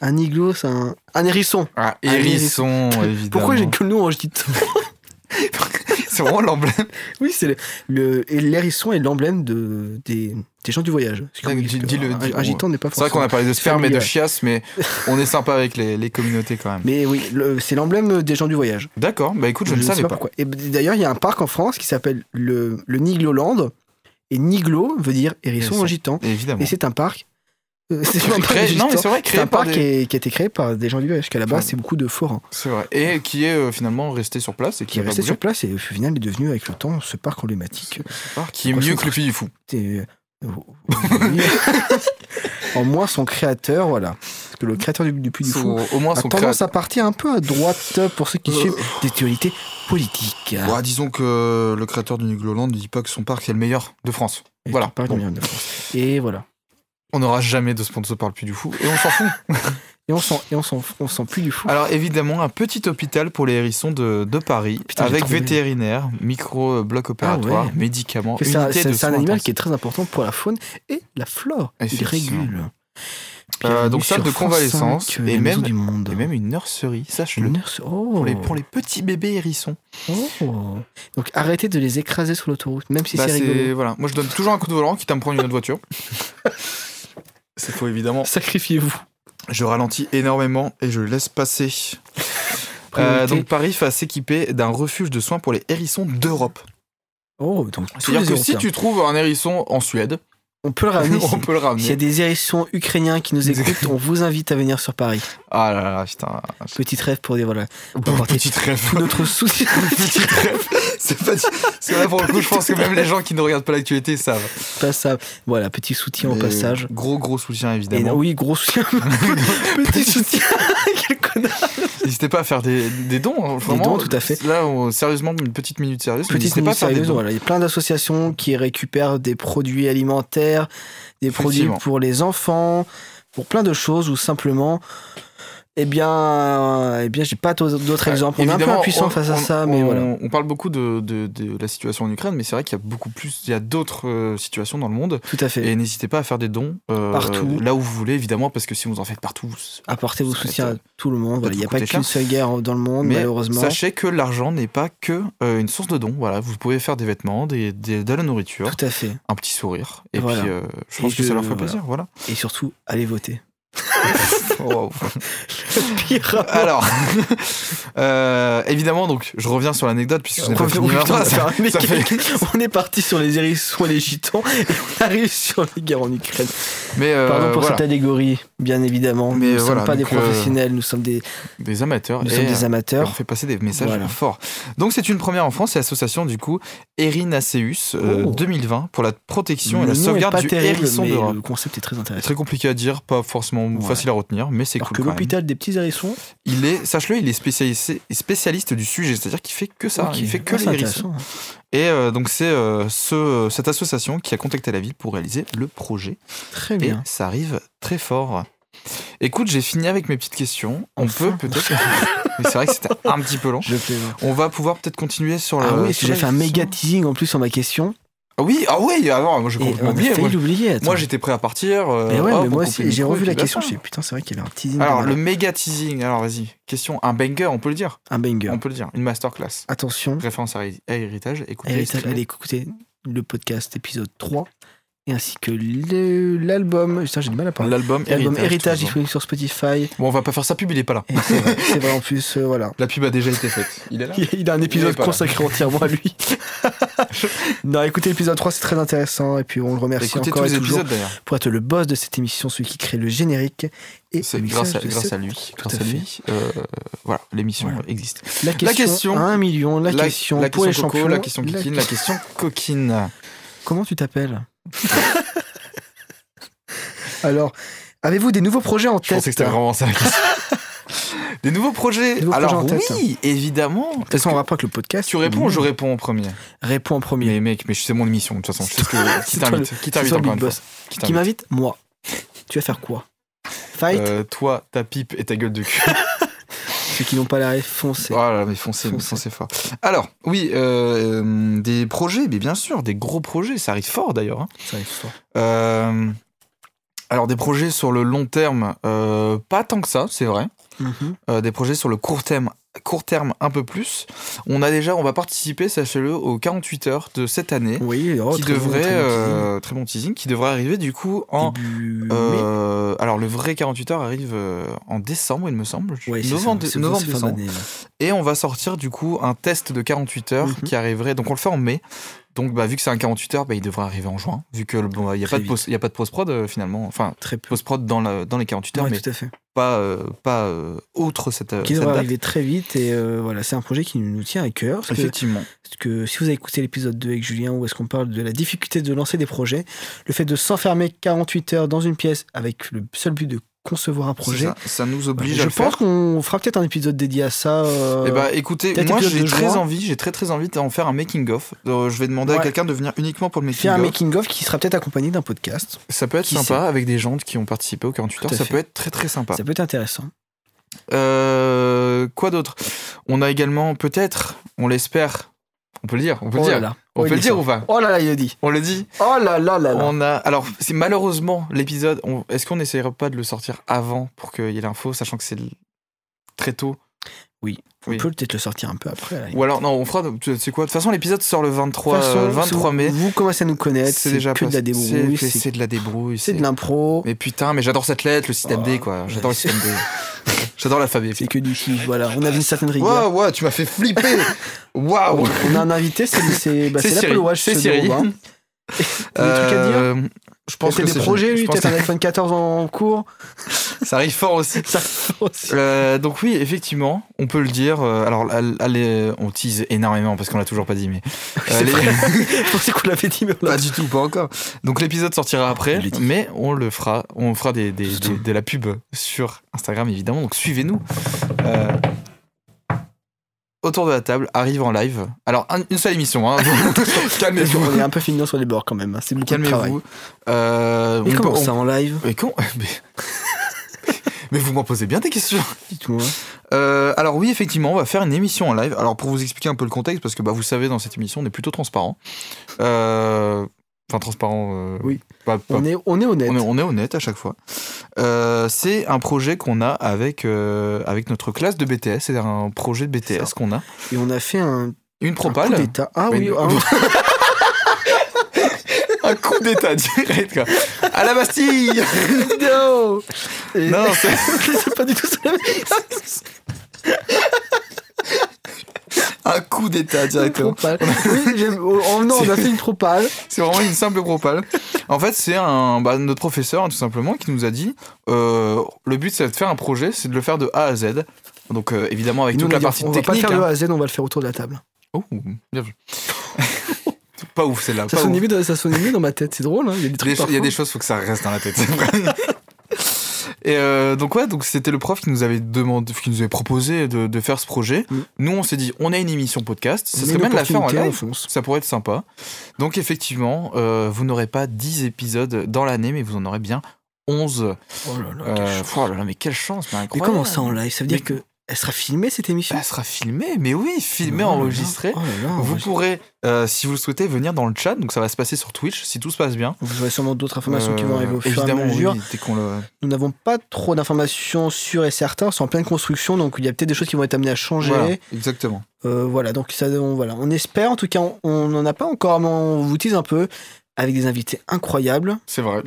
Speaker 1: Un igloo, c'est un. Un hérisson
Speaker 2: Ah,
Speaker 1: Un
Speaker 2: hérisson, évidemment.
Speaker 1: Pourquoi j'ai que le nom en gitan
Speaker 2: C'est vraiment l'emblème.
Speaker 1: Oui, c'est le- le. et L'hérisson est l'emblème de, des, des gens du voyage. Parce que,
Speaker 2: Ah, Dis-
Speaker 1: oui, parce que
Speaker 2: dis-le,
Speaker 1: un-
Speaker 2: dis-
Speaker 1: un, gitan n'est pas
Speaker 2: C'est vrai qu'on
Speaker 1: forcément.
Speaker 2: a parlé de sperme et de
Speaker 1: familial.
Speaker 2: chiasse, mais on est sympa avec les, les communautés quand même.
Speaker 1: Mais oui, le- c'est l'emblème des gens du voyage.
Speaker 2: D'accord, bah écoute, je, ne
Speaker 1: sais
Speaker 2: savais pas.
Speaker 1: pourquoi. Et d'ailleurs, il y a un parc en France qui s'appelle le, le Nigloland. Et Niglo veut dire hérisson
Speaker 2: Hérisson.
Speaker 1: en gitan.
Speaker 2: Évidemment.
Speaker 1: Et c'est un parc. euh, c'est
Speaker 2: Créé-
Speaker 1: un parc de
Speaker 2: non, mais
Speaker 1: gitans.
Speaker 2: c'est vrai,
Speaker 1: C'est
Speaker 2: créé
Speaker 1: un
Speaker 2: par
Speaker 1: parc
Speaker 2: des-
Speaker 1: qui, est- qui a été créé par des gens du voyage, qu'à la base,
Speaker 2: Ouais.
Speaker 1: c'est beaucoup de forains.
Speaker 2: C'est vrai. Et qui est euh, finalement resté sur place et qui,
Speaker 1: Qui est
Speaker 2: n'a pas
Speaker 1: resté
Speaker 2: bougé.
Speaker 1: sur place et au final est devenu, avec le temps, ce parc emblématique.
Speaker 2: qui est
Speaker 1: Quoi,
Speaker 2: mieux
Speaker 1: Ah, c'est-
Speaker 2: que le pays du fou.
Speaker 1: Et, euh, aujourd'hui, en moins, son créateur, voilà. Parce que le créateur du, du Puy du Fou Ah,
Speaker 2: Au- au moins
Speaker 1: a
Speaker 2: son
Speaker 1: tendance
Speaker 2: créateur. Euh.
Speaker 1: à partir un peu à droite pour ceux qui suivent des théorités politiques.
Speaker 2: Ouais, disons que le créateur du Nugloland ne dit pas que son parc est le meilleur de France.
Speaker 1: Et
Speaker 2: voilà.
Speaker 1: qui parlent de
Speaker 2: Bon.
Speaker 1: l'Union de France. Et voilà.
Speaker 2: On n'aura jamais de sponsor par le Puy du Fou et on s'en fout.
Speaker 1: Et on s'en, et on s'en, on s'en Puy du Fou.
Speaker 2: Alors évidemment, un petit hôpital pour les hérissons de, de Paris
Speaker 1: Putain, j'ai
Speaker 2: avec
Speaker 1: trop aimé. Ah
Speaker 2: vétérinaire, micro euh, bloc opératoire,
Speaker 1: ouais.
Speaker 2: médicaments,
Speaker 1: C'est un,
Speaker 2: unité
Speaker 1: c'est-
Speaker 2: de
Speaker 1: c'est un
Speaker 2: soins
Speaker 1: animal
Speaker 2: intensifs.
Speaker 1: qui est très important pour la faune et la flore. Il
Speaker 2: Effectivement.
Speaker 1: régule.
Speaker 2: Euh,
Speaker 1: Bienvenue
Speaker 2: donc salle
Speaker 1: sur
Speaker 2: de
Speaker 1: France
Speaker 2: convalescence
Speaker 1: 5,
Speaker 2: et
Speaker 1: la maison
Speaker 2: même
Speaker 1: du monde.
Speaker 2: et même une nurserie, sache-le.
Speaker 1: Une heure- Oh.
Speaker 2: Pour les, pour les petits bébés hérissons.
Speaker 1: Oh. Donc arrêtez de les écraser sur l'autoroute, même si
Speaker 2: Bah,
Speaker 1: c'est
Speaker 2: c'est,
Speaker 1: rigolo.
Speaker 2: voilà. Moi, je donne toujours un coup de volant, quitte à me prendre une autre voiture. C'est Euh, faux, évidemment.
Speaker 1: Sacrifiez-vous.
Speaker 2: Je ralentis énormément et je laisse passer. Euh,
Speaker 1: Priorité.
Speaker 2: donc Paris va s'équiper d'un refuge de soins pour les hérissons d'Europe.
Speaker 1: Oh, donc tous les
Speaker 2: Ah, C'est-à-dire que si
Speaker 1: Européens. Ah,
Speaker 2: tu trouves un hérisson en Suède,
Speaker 1: On peut le ramener. si-
Speaker 2: on peut le
Speaker 1: S'il y a
Speaker 2: ramener.
Speaker 1: des hérissons ukrainiens qui nous écoutent, on vous invite à venir sur Paris.
Speaker 2: Ah là là, putain.
Speaker 1: Petite rêve pour dire voilà. On peut apporter
Speaker 2: Petite rêve.
Speaker 1: tout notre soutien.
Speaker 2: Petite rêve. C'est pas. Parce que là, pour le coup, je pense que même les gens qui ne regardent pas l'actualité savent.
Speaker 1: passable. Voilà, petit soutien au
Speaker 2: Mais
Speaker 1: passage.
Speaker 2: Gros, gros soutien,
Speaker 1: Et
Speaker 2: évidemment.
Speaker 1: oui, gros soutien. petit soutien. Quel connard.
Speaker 2: N'hésitez pas à faire des, des dons. hein, vraiment.
Speaker 1: dons, tout à fait.
Speaker 2: Là, on- sérieusement, une petite minute sérieuse. mais
Speaker 1: Petite
Speaker 2: n'hésitez pas à
Speaker 1: minute
Speaker 2: faire des
Speaker 1: sérieuse,
Speaker 2: dons.
Speaker 1: voilà. Il y a plein d'associations qui récupèrent des produits alimentaires, des produits
Speaker 2: Effectivement.
Speaker 1: pour les enfants, pour plein de choses ou simplement. Eh bien, eh bien, j'ai pas d'autres d'autres exemples. On est un peu
Speaker 2: Euh, Évidemment,
Speaker 1: impuissant
Speaker 2: on-
Speaker 1: face à
Speaker 2: on-
Speaker 1: ça, mais
Speaker 2: on,
Speaker 1: voilà.
Speaker 2: On parle beaucoup de, de- de la situation en Ukraine, mais c'est vrai qu'il y a beaucoup plus, il y a d'autres euh, situations dans le monde.
Speaker 1: Tout à fait.
Speaker 2: Et n'hésitez pas à faire des dons euh,
Speaker 1: Partout.
Speaker 2: là où vous voulez, évidemment, parce que si vous en faites partout, vous-
Speaker 1: Apportez vos
Speaker 2: ça va
Speaker 1: soutiens à
Speaker 2: être-
Speaker 1: tout le monde.
Speaker 2: va
Speaker 1: Voilà, Il
Speaker 2: tout
Speaker 1: n'y a pas
Speaker 2: coûter
Speaker 1: qu'une
Speaker 2: cher.
Speaker 1: seule guerre dans le monde,
Speaker 2: Mais
Speaker 1: malheureusement.
Speaker 2: sachez que l'argent n'est pas que euh, une source de dons. Voilà, vous pouvez faire des vêtements, des, des- de la nourriture,
Speaker 1: Tout à fait.
Speaker 2: un petit sourire, et
Speaker 1: Voilà.
Speaker 2: puis euh, je pense
Speaker 1: Et
Speaker 2: que
Speaker 1: je-
Speaker 2: ça leur ferait plaisir. Voilà.
Speaker 1: Et surtout, allez voter.
Speaker 2: Wow.
Speaker 1: Pire.
Speaker 2: Alors, euh, évidemment, donc je reviens sur l'anecdote puisque je n'ai pas fini ma phrase. Ça fait-
Speaker 1: On est parti sur les hérissons et les gitans et on arrive sur les guerres en Ukraine.
Speaker 2: Mais euh,
Speaker 1: Pardon pour
Speaker 2: voilà,
Speaker 1: cette allégorie, bien évidemment.
Speaker 2: Mais
Speaker 1: nous ne
Speaker 2: voilà,
Speaker 1: sommes pas des
Speaker 2: donc, euh,
Speaker 1: professionnels, nous sommes des,
Speaker 2: des amateurs.
Speaker 1: nous
Speaker 2: et,
Speaker 1: sommes
Speaker 2: euh,
Speaker 1: des
Speaker 2: On
Speaker 1: amateurs.
Speaker 2: fait passer des messages
Speaker 1: Voilà.
Speaker 2: forts. Donc c'est une première en France, c'est l'association du coup Erinaceus euh,
Speaker 1: Oh.
Speaker 2: 2020 pour la protection et
Speaker 1: Le
Speaker 2: la
Speaker 1: nom est
Speaker 2: sauvegarde
Speaker 1: pas
Speaker 2: du
Speaker 1: terrible,
Speaker 2: hérisson
Speaker 1: mais
Speaker 2: d'Europe.
Speaker 1: Le concept est très intéressant.
Speaker 2: Très compliqué à dire, pas forcément
Speaker 1: Ouais.
Speaker 2: facile à retenir, mais c'est
Speaker 1: Alors
Speaker 2: cool
Speaker 1: que
Speaker 2: quand même.
Speaker 1: l'hôpital des petits hérissons,
Speaker 2: Il est, sache-le, il est spécialisé- spécialiste du sujet, c'est-à-dire qu'il fait que ça,
Speaker 1: ok,
Speaker 2: il fait que
Speaker 1: ah,
Speaker 2: les
Speaker 1: c'est
Speaker 2: hérissons.
Speaker 1: intéressant.
Speaker 2: Et euh, donc c'est euh, ce- cette association qui a contacté la ville pour réaliser le projet.
Speaker 1: Très
Speaker 2: Et
Speaker 1: bien.
Speaker 2: ça arrive très fort. Écoute, j'ai fini avec mes petites questions. On
Speaker 1: Enfin.
Speaker 2: peut peut-être. Mais c'est vrai que c'était un petit peu long.
Speaker 1: Je plaisante.
Speaker 2: On va pouvoir peut-être continuer sur la.
Speaker 1: Ah oui, parce
Speaker 2: sur
Speaker 1: que j'ai
Speaker 2: la-
Speaker 1: fait un méga teasing en plus sur ma question.
Speaker 2: Ah oui, ah oui, avant, moi j'ai
Speaker 1: Et
Speaker 2: complètement
Speaker 1: on a
Speaker 2: oublié. Moi,
Speaker 1: failli l'oublier.
Speaker 2: moi, j'étais prêt à partir. euh,
Speaker 1: Mais ouais,
Speaker 2: hop,
Speaker 1: mais moi
Speaker 2: on coupe les
Speaker 1: aussi, j'ai
Speaker 2: micros,
Speaker 1: revu
Speaker 2: et
Speaker 1: la
Speaker 2: puis
Speaker 1: question. Je me suis dit,
Speaker 2: basta.
Speaker 1: putain, c'est vrai qu'il y avait un teasing. euh,
Speaker 2: Alors,
Speaker 1: de-
Speaker 2: le méga teasing, alors vas-y. Question, un banger, on peut le dire
Speaker 1: un banger.
Speaker 2: On peut le dire, une masterclass.
Speaker 1: Attention.
Speaker 2: Référence à, Hé- à Héritage, écoutez.
Speaker 1: Héritage,
Speaker 2: streamez.
Speaker 1: allez écouter le podcast épisode 3 et ainsi que le- l'album. Putain, j'ai du mal à parler.
Speaker 2: L'album
Speaker 1: L'album
Speaker 2: Héritage.
Speaker 1: Héritage
Speaker 2: toujours.
Speaker 1: disponible sur Spotify.
Speaker 2: Bon, on va pas faire sa pub, il est pas là.
Speaker 1: Et c'est vrai, c'est vrai, en plus, euh, voilà.
Speaker 2: La pub a déjà été faite. Il est là
Speaker 1: Il a un épisode
Speaker 2: pas là.
Speaker 1: consacré entièrement à lui. non, écoutez l'épisode 3, c'est très intéressant. Et puis on le remercie
Speaker 2: Bah, Écoutez tous
Speaker 1: encore et
Speaker 2: les
Speaker 1: toujours
Speaker 2: épisodes d'ailleurs.
Speaker 1: pour être le boss de cette émission, celui qui crée le générique. Et
Speaker 2: C'est
Speaker 1: le
Speaker 2: grâce, à,
Speaker 1: mixage de
Speaker 2: grâce
Speaker 1: cette-
Speaker 2: à lui.
Speaker 1: Tout
Speaker 2: Grâce
Speaker 1: à
Speaker 2: à
Speaker 1: fait.
Speaker 2: lui. euh, voilà, l'émission
Speaker 1: Voilà.
Speaker 2: existe.
Speaker 1: La question,
Speaker 2: question-
Speaker 1: à un million, la, question pour les
Speaker 2: question coco,
Speaker 1: champions.
Speaker 2: La question
Speaker 1: la-
Speaker 2: coquine, la question coquine.
Speaker 1: Comment tu t'appelles Alors, avez-vous des nouveaux projets en tête
Speaker 2: Je pensais que c'était vraiment ça la question. Des nouveaux projets.
Speaker 1: Nouveaux
Speaker 2: Alors
Speaker 1: projets en tête.
Speaker 2: oui, évidemment.
Speaker 1: De toute façon, on
Speaker 2: Est-ce que
Speaker 1: rappelle que le podcast.
Speaker 2: tu réponds, je réponds en premier.
Speaker 1: Réponds en premier.
Speaker 2: Mais mec, mais c'est mon émission de toute façon. Je sais ce que qui
Speaker 1: C'est toi le-
Speaker 2: t'invite, qui
Speaker 1: C'est
Speaker 2: t'invite
Speaker 1: toi le
Speaker 2: encore
Speaker 1: big
Speaker 2: une fois.
Speaker 1: boss.
Speaker 2: Qui
Speaker 1: Qui
Speaker 2: t'invite.
Speaker 1: m'invite Moi. Tu vas faire quoi Fight
Speaker 2: Euh, toi, ta pipe et ta gueule de cul.
Speaker 1: Ceux qui n'ont pas la ref, foncez.
Speaker 2: Voilà, Ah mais foncez, mais
Speaker 1: Foncez.
Speaker 2: foncez fort. Alors, oui, euh, euh, des projets, mais bien sûr, des gros projets. Ça arrive fort d'ailleurs. hein.
Speaker 1: Ça arrive fort.
Speaker 2: Euh, alors, des projets sur le long terme, euh, pas tant que ça, c'est vrai.
Speaker 1: Mhm.
Speaker 2: Euh, des projets sur le court terme, court terme un peu plus. On a déjà, on va participer, sachez-le, aux 48 heures de cette année,
Speaker 1: Oui, oh,
Speaker 2: qui
Speaker 1: très bon,
Speaker 2: devrait,
Speaker 1: très bon teasing.
Speaker 2: euh, très bon teasing, qui devrait arriver du coup en.
Speaker 1: Début mai.
Speaker 2: euh, alors le vrai 48 heures arrive euh, en décembre, il me semble,
Speaker 1: Ouais, c'est ça,
Speaker 2: novembre,
Speaker 1: c'est ça,
Speaker 2: novembre
Speaker 1: c'est fin
Speaker 2: décembre.
Speaker 1: d'année, là.
Speaker 2: Et on va sortir du coup un test de 48 heures
Speaker 1: Mhm.
Speaker 2: qui arriverait. Donc on le fait en mai. Donc bah, vu que c'est un 48 heures, bah, il devrait arriver en juin. Vu que bon, bah, il n'y a,
Speaker 1: Très
Speaker 2: pas de post- il y a pas de post prod finalement, enfin
Speaker 1: Très peu.
Speaker 2: post prod dans, la- dans les 48 heures,
Speaker 1: Ouais,
Speaker 2: mais
Speaker 1: tout à fait.
Speaker 2: pas euh, pas euh, autre cette,
Speaker 1: Qui
Speaker 2: cette
Speaker 1: devrait
Speaker 2: date.
Speaker 1: arriver très vite et euh, voilà, c'est un projet qui nous tient à cœur. parce que
Speaker 2: Effectivement.
Speaker 1: Parce que si vous avez écouté l'épisode 2 avec Julien, où est-ce qu'on parle de la difficulté de lancer des projets, le fait de s'enfermer 48 heures dans une pièce avec le seul but de concevoir un projet,
Speaker 2: C'est Ça, ça nous oblige à
Speaker 1: je
Speaker 2: le faire.
Speaker 1: pense qu'on fera peut-être un épisode dédié à ça. euh,
Speaker 2: Eh bah écoutez,
Speaker 1: peut-être
Speaker 2: moi
Speaker 1: épisode
Speaker 2: j'ai
Speaker 1: de
Speaker 2: très
Speaker 1: juin.
Speaker 2: envie, j'ai très très envie d'en faire un making of. Euh, je vais demander à
Speaker 1: Ouais.
Speaker 2: quelqu'un de venir uniquement pour le making
Speaker 1: faire
Speaker 2: of.
Speaker 1: un making-of qui sera peut-être accompagné d'un podcast.
Speaker 2: Ça peut être
Speaker 1: Qui
Speaker 2: sympa
Speaker 1: sait
Speaker 2: avec des gens qui ont participé aux 48
Speaker 1: Tout
Speaker 2: heures,
Speaker 1: à
Speaker 2: ça
Speaker 1: fait.
Speaker 2: peut être très très sympa.
Speaker 1: Ça peut être intéressant.
Speaker 2: Euh, quoi d'autre On a également peut-être, on l'espère, on peut le dire, on peut
Speaker 1: oh
Speaker 2: le
Speaker 1: là
Speaker 2: dire.
Speaker 1: là.
Speaker 2: On
Speaker 1: Oh, il
Speaker 2: peut le
Speaker 1: est
Speaker 2: dire
Speaker 1: fort.
Speaker 2: ou pas
Speaker 1: Oh là là, il a dit.
Speaker 2: On le dit.
Speaker 1: Oh là là là là.
Speaker 2: On a alors c'est malheureusement l'épisode. on- Est-ce qu'on n'essayerait pas de le sortir avant pour qu'il y ait l'info, sachant que c'est le- très tôt
Speaker 1: On
Speaker 2: oui.
Speaker 1: peut peut-être le sortir un peu après. à la limite.
Speaker 2: Ou alors non, on fera. Tu sais quoi De toute façon, l'épisode sort le 23,
Speaker 1: De toute
Speaker 2: euh,
Speaker 1: façon,
Speaker 2: 23
Speaker 1: vous-
Speaker 2: mai.
Speaker 1: Vous commencez à nous connaître.
Speaker 2: C'est déjà
Speaker 1: que de
Speaker 2: passé.
Speaker 1: la débrouille.
Speaker 2: C'est-
Speaker 1: C'est
Speaker 2: C'est de la débrouille.
Speaker 1: c'est
Speaker 2: c'est-
Speaker 1: de l'impro.
Speaker 2: Mais putain, mais j'adore cette lettre, le système
Speaker 1: Oh,
Speaker 2: D quoi. J'adore
Speaker 1: ouais.
Speaker 2: le système D. J'adore la famille.
Speaker 1: C'est que du kiff, voilà. On avait une certaine rigueur.
Speaker 2: Waouh, waouh, tu m'as fait flipper. Waouh.
Speaker 1: On a un invité, c'est c'est bah,
Speaker 2: C'est
Speaker 1: c'est l'Apple
Speaker 2: Siri.
Speaker 1: Watch.
Speaker 2: C'est
Speaker 1: ce
Speaker 2: Siri.
Speaker 1: de Robin. T'as des trucs à dire
Speaker 2: Euh, Je pense
Speaker 1: T'as
Speaker 2: que
Speaker 1: des
Speaker 2: c'est
Speaker 1: projets,
Speaker 2: fini.
Speaker 1: lui
Speaker 2: Je pense
Speaker 1: Peut-être un iPhone 14 en cours
Speaker 2: que Ça arrive fort aussi.
Speaker 1: Ça aussi.
Speaker 2: Euh, donc oui, effectivement, on peut le dire. euh, alors, allez, allez, on tease énormément parce qu'on l'a toujours pas dit, mais euh,
Speaker 1: c'est
Speaker 2: les-
Speaker 1: Je pensais qu'on l'avait dit, mais on l'a
Speaker 2: pas du tout, pas encore. Donc l'épisode sortira après,
Speaker 1: Il est dit.
Speaker 2: mais on le fera. On fera des, des- des- de la pub sur Instagram évidemment. Donc suivez-nous. Euh, autour de la table arrive en live. Alors un- une seule émission. hein. Calmez-vous.
Speaker 1: On est un peu fini sur les bords quand même. hein. C'est beaucoup de travail.
Speaker 2: Calmez-vous. Euh,
Speaker 1: Et
Speaker 2: on
Speaker 1: comment
Speaker 2: peut-
Speaker 1: ça
Speaker 2: on-
Speaker 1: en live
Speaker 2: Mais con- mais- mais vous m'en posez bien des questions.
Speaker 1: Dites-moi.
Speaker 2: Euh, alors oui, effectivement, on va faire une émission en live. Alors pour vous expliquer un peu le contexte, parce que bah, vous savez, dans cette émission, on est plutôt transparent. Euh, Enfin, transparent. euh,
Speaker 1: Oui.
Speaker 2: pas- pas-
Speaker 1: On est, on est honnête.
Speaker 2: on, est, on est honnête à chaque fois. Euh, c'est un projet qu'on a avec, euh, avec notre classe de BTS. C'est un projet de
Speaker 1: C'est
Speaker 2: BTS qu'on a.
Speaker 1: Et on a fait un,
Speaker 2: Une
Speaker 1: un coup
Speaker 2: propale.
Speaker 1: d'état. Ah oui,
Speaker 2: Une-
Speaker 1: ah oui.
Speaker 2: Un coup d'état direct. quoi. À la Bastille
Speaker 1: Non Et-
Speaker 2: Non, c'est-
Speaker 1: C'est pas du tout ça.
Speaker 2: un coup d'état
Speaker 1: Une
Speaker 2: direct.
Speaker 1: propale. Oui, j'aime- oh, non, on a fait une propale.
Speaker 2: C'est vraiment une simple propale. En fait, c'est un bah, notre professeur hein, tout simplement qui nous a dit euh, le but c'est de faire un projet, c'est de le faire de A à Z. Donc euh, évidemment avec
Speaker 1: Nous,
Speaker 2: toute
Speaker 1: on
Speaker 2: la
Speaker 1: a dit,
Speaker 2: partie
Speaker 1: on va pas le
Speaker 2: technique.
Speaker 1: faire de
Speaker 2: hein.
Speaker 1: A à Z, on va le faire autour de la table.
Speaker 2: Oh, bien vu. pas ouf celle-là.
Speaker 1: Ça
Speaker 2: pas
Speaker 1: sonnait
Speaker 2: ouf.
Speaker 1: mieux dans, ça sonnait mieux dans ma tête, c'est drôle. hein, Il y a des trucs.
Speaker 2: Des cho- Il y a
Speaker 1: parfois.
Speaker 2: des choses, faut que ça reste dans la tête. c'est vrai. Et euh, donc ouais, donc c'était le prof qui nous avait demandé, qui nous avait proposé de, de faire ce projet.
Speaker 1: Mm.
Speaker 2: Nous, on s'est dit, on a une émission podcast,
Speaker 1: On
Speaker 2: ça
Speaker 1: a
Speaker 2: serait
Speaker 1: une
Speaker 2: bien de la faire en
Speaker 1: opportunité,
Speaker 2: live.
Speaker 1: on fonce.
Speaker 2: Ça pourrait être sympa. Donc effectivement, euh, vous n'aurez pas 10 épisodes dans l'année, mais vous en aurez bien 11.
Speaker 1: Oh là là, quelle
Speaker 2: Euh,
Speaker 1: chance.
Speaker 2: oh là là, mais quelle chance, mais
Speaker 1: Mais
Speaker 2: incroyable.
Speaker 1: comment ça en live Ça veut
Speaker 2: Mais-
Speaker 1: dire que elle sera filmée cette émission
Speaker 2: Elle sera filmée, mais oui,
Speaker 1: Oh
Speaker 2: filmée,
Speaker 1: là là.
Speaker 2: enregistrée.
Speaker 1: Oh là là,
Speaker 2: Vous
Speaker 1: enregistrée.
Speaker 2: pourrez, euh, si vous le souhaitez, venir dans le chat. Donc ça va se passer sur Twitch, si tout se passe bien.
Speaker 1: Vous aurez sûrement d'autres informations qui vont
Speaker 2: Euh,
Speaker 1: arriver au fur et à
Speaker 2: Évidemment,
Speaker 1: mesure.
Speaker 2: oui, dès qu'on le...
Speaker 1: Nous n'avons pas trop d'informations sûres et certaines, c'est en pleine construction, donc il y a peut-être des choses qui vont être amenées à changer.
Speaker 2: Voilà,
Speaker 1: Voilà,
Speaker 2: exactement.
Speaker 1: Euh, voilà donc ça, on, voilà. on espère, en tout cas, on- on n'en a pas encore, mais on vous tease un peu, avec des invités incroyables.
Speaker 2: C'est vrai.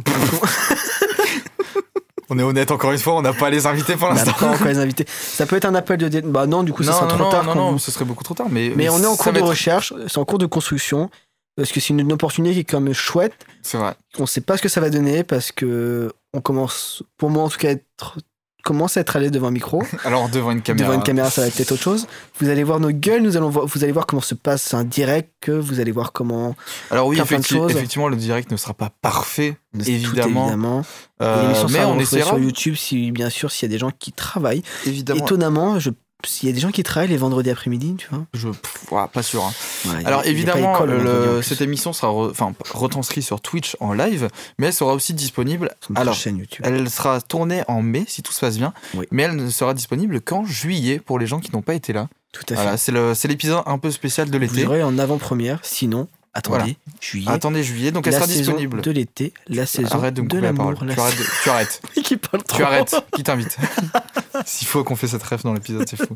Speaker 2: on est honnête, encore une fois, on n'a pas les invités pour
Speaker 1: On n'a
Speaker 2: l'instant.
Speaker 1: pas encore les invités. Ça peut être un appel de... dé- Bah non, du coup, ça
Speaker 2: Ah, non,
Speaker 1: sera
Speaker 2: non,
Speaker 1: trop
Speaker 2: non,
Speaker 1: tard.
Speaker 2: non,
Speaker 1: quand
Speaker 2: non,
Speaker 1: vous-
Speaker 2: ce serait beaucoup trop tard. Mais,
Speaker 1: Mais on est en
Speaker 2: ça
Speaker 1: cours
Speaker 2: va
Speaker 1: de
Speaker 2: être-
Speaker 1: recherche, c'est en cours de construction, parce que c'est une, une opportunité qui est quand même chouette.
Speaker 2: C'est vrai.
Speaker 1: On ne sait pas ce que ça va donner, parce que on commence, pour moi en tout cas, à être- commence à être allé devant un micro.
Speaker 2: Alors devant une caméra.
Speaker 1: Devant une caméra, ça va être autre chose. Vous allez voir nos gueules, nous allons voir, vous allez voir comment se passe un direct, que vous allez voir comment.
Speaker 2: Alors oui,
Speaker 1: plein, plein de
Speaker 2: effecti-
Speaker 1: choses.
Speaker 2: effectivement, le direct ne sera pas parfait,
Speaker 1: tout est
Speaker 2: évidemment.
Speaker 1: évidemment. Et
Speaker 2: Euh,
Speaker 1: L'émission
Speaker 2: mais
Speaker 1: sera
Speaker 2: on
Speaker 1: retrouvée
Speaker 2: essaiera.
Speaker 1: sur YouTube, si, bien sûr, s'il y a des gens qui travaillent.
Speaker 2: Évidemment.
Speaker 1: Étonnamment, je- s'il y a des gens qui travaillent les vendredis après-midi, tu vois.
Speaker 2: Je, pff, ouah, pas sûr. hein.
Speaker 1: Ouais,
Speaker 2: Alors
Speaker 1: il y a- il y a pas
Speaker 2: évidemment,
Speaker 1: école le
Speaker 2: le-
Speaker 1: vendredi, en plus,
Speaker 2: cette émission sera re- enfin, retranscrite sur Twitch en live, mais elle sera aussi disponible.
Speaker 1: sur notre
Speaker 2: Alors,
Speaker 1: chaîne YouTube.
Speaker 2: elle sera tournée en mai si tout se passe bien,
Speaker 1: Oui.
Speaker 2: mais elle ne sera disponible qu'en juillet pour les gens qui n'ont pas été là.
Speaker 1: Tout à fait.
Speaker 2: Voilà, c'est le- c'est l'épisode un peu spécial de
Speaker 1: vous
Speaker 2: l'été.
Speaker 1: aurez en avant-première, sinon, attendez, juillet.
Speaker 2: Attendez juillet, donc elle
Speaker 1: la
Speaker 2: sera
Speaker 1: saison
Speaker 2: disponible.
Speaker 1: de l'été, la saison
Speaker 2: Arrête de me couper la
Speaker 1: l'amour,
Speaker 2: parole.
Speaker 1: la
Speaker 2: Tu arrêtes, de- tu arrêtes.
Speaker 1: saison qui parle trop.
Speaker 2: Tu arrêtes, qui t'invite S'il faut qu'on fait cette ref dans l'épisode, c'est fou.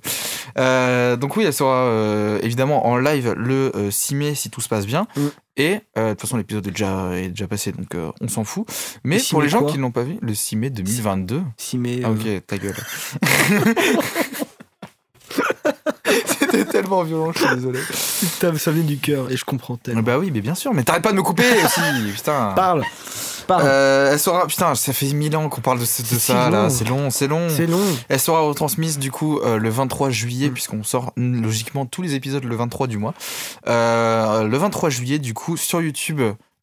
Speaker 2: Euh, donc oui, elle sera euh, évidemment en live le euh, 6 mai si tout se passe bien.
Speaker 1: Mm.
Speaker 2: Et euh, de toute façon, l'épisode est déjà, est déjà passé, donc euh, on s'en fout. Mais
Speaker 1: Le 6
Speaker 2: pour
Speaker 1: mai
Speaker 2: les gens
Speaker 1: quoi
Speaker 2: qui ne l'ont pas vu, le 6 mai 2022.
Speaker 1: Si mais
Speaker 2: Ah
Speaker 1: euh,
Speaker 2: ok, ta gueule. C'était tellement violent, je suis désolé.
Speaker 1: putain, ça vient du cœur et je comprends tellement.
Speaker 2: Bah oui, mais bien sûr, mais t'arrêtes pas de me couper aussi, putain.
Speaker 1: Parle, parle.
Speaker 2: Euh, elle sera, putain, ça fait mille ans qu'on parle de, ce- de
Speaker 1: C'est si
Speaker 2: ça, là,
Speaker 1: long.
Speaker 2: c'est long, c'est long.
Speaker 1: C'est long.
Speaker 2: Elle sera retransmise du coup euh, le 23 juillet,
Speaker 1: Mm.
Speaker 2: puisqu'on sort mm, logiquement tous les épisodes le 23 du mois. Euh, le 23 juillet, du coup, sur YouTube.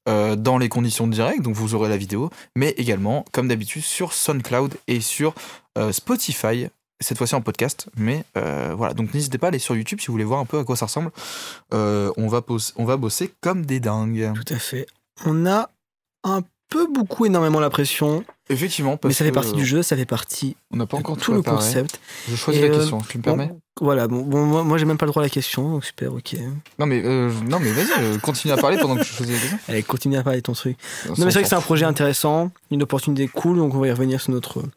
Speaker 2: euh, dans les conditions de direct, donc vous aurez la vidéo, mais également, comme d'habitude, sur SoundCloud et sur euh, Spotify, cette fois-ci en podcast, mais euh, voilà, donc n'hésitez pas à aller sur YouTube si vous voulez voir un peu à quoi ça ressemble, Euh, on, va pos- on va bosser comme des dingues.
Speaker 1: Tout à fait. On a un peu beaucoup énormément la pression,
Speaker 2: Effectivement,
Speaker 1: mais
Speaker 2: parce
Speaker 1: ça fait
Speaker 2: que,
Speaker 1: partie du
Speaker 2: euh,
Speaker 1: jeu, ça fait partie
Speaker 2: On n'a pas
Speaker 1: de
Speaker 2: encore
Speaker 1: tout le
Speaker 2: préparé.
Speaker 1: concept.
Speaker 2: Je choisis
Speaker 1: Et,
Speaker 2: la
Speaker 1: euh,
Speaker 2: question, tu me
Speaker 1: bon,
Speaker 2: permets
Speaker 1: Voilà, bon, bon, moi, moi, j'ai même pas le droit à la question, donc super, ok.
Speaker 2: Non mais, euh, non, mais vas-y, euh, continue à parler pendant que je choisis la question.
Speaker 1: Allez, continue à parler de ton truc. Non, mais c'est vrai que c'est un projet intéressant, une opportunité cool, donc on va y revenir sur notre euh,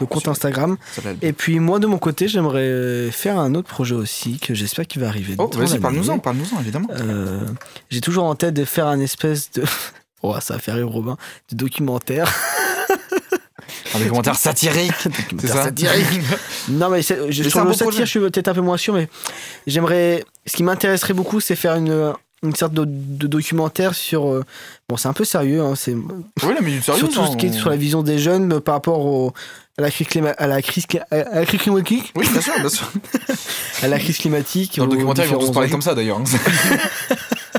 Speaker 1: le compte Instagram. Et puis moi, de mon côté, j'aimerais euh, faire un autre projet aussi, que j'espère qu'il va arriver.
Speaker 2: Oh,
Speaker 1: dans
Speaker 2: vas-y,
Speaker 1: l'année.
Speaker 2: parle-nous-en, parle-nous-en, évidemment.
Speaker 1: Euh, j'ai toujours en tête de faire un espèce de. Oh, ça va faire rire Robin, de documentaire
Speaker 2: Un documentaire satirique. C'est
Speaker 1: Documentaire
Speaker 2: ça
Speaker 1: satirique. Non, mais c'est- je,
Speaker 2: Mais c'est
Speaker 1: sur
Speaker 2: un
Speaker 1: le
Speaker 2: beau projet.
Speaker 1: satire, je suis peut-être un peu moins sûr, mais j'aimerais. Ce qui m'intéresserait beaucoup, c'est faire une, une sorte de, de documentaire sur. euh, Bon, c'est un peu sérieux, hein, c'est
Speaker 2: Oui, la minute sérieuse.
Speaker 1: surtout ce qui est
Speaker 2: hein,
Speaker 1: sur la vision des jeunes euh, par rapport au- à la crise climatique, à la crise, cli- à la crise climatique,
Speaker 2: Oui, bien sûr, bien sûr.
Speaker 1: à la crise climatique.
Speaker 2: Dans le
Speaker 1: aux
Speaker 2: documentaire, ils vont tous
Speaker 1: différents
Speaker 2: parler
Speaker 1: enjeux.
Speaker 2: comme ça d'ailleurs. hein.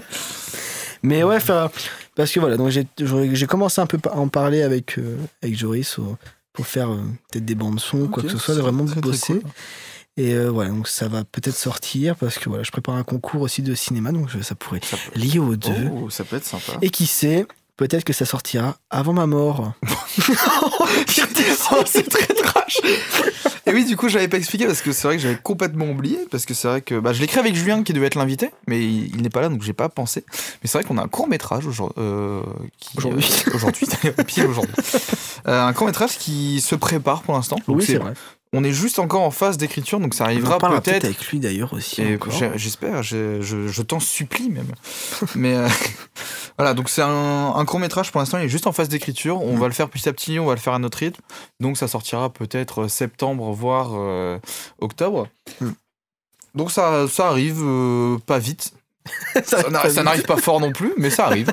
Speaker 1: Mais ouais, faire- parce que voilà, donc j'ai- j'aurais- j'ai commencé un peu à en parler avec, euh, avec Joris au- pour faire euh, peut-être des bandes son ou quoi que ce soit, de vraiment
Speaker 2: Très, très
Speaker 1: bosser.
Speaker 2: cool.
Speaker 1: Et euh, voilà, donc ça va peut-être sortir parce que voilà, je prépare un concours aussi de cinéma, donc je- ça pourrait
Speaker 2: Ça peut-
Speaker 1: lier aux deux.
Speaker 2: Oh, ça peut être sympa.
Speaker 1: Et qui sait, peut-être que ça sortira avant ma mort.
Speaker 2: Oh, c'est très trash. Et oui, du coup, j'avais pas expliqué parce que c'est vrai que j'avais complètement oublié parce que c'est vrai que bah, je l'écris avec Julien qui devait être l'invité, mais il, il n'est pas là donc j'ai pas pensé. Mais c'est vrai qu'on a un court métrage aujourd'hui. euh, qui-
Speaker 1: Aujourd'hui.
Speaker 2: euh, aujourd'hui, d'ailleurs, pile aujourd'hui. Euh, un court métrage qui se prépare pour l'instant. Donc
Speaker 1: Oui,
Speaker 2: c'est-
Speaker 1: c'est vrai.
Speaker 2: On est juste encore en phase d'écriture, donc ça
Speaker 1: On
Speaker 2: arrivera
Speaker 1: en parlera
Speaker 2: peut-être.
Speaker 1: avec lui d'ailleurs aussi.
Speaker 2: Et
Speaker 1: encore.
Speaker 2: j'ai- J'espère, j'ai- je, je t'en supplie même. Mais euh, voilà, donc c'est un, un court métrage pour l'instant, il est juste en phase d'écriture.
Speaker 1: Mm.
Speaker 2: On va le faire petit à petit, on va le faire à notre rythme. Donc ça sortira peut-être euh, septembre, voire euh, octobre.
Speaker 1: Mm.
Speaker 2: Donc ça, ça arrive euh, pas vite. ça n'a- ça n'arrive pas fort non plus, mais ça arrive.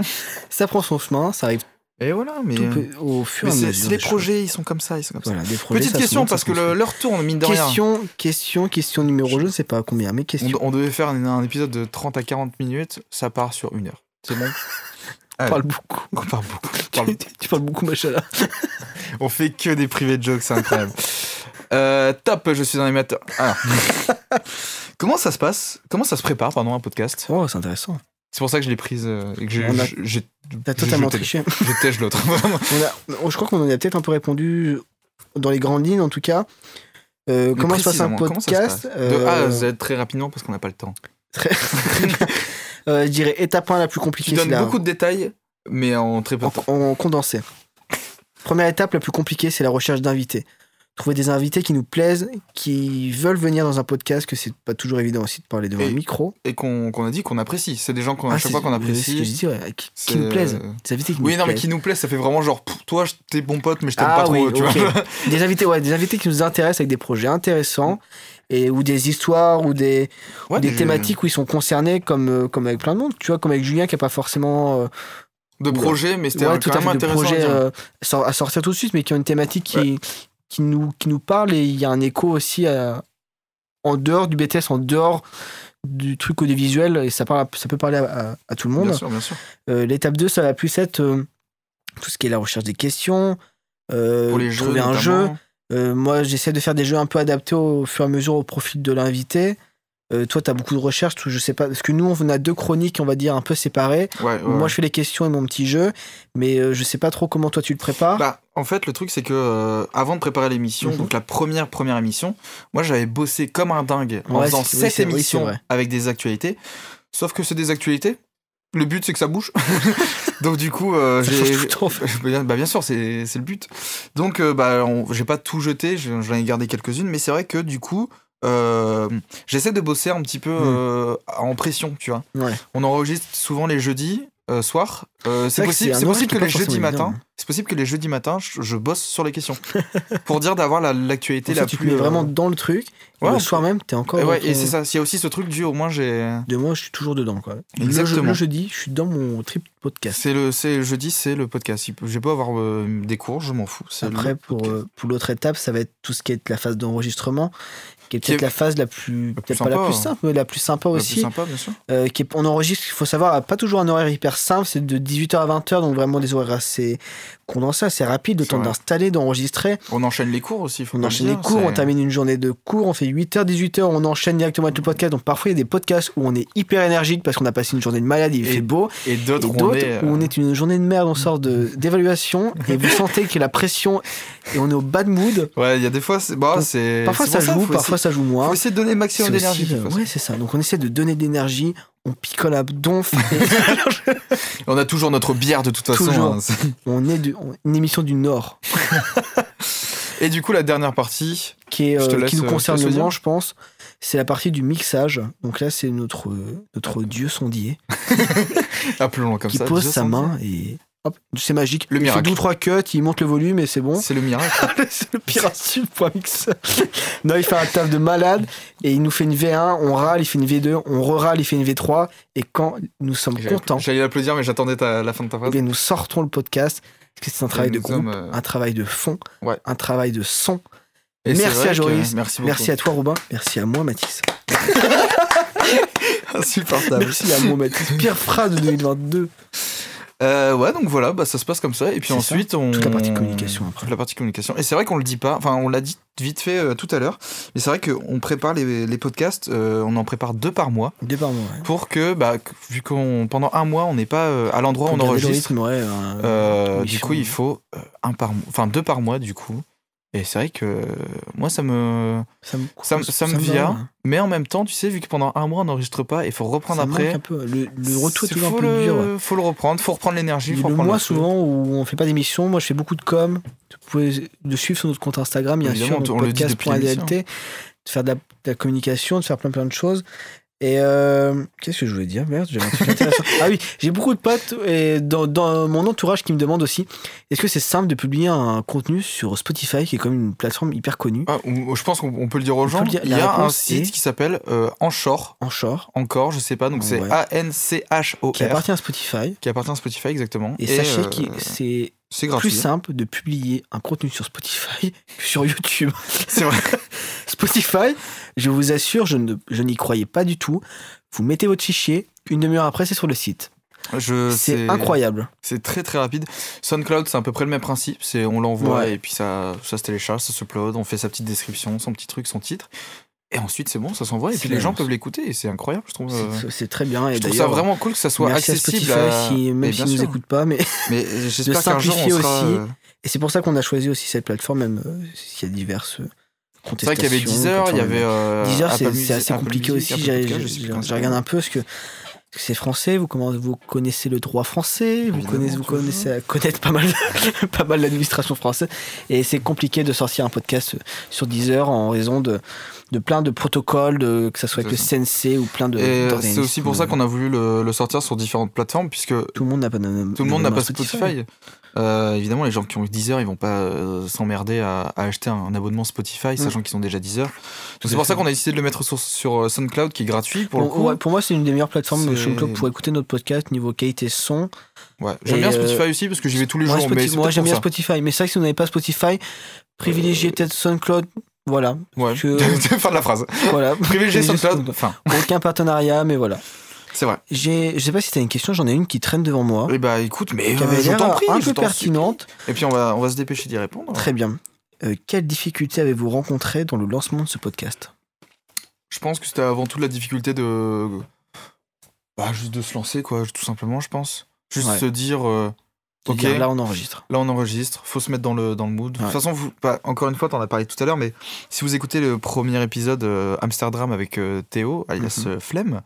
Speaker 1: Ça prend son chemin, ça arrive
Speaker 2: Et voilà, mais,
Speaker 1: tout
Speaker 2: euh,
Speaker 1: peu- au fur
Speaker 2: mais
Speaker 1: et à
Speaker 2: c'est-
Speaker 1: mesure.
Speaker 2: c'est les
Speaker 1: des choses.
Speaker 2: projets, ils sont comme ça. Ils sont comme ça.
Speaker 1: Voilà, des projets,
Speaker 2: Petite
Speaker 1: ça se
Speaker 2: question,
Speaker 1: monte, ça
Speaker 2: parce
Speaker 1: se
Speaker 2: que le-
Speaker 1: construit.
Speaker 2: l'heure tourne, mine de rien.
Speaker 1: Question, question, question numéro je ne sais pas combien, mais question.
Speaker 2: On, on devait faire un, un épisode de 30 à 40 minutes, ça part sur une heure. C'est bon Ah,
Speaker 1: On parle beaucoup.
Speaker 2: On parle beaucoup. on parle
Speaker 1: Tu, tu parles beaucoup, machala.
Speaker 2: On fait que des privés de jokes, c'est incroyable. Euh, top, je suis un animateur. Alors. Comment ça se passe Comment ça se prépare, pardon, un podcast
Speaker 1: Oh, c'est intéressant.
Speaker 2: C'est pour ça que je l'ai prise euh, et que j'ai.
Speaker 1: On a-
Speaker 2: j'ai- j'ai-
Speaker 1: T'as
Speaker 2: j'ai
Speaker 1: totalement
Speaker 2: jeté-
Speaker 1: triché.
Speaker 2: Je tège l'autre. Vraiment.
Speaker 1: On a- on- je crois qu'on en a peut-être un peu répondu dans les grandes lignes, en tout cas. Euh,
Speaker 2: Mais
Speaker 1: comment se passe un
Speaker 2: précisément, comment ça se
Speaker 1: podcast
Speaker 2: passe De
Speaker 1: Euh,
Speaker 2: A à Z, très rapidement, parce qu'on n'a pas le temps.
Speaker 1: très- Euh, Je dirais étape 1 la plus compliquée.
Speaker 2: Tu donnes
Speaker 1: c'est la-
Speaker 2: beaucoup de détails, mais en très peu de temps.
Speaker 1: en, en condensé. Première étape la plus compliquée, c'est la recherche d'invités. Trouver des invités qui nous plaisent, qui veulent venir dans un podcast, que c'est pas toujours évident aussi de parler devant
Speaker 2: Et-
Speaker 1: un micro.
Speaker 2: Et qu'on qu'on a dit qu'on apprécie. C'est des gens qu'on, à
Speaker 1: Ah,
Speaker 2: chaque
Speaker 1: c'est-
Speaker 2: fois qu'on
Speaker 1: c'est ce que je
Speaker 2: apprécie.
Speaker 1: dis, ouais, qui, qui
Speaker 2: c'est-
Speaker 1: nous plaisent. Des invités qui
Speaker 2: Oui,
Speaker 1: nous
Speaker 2: non, mais
Speaker 1: plaisent.
Speaker 2: qui nous plaisent, ça fait vraiment genre, pff, toi, je- t'es bon pote, mais je t'aime
Speaker 1: Ah
Speaker 2: pas trop,
Speaker 1: oui,
Speaker 2: tu
Speaker 1: ok.
Speaker 2: vois.
Speaker 1: Des invités, ouais, des invités qui nous intéressent avec des projets intéressants et ou des histoires ou des, ou
Speaker 2: Ouais,
Speaker 1: des thématiques où ils sont concernés comme euh, comme avec plein de monde. Tu vois, comme avec Julien qui a pas forcément euh,
Speaker 2: De
Speaker 1: Ouais.
Speaker 2: projet, mais c'était
Speaker 1: ouais, tout
Speaker 2: quand
Speaker 1: à
Speaker 2: même
Speaker 1: fait de
Speaker 2: intéressant. à
Speaker 1: projets
Speaker 2: dire.
Speaker 1: euh, sor- à sortir tout de suite, mais qui ont une thématique qui qui nous qui nous parle et il y a un écho aussi à- en dehors du BTS, en dehors du truc audiovisuel et ça parle, ça peut parler à, à- à tout le monde.
Speaker 2: Bien sûr, bien sûr.
Speaker 1: Euh, L'étape 2, ça va plus être euh, tout ce qui est la recherche des questions, euh,
Speaker 2: Pour les jeux,
Speaker 1: trouver un
Speaker 2: notamment.
Speaker 1: jeu. Euh, moi, j'essaie de faire des jeux un peu adaptés au fur et à mesure au profil de l'invité. Euh, toi, tu as beaucoup de recherches, tout, je sais pas. Parce que nous, on a deux chroniques, on va dire, un peu séparées.
Speaker 2: Ouais, ouais,
Speaker 1: où Moi,
Speaker 2: ouais.
Speaker 1: je fais les questions et mon petit jeu, mais euh, je sais pas trop comment toi tu le prépares.
Speaker 2: Bah, en fait, le truc, c'est que euh, avant de préparer l'émission,
Speaker 1: Mhm.
Speaker 2: donc la première première émission, moi, j'avais bossé comme un dingue en
Speaker 1: Ouais,
Speaker 2: faisant
Speaker 1: c'est- oui,
Speaker 2: cette
Speaker 1: c'est- oui,
Speaker 2: émission
Speaker 1: c'est vrai.
Speaker 2: avec des actualités. Sauf que c'est des actualités. Le but, c'est que ça bouge. donc, du coup, euh,
Speaker 1: Ça change
Speaker 2: j'ai.
Speaker 1: tout le temps, en fait.
Speaker 2: Bien- bah, bien sûr, c'est c'est le but. Donc, euh, bah, on- j'ai pas tout jeté, je- j'en ai gardé quelques-unes, mais c'est vrai que du coup, euh, j'essaie de bosser un petit peu
Speaker 1: Mm.
Speaker 2: euh, en pression, tu vois.
Speaker 1: Ouais.
Speaker 2: On enregistre souvent les jeudis euh, soir. Euh, c'est
Speaker 1: vrai que
Speaker 2: possible,
Speaker 1: c'est un
Speaker 2: c'est
Speaker 1: horaire
Speaker 2: possible
Speaker 1: qui est
Speaker 2: que les
Speaker 1: pas forcément
Speaker 2: jeudis
Speaker 1: évident,
Speaker 2: matins,
Speaker 1: hein.
Speaker 2: c'est possible que les jeudis matins, je, je bosse sur les questions pour dire d'avoir la- l'actualité
Speaker 1: En fait,
Speaker 2: la
Speaker 1: tu te
Speaker 2: plus
Speaker 1: mets
Speaker 2: euh,
Speaker 1: vraiment dans le truc. et
Speaker 2: ouais,
Speaker 1: le euh, soir même, tu es encore.
Speaker 2: Et,
Speaker 1: dans
Speaker 2: ouais, et
Speaker 1: ton-
Speaker 2: c'est ça. S'il y a aussi ce truc du, au moins j'ai.
Speaker 1: De moi, je suis toujours dedans. Quoi. Le je-
Speaker 2: Exactement.
Speaker 1: Le, jeudi, je suis dans mon trip podcast.
Speaker 2: C'est le, c'est jeudi, c'est le podcast. Il peut- J'ai beau avoir euh, des cours, je m'en fous. c'est le
Speaker 1: Après, pour,
Speaker 2: podcast.
Speaker 1: euh, pour l'autre étape, ça va être tout ce qui est la phase d'enregistrement, qui est
Speaker 2: Qui est-
Speaker 1: peut-être la phase la plus.
Speaker 2: plus
Speaker 1: Peut-être pas la
Speaker 2: sympa,
Speaker 1: plus
Speaker 2: hein.
Speaker 1: simple, mais la plus sympa
Speaker 2: Bah, plus
Speaker 1: aussi.
Speaker 2: sympa, bien sûr.
Speaker 1: euh, qui est- on enregistre, il faut savoir, pas toujours un horaire hyper simple, c'est de 18h à 20h, donc vraiment des horaires assez condensés, assez rapides, le
Speaker 2: C'est
Speaker 1: temps
Speaker 2: vrai.
Speaker 1: d'installer, d'enregistrer.
Speaker 2: On enchaîne les cours aussi. Faut
Speaker 1: On
Speaker 2: pas
Speaker 1: enchaîne
Speaker 2: le
Speaker 1: les
Speaker 2: dire,
Speaker 1: cours, on
Speaker 2: c'est-
Speaker 1: termine une journée de cours, on fait 8h, 18h, on enchaîne directement avec le podcast. Donc parfois, il y a des podcasts où on est hyper énergique parce qu'on a passé une journée de malade, il
Speaker 2: Et
Speaker 1: fait beau.
Speaker 2: Et
Speaker 1: Et
Speaker 2: d'autres, on
Speaker 1: d'autres
Speaker 2: est. euh,
Speaker 1: où on est une journée de merde, on sort de- d'évaluation et vous sentez que la pression et on est au bad mood.
Speaker 2: Ouais, il y a des fois, c'est. Bah,
Speaker 1: Donc,
Speaker 2: c'est.
Speaker 1: Parfois
Speaker 2: c'est
Speaker 1: ça
Speaker 2: pour
Speaker 1: joue,
Speaker 2: faut
Speaker 1: parfois ça
Speaker 2: essayer-
Speaker 1: joue moins.
Speaker 2: Faut essayer de donner le maximum
Speaker 1: C'est
Speaker 2: d'énergie.
Speaker 1: aussi,
Speaker 2: de toute
Speaker 1: euh,
Speaker 2: façon.
Speaker 1: ouais, c'est ça. Donc on essaie de donner de l'énergie, on picole à donf. et-
Speaker 2: On a toujours notre bière de toute façon.
Speaker 1: Toujours.
Speaker 2: hein, c'est-
Speaker 1: On est de- on- une émission du Nord
Speaker 2: Et du coup, la dernière partie.
Speaker 1: qui, est,
Speaker 2: Je te
Speaker 1: euh,
Speaker 2: laisse,
Speaker 1: qui nous
Speaker 2: euh,
Speaker 1: concerne
Speaker 2: je te
Speaker 1: le
Speaker 2: laisse le
Speaker 1: moins,
Speaker 2: dire.
Speaker 1: je pense. C'est la partie du mixage. Donc là, c'est notre, euh, notre dieu sondier
Speaker 2: Appelons-le comme
Speaker 1: qui
Speaker 2: ça.
Speaker 1: pose
Speaker 2: Dieu
Speaker 1: sa
Speaker 2: saint.
Speaker 1: main et Hop, c'est magique.
Speaker 2: Le
Speaker 1: il
Speaker 2: miracle.
Speaker 1: fait deux ou trois cuts, il monte le volume et c'est bon.
Speaker 2: C'est le miracle.
Speaker 1: C'est le pirate.mix. non, il fait un taf de malade et il nous fait une V1, on râle, il fait une V2, on re-râle, il fait une V3. Et quand nous sommes
Speaker 2: J'allais-
Speaker 1: contents,
Speaker 2: J'allais l'applaudir, mais j'attendais ta- la fin de ta
Speaker 1: eh
Speaker 2: phrase.
Speaker 1: bien, nous sortons le podcast. Parce que c'est un travail de
Speaker 2: nous
Speaker 1: groupe, Ah,
Speaker 2: sommes, euh,
Speaker 1: un travail de fond,
Speaker 2: Ouais.
Speaker 1: un travail de son.
Speaker 2: Et c'est
Speaker 1: merci
Speaker 2: vrai
Speaker 1: à
Speaker 2: que-
Speaker 1: Joris.
Speaker 2: Merci beaucoup.
Speaker 1: Merci à toi, Robin. Merci à moi, Mathis.
Speaker 2: Insupportable.
Speaker 1: Merci à moi, Mathis. Pire phrase de 2022.
Speaker 2: Euh, ouais, donc voilà, bah, ça se passe comme ça. Et puis
Speaker 1: C'est
Speaker 2: ensuite, on.
Speaker 1: Toute la partie communication après.
Speaker 2: Toute la partie communication. Et c'est vrai qu'on le dit pas, enfin, on l'a dit vite fait euh, tout à l'heure, mais c'est vrai qu'on prépare les, les podcasts, euh, on en prépare deux par mois,
Speaker 1: Départ, moi. ouais.
Speaker 2: pour que, bah, que- vu qu'on pendant un mois, on n'est pas euh, à l'endroit où
Speaker 1: Pour
Speaker 2: on
Speaker 1: garder le
Speaker 2: enregistre,
Speaker 1: rythme, ouais, euh,
Speaker 2: euh, du
Speaker 1: mission.
Speaker 2: coup, il faut euh, un par mois, enfin, deux par mois, du coup. Et c'est vrai que euh, moi, ça me.
Speaker 1: ça me,
Speaker 2: ça me- ça me
Speaker 1: va,
Speaker 2: vient.
Speaker 1: ouais.
Speaker 2: Mais en même temps, tu sais, vu que pendant un mois, on n'enregistre pas, il faut reprendre
Speaker 1: Ça me manque
Speaker 2: après.
Speaker 1: un peu. Le, le retour est
Speaker 2: C'est-
Speaker 1: toujours un
Speaker 2: faut
Speaker 1: peu dur. ouais.
Speaker 2: le- Faut le reprendre, faut reprendre l'énergie,
Speaker 1: Il y
Speaker 2: faut
Speaker 1: a le
Speaker 2: reprendre
Speaker 1: mois
Speaker 2: truc.
Speaker 1: souvent où on fait pas d'émission, moi je fais beaucoup de com. Vous pouvez le suivre sur notre compte Instagram, bien
Speaker 2: Évidemment,
Speaker 1: sûr,
Speaker 2: on
Speaker 1: notre
Speaker 2: le dit depuis
Speaker 1: podcast.adlt, de faire de la, de la communication, de faire plein plein de choses. Et euh, qu'est-ce que je voulais dire Merde, j'avais un truc intéressant. Ah oui, j'ai beaucoup de potes et dans, dans mon entourage qui me demandent aussi est-ce que c'est simple de publier un contenu sur Spotify, qui est comme une plateforme hyper connue,
Speaker 2: Ah, ou- je pense qu'on on peut le dire aux
Speaker 1: On
Speaker 2: gens.
Speaker 1: peut le dire,
Speaker 2: il y
Speaker 1: la
Speaker 2: a un
Speaker 1: réponse
Speaker 2: site
Speaker 1: est-
Speaker 2: qui s'appelle euh, Anchor,
Speaker 1: en short,
Speaker 2: encore, je sais pas, donc c'est
Speaker 1: Ouais.
Speaker 2: A-N-C-H-O-R,
Speaker 1: qui appartient à Spotify
Speaker 2: qui appartient à Spotify exactement.
Speaker 1: Et, sachez
Speaker 2: euh,
Speaker 1: que c'est
Speaker 2: c'est
Speaker 1: plus
Speaker 2: gratuit. hein.
Speaker 1: simple de publier un contenu sur Spotify que sur YouTube.
Speaker 2: C'est vrai.
Speaker 1: Spotify, je vous assure, je ne- je n'y croyais pas du tout. Vous mettez votre fichier, une demi-heure après, c'est sur le site.
Speaker 2: Je-
Speaker 1: C'est incroyable.
Speaker 2: C'est très très rapide. SoundCloud, c'est à peu près le même principe. C'est on l'envoie
Speaker 1: Ouais.
Speaker 2: et puis ça, ça se télécharge, ça se upload, on fait sa petite description, son petit truc, son titre. Et ensuite, c'est bon, ça s'envoie et
Speaker 1: C'est
Speaker 2: puis les
Speaker 1: la
Speaker 2: gens
Speaker 1: lance.
Speaker 2: peuvent l'écouter et c'est incroyable, je trouve. euh,
Speaker 1: C'est- C'est très bien. Et
Speaker 2: Je trouve ça
Speaker 1: d'ailleurs,
Speaker 2: vraiment cool que ça soit
Speaker 1: merci à
Speaker 2: accessible.
Speaker 1: Spotify,
Speaker 2: à-
Speaker 1: si,
Speaker 2: Mais
Speaker 1: même
Speaker 2: bien
Speaker 1: s'ils nous
Speaker 2: sûr.
Speaker 1: écoutent pas. Mais...
Speaker 2: Mais j'espère
Speaker 1: de
Speaker 2: qu'un jour on
Speaker 1: simplifier
Speaker 2: sera.
Speaker 1: aussi.
Speaker 2: euh,
Speaker 1: Et c'est pour ça qu'on a choisi aussi cette plateforme, même euh, s'il y a diverses euh,
Speaker 2: C'est
Speaker 1: contestations.
Speaker 2: vrai qu'il y avait Deezer, il y
Speaker 1: plateformes.
Speaker 2: avait. euh,
Speaker 1: Deezer, c'est
Speaker 2: Apple
Speaker 1: c'est
Speaker 2: Music-
Speaker 1: assez
Speaker 2: Apple
Speaker 1: compliqué
Speaker 2: Music,
Speaker 1: aussi.
Speaker 2: Apple
Speaker 1: J'ai
Speaker 2: Podcast, je sais
Speaker 1: j'ai-
Speaker 2: plus comment
Speaker 1: j'ai
Speaker 2: ça
Speaker 1: regardé
Speaker 2: s'appelle.
Speaker 1: un peu parce que parce que c'est français, vous, comment- vous connaissez le droit français, vous
Speaker 2: Évidemment,
Speaker 1: connaissez, vous
Speaker 2: toujours.
Speaker 1: connaissez à connaître pas mal, pas mal l'administration française, et c'est compliqué de sortir un podcast sur Deezer en raison de, de plein de protocoles, de, que ça soit avec le
Speaker 2: C'est
Speaker 1: CNC ou plein de.
Speaker 2: Et
Speaker 1: d'organismes. euh,
Speaker 2: c'est aussi pour ça qu'on a voulu le, le sortir sur différentes plateformes, puisque
Speaker 1: tout le monde n'a pas de-
Speaker 2: tout le monde n'a pas
Speaker 1: d'abonnement
Speaker 2: Spotify. Euh, évidemment, les gens qui ont Deezer, ils vont pas euh, s'emmerder à, à acheter un, un abonnement
Speaker 1: Mm.
Speaker 2: Spotify, sachant qu'ils ont déjà Deezer. Donc, C'est
Speaker 1: à
Speaker 2: pour ça
Speaker 1: fait.
Speaker 2: qu'on a décidé de le mettre sur, sur, euh, SoundCloud, qui est gratuit pour
Speaker 1: Pour,
Speaker 2: le coup.
Speaker 1: ouais, pour moi, c'est une des meilleures plateformes
Speaker 2: C'est-
Speaker 1: SoundCloud pour écouter notre podcast niveau qualité son.
Speaker 2: Ouais. J'aime
Speaker 1: Et, euh,
Speaker 2: bien Spotify aussi, parce que j'y vais tous les
Speaker 1: moi,
Speaker 2: jours.
Speaker 1: Spoti-
Speaker 2: mais c'est
Speaker 1: moi,
Speaker 2: peut-être
Speaker 1: j'aime
Speaker 2: pour
Speaker 1: bien
Speaker 2: ça. Euh,
Speaker 1: Spotify, mais c'est vrai que si vous n'avez pas Spotify, privilégiez peut-être SoundCloud. Voilà.
Speaker 2: Ouais.
Speaker 1: que-
Speaker 2: fin de la phrase.
Speaker 1: voilà.
Speaker 2: Privilégier SoundCloud. Enfin,
Speaker 1: Aucun partenariat, mais voilà.
Speaker 2: c'est vrai.
Speaker 1: J'ai, je sais pas si t'as une question, j'en ai une qui traîne devant moi.
Speaker 2: Et bah écoute, mais
Speaker 1: Hein qui
Speaker 2: euh,
Speaker 1: avait
Speaker 2: je
Speaker 1: l'air
Speaker 2: t'en prie,
Speaker 1: un
Speaker 2: je
Speaker 1: peu
Speaker 2: t'en supplie.
Speaker 1: pertinente.
Speaker 2: Et puis on va, on va se dépêcher d'y répondre.
Speaker 1: Très bien. Euh, quelle difficulté avez-vous rencontré dans le lancement de ce podcast
Speaker 2: Je pense que c'était avant tout la difficulté de. Bah, juste de se lancer, quoi, tout simplement, je pense. Juste
Speaker 1: Ouais.
Speaker 2: se dire, euh,
Speaker 1: De
Speaker 2: Ok.
Speaker 1: dire, Là, on enregistre.
Speaker 2: là on enregistre, faut se mettre dans le, dans le mood. De
Speaker 1: Ouais.
Speaker 2: toute façon, vous, bah, encore une fois, t'en as parlé tout à l'heure, mais si vous écoutez le premier épisode euh, Amsterdam avec euh, Théo, alias
Speaker 1: Mhm.
Speaker 2: euh, Flemme,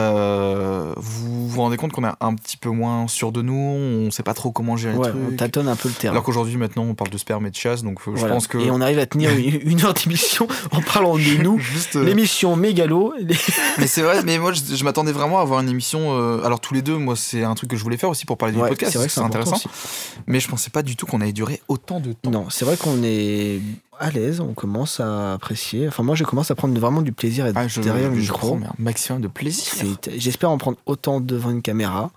Speaker 2: euh, vous vous rendez compte qu'on est un petit peu moins sûr de nous, on sait pas trop comment gérer
Speaker 1: Ouais,
Speaker 2: le
Speaker 1: on
Speaker 2: truc.
Speaker 1: tâtonne un peu le terrain.
Speaker 2: Alors qu'aujourd'hui, maintenant, on parle de sperme et de chasse, donc euh, je
Speaker 1: Voilà.
Speaker 2: pense que.
Speaker 1: Et on arrive à tenir une, une heure d'émission en parlant de nous.
Speaker 2: Juste, euh,
Speaker 1: L'émission mégalo. les-
Speaker 2: Mais c'est vrai, mais moi je, je m'attendais vraiment à avoir une émission. euh, alors tous les deux, moi c'est un truc que je voulais faire aussi pour parler du
Speaker 1: Ouais,
Speaker 2: podcast,
Speaker 1: vrai que
Speaker 2: c'est
Speaker 1: important
Speaker 2: intéressant.
Speaker 1: aussi.
Speaker 2: Mais je pensais pas du tout qu'on allait durer autant de temps.
Speaker 1: Non, c'est vrai qu'on est à l'aise, on commence à apprécier. Enfin, moi, je commence à prendre vraiment du plaisir à être
Speaker 2: Ah, je,
Speaker 1: derrière le
Speaker 2: je
Speaker 1: micro.
Speaker 2: prends, mais un maximum de plaisir.
Speaker 1: C'est- J'espère en prendre autant devant une caméra.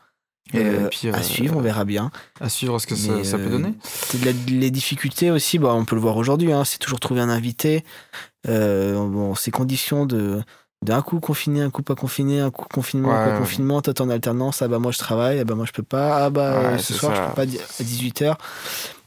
Speaker 2: Et,
Speaker 1: Euh,
Speaker 2: puis euh,
Speaker 1: à suivre, on verra bien.
Speaker 2: à suivre ce que ça,
Speaker 1: Mais,
Speaker 2: ça peut
Speaker 1: euh,
Speaker 2: donner.
Speaker 1: C'est de la- les difficultés aussi, bah, on peut le voir aujourd'hui, hein, c'est toujours trouver un invité. Euh, bon, ces conditions de d'un coup confiné, un coup pas confiné, un coup confinement, un
Speaker 2: Ouais,
Speaker 1: coup
Speaker 2: ouais.
Speaker 1: confinement, toi t'es en alternance, ah bah moi je travaille, ah bah moi je peux pas, ah bah
Speaker 2: Ouais,
Speaker 1: euh, ce
Speaker 2: c'est
Speaker 1: soir
Speaker 2: ça.
Speaker 1: je peux pas di- à 18h.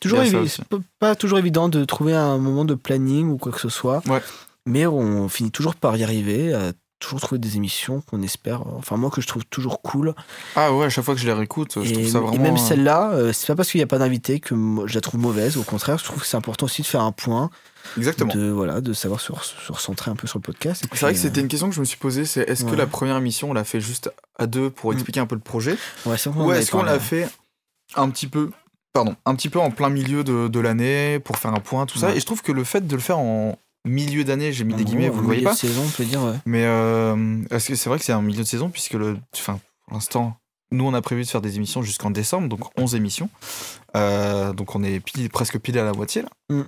Speaker 1: Toujours
Speaker 2: Bien ça
Speaker 1: évi-
Speaker 2: aussi.
Speaker 1: c'est pas- pas toujours évident de trouver un moment de planning ou quoi que ce soit,
Speaker 2: Ouais.
Speaker 1: mais on finit toujours par y arriver, à toujours trouver des émissions qu'on espère, enfin moi que je trouve toujours cool.
Speaker 2: Ah ouais, à chaque fois que je les réécoute, je
Speaker 1: Et,
Speaker 2: trouve ça
Speaker 1: et
Speaker 2: vraiment.
Speaker 1: même
Speaker 2: euh,
Speaker 1: celle-là, euh, c'est pas parce qu'il n'y a pas d'invité que mo- je la trouve mauvaise. Au contraire, je trouve que c'est important aussi de faire un point,
Speaker 2: euh, Exactement.
Speaker 1: de, voilà, de savoir se, re- se recentrer un peu sur le podcast. Et
Speaker 2: C'est vrai
Speaker 1: puis,
Speaker 2: que c'était une question que je me suis posée, c'est est-ce que
Speaker 1: ouais.
Speaker 2: la première émission on l'a fait juste à deux pour
Speaker 1: Mm.
Speaker 2: expliquer un peu le projet,
Speaker 1: euh, ouais, c'est vrai qu'on en
Speaker 2: ou
Speaker 1: avait
Speaker 2: est-ce qu'on
Speaker 1: parlé.
Speaker 2: l'a fait un petit peu, pardon, un petit peu en plein milieu de, de l'année pour faire un point tout ça.
Speaker 1: Ouais.
Speaker 2: Et je trouve que le fait de le faire en milieu d'année, j'ai mis
Speaker 1: En
Speaker 2: des
Speaker 1: gros,
Speaker 2: guillemets,
Speaker 1: au
Speaker 2: vous le voyez
Speaker 1: milieu
Speaker 2: pas,
Speaker 1: de saison, on peut dire. ouais.
Speaker 2: Mais euh, est-ce que c'est vrai que c'est un milieu de saison puisque le, enfin pour l'instant Nous, on a prévu de faire des émissions jusqu'en décembre, donc 11 émissions. Euh, donc on est pile- presque pile à la moitié là.
Speaker 1: Mm.
Speaker 2: Et,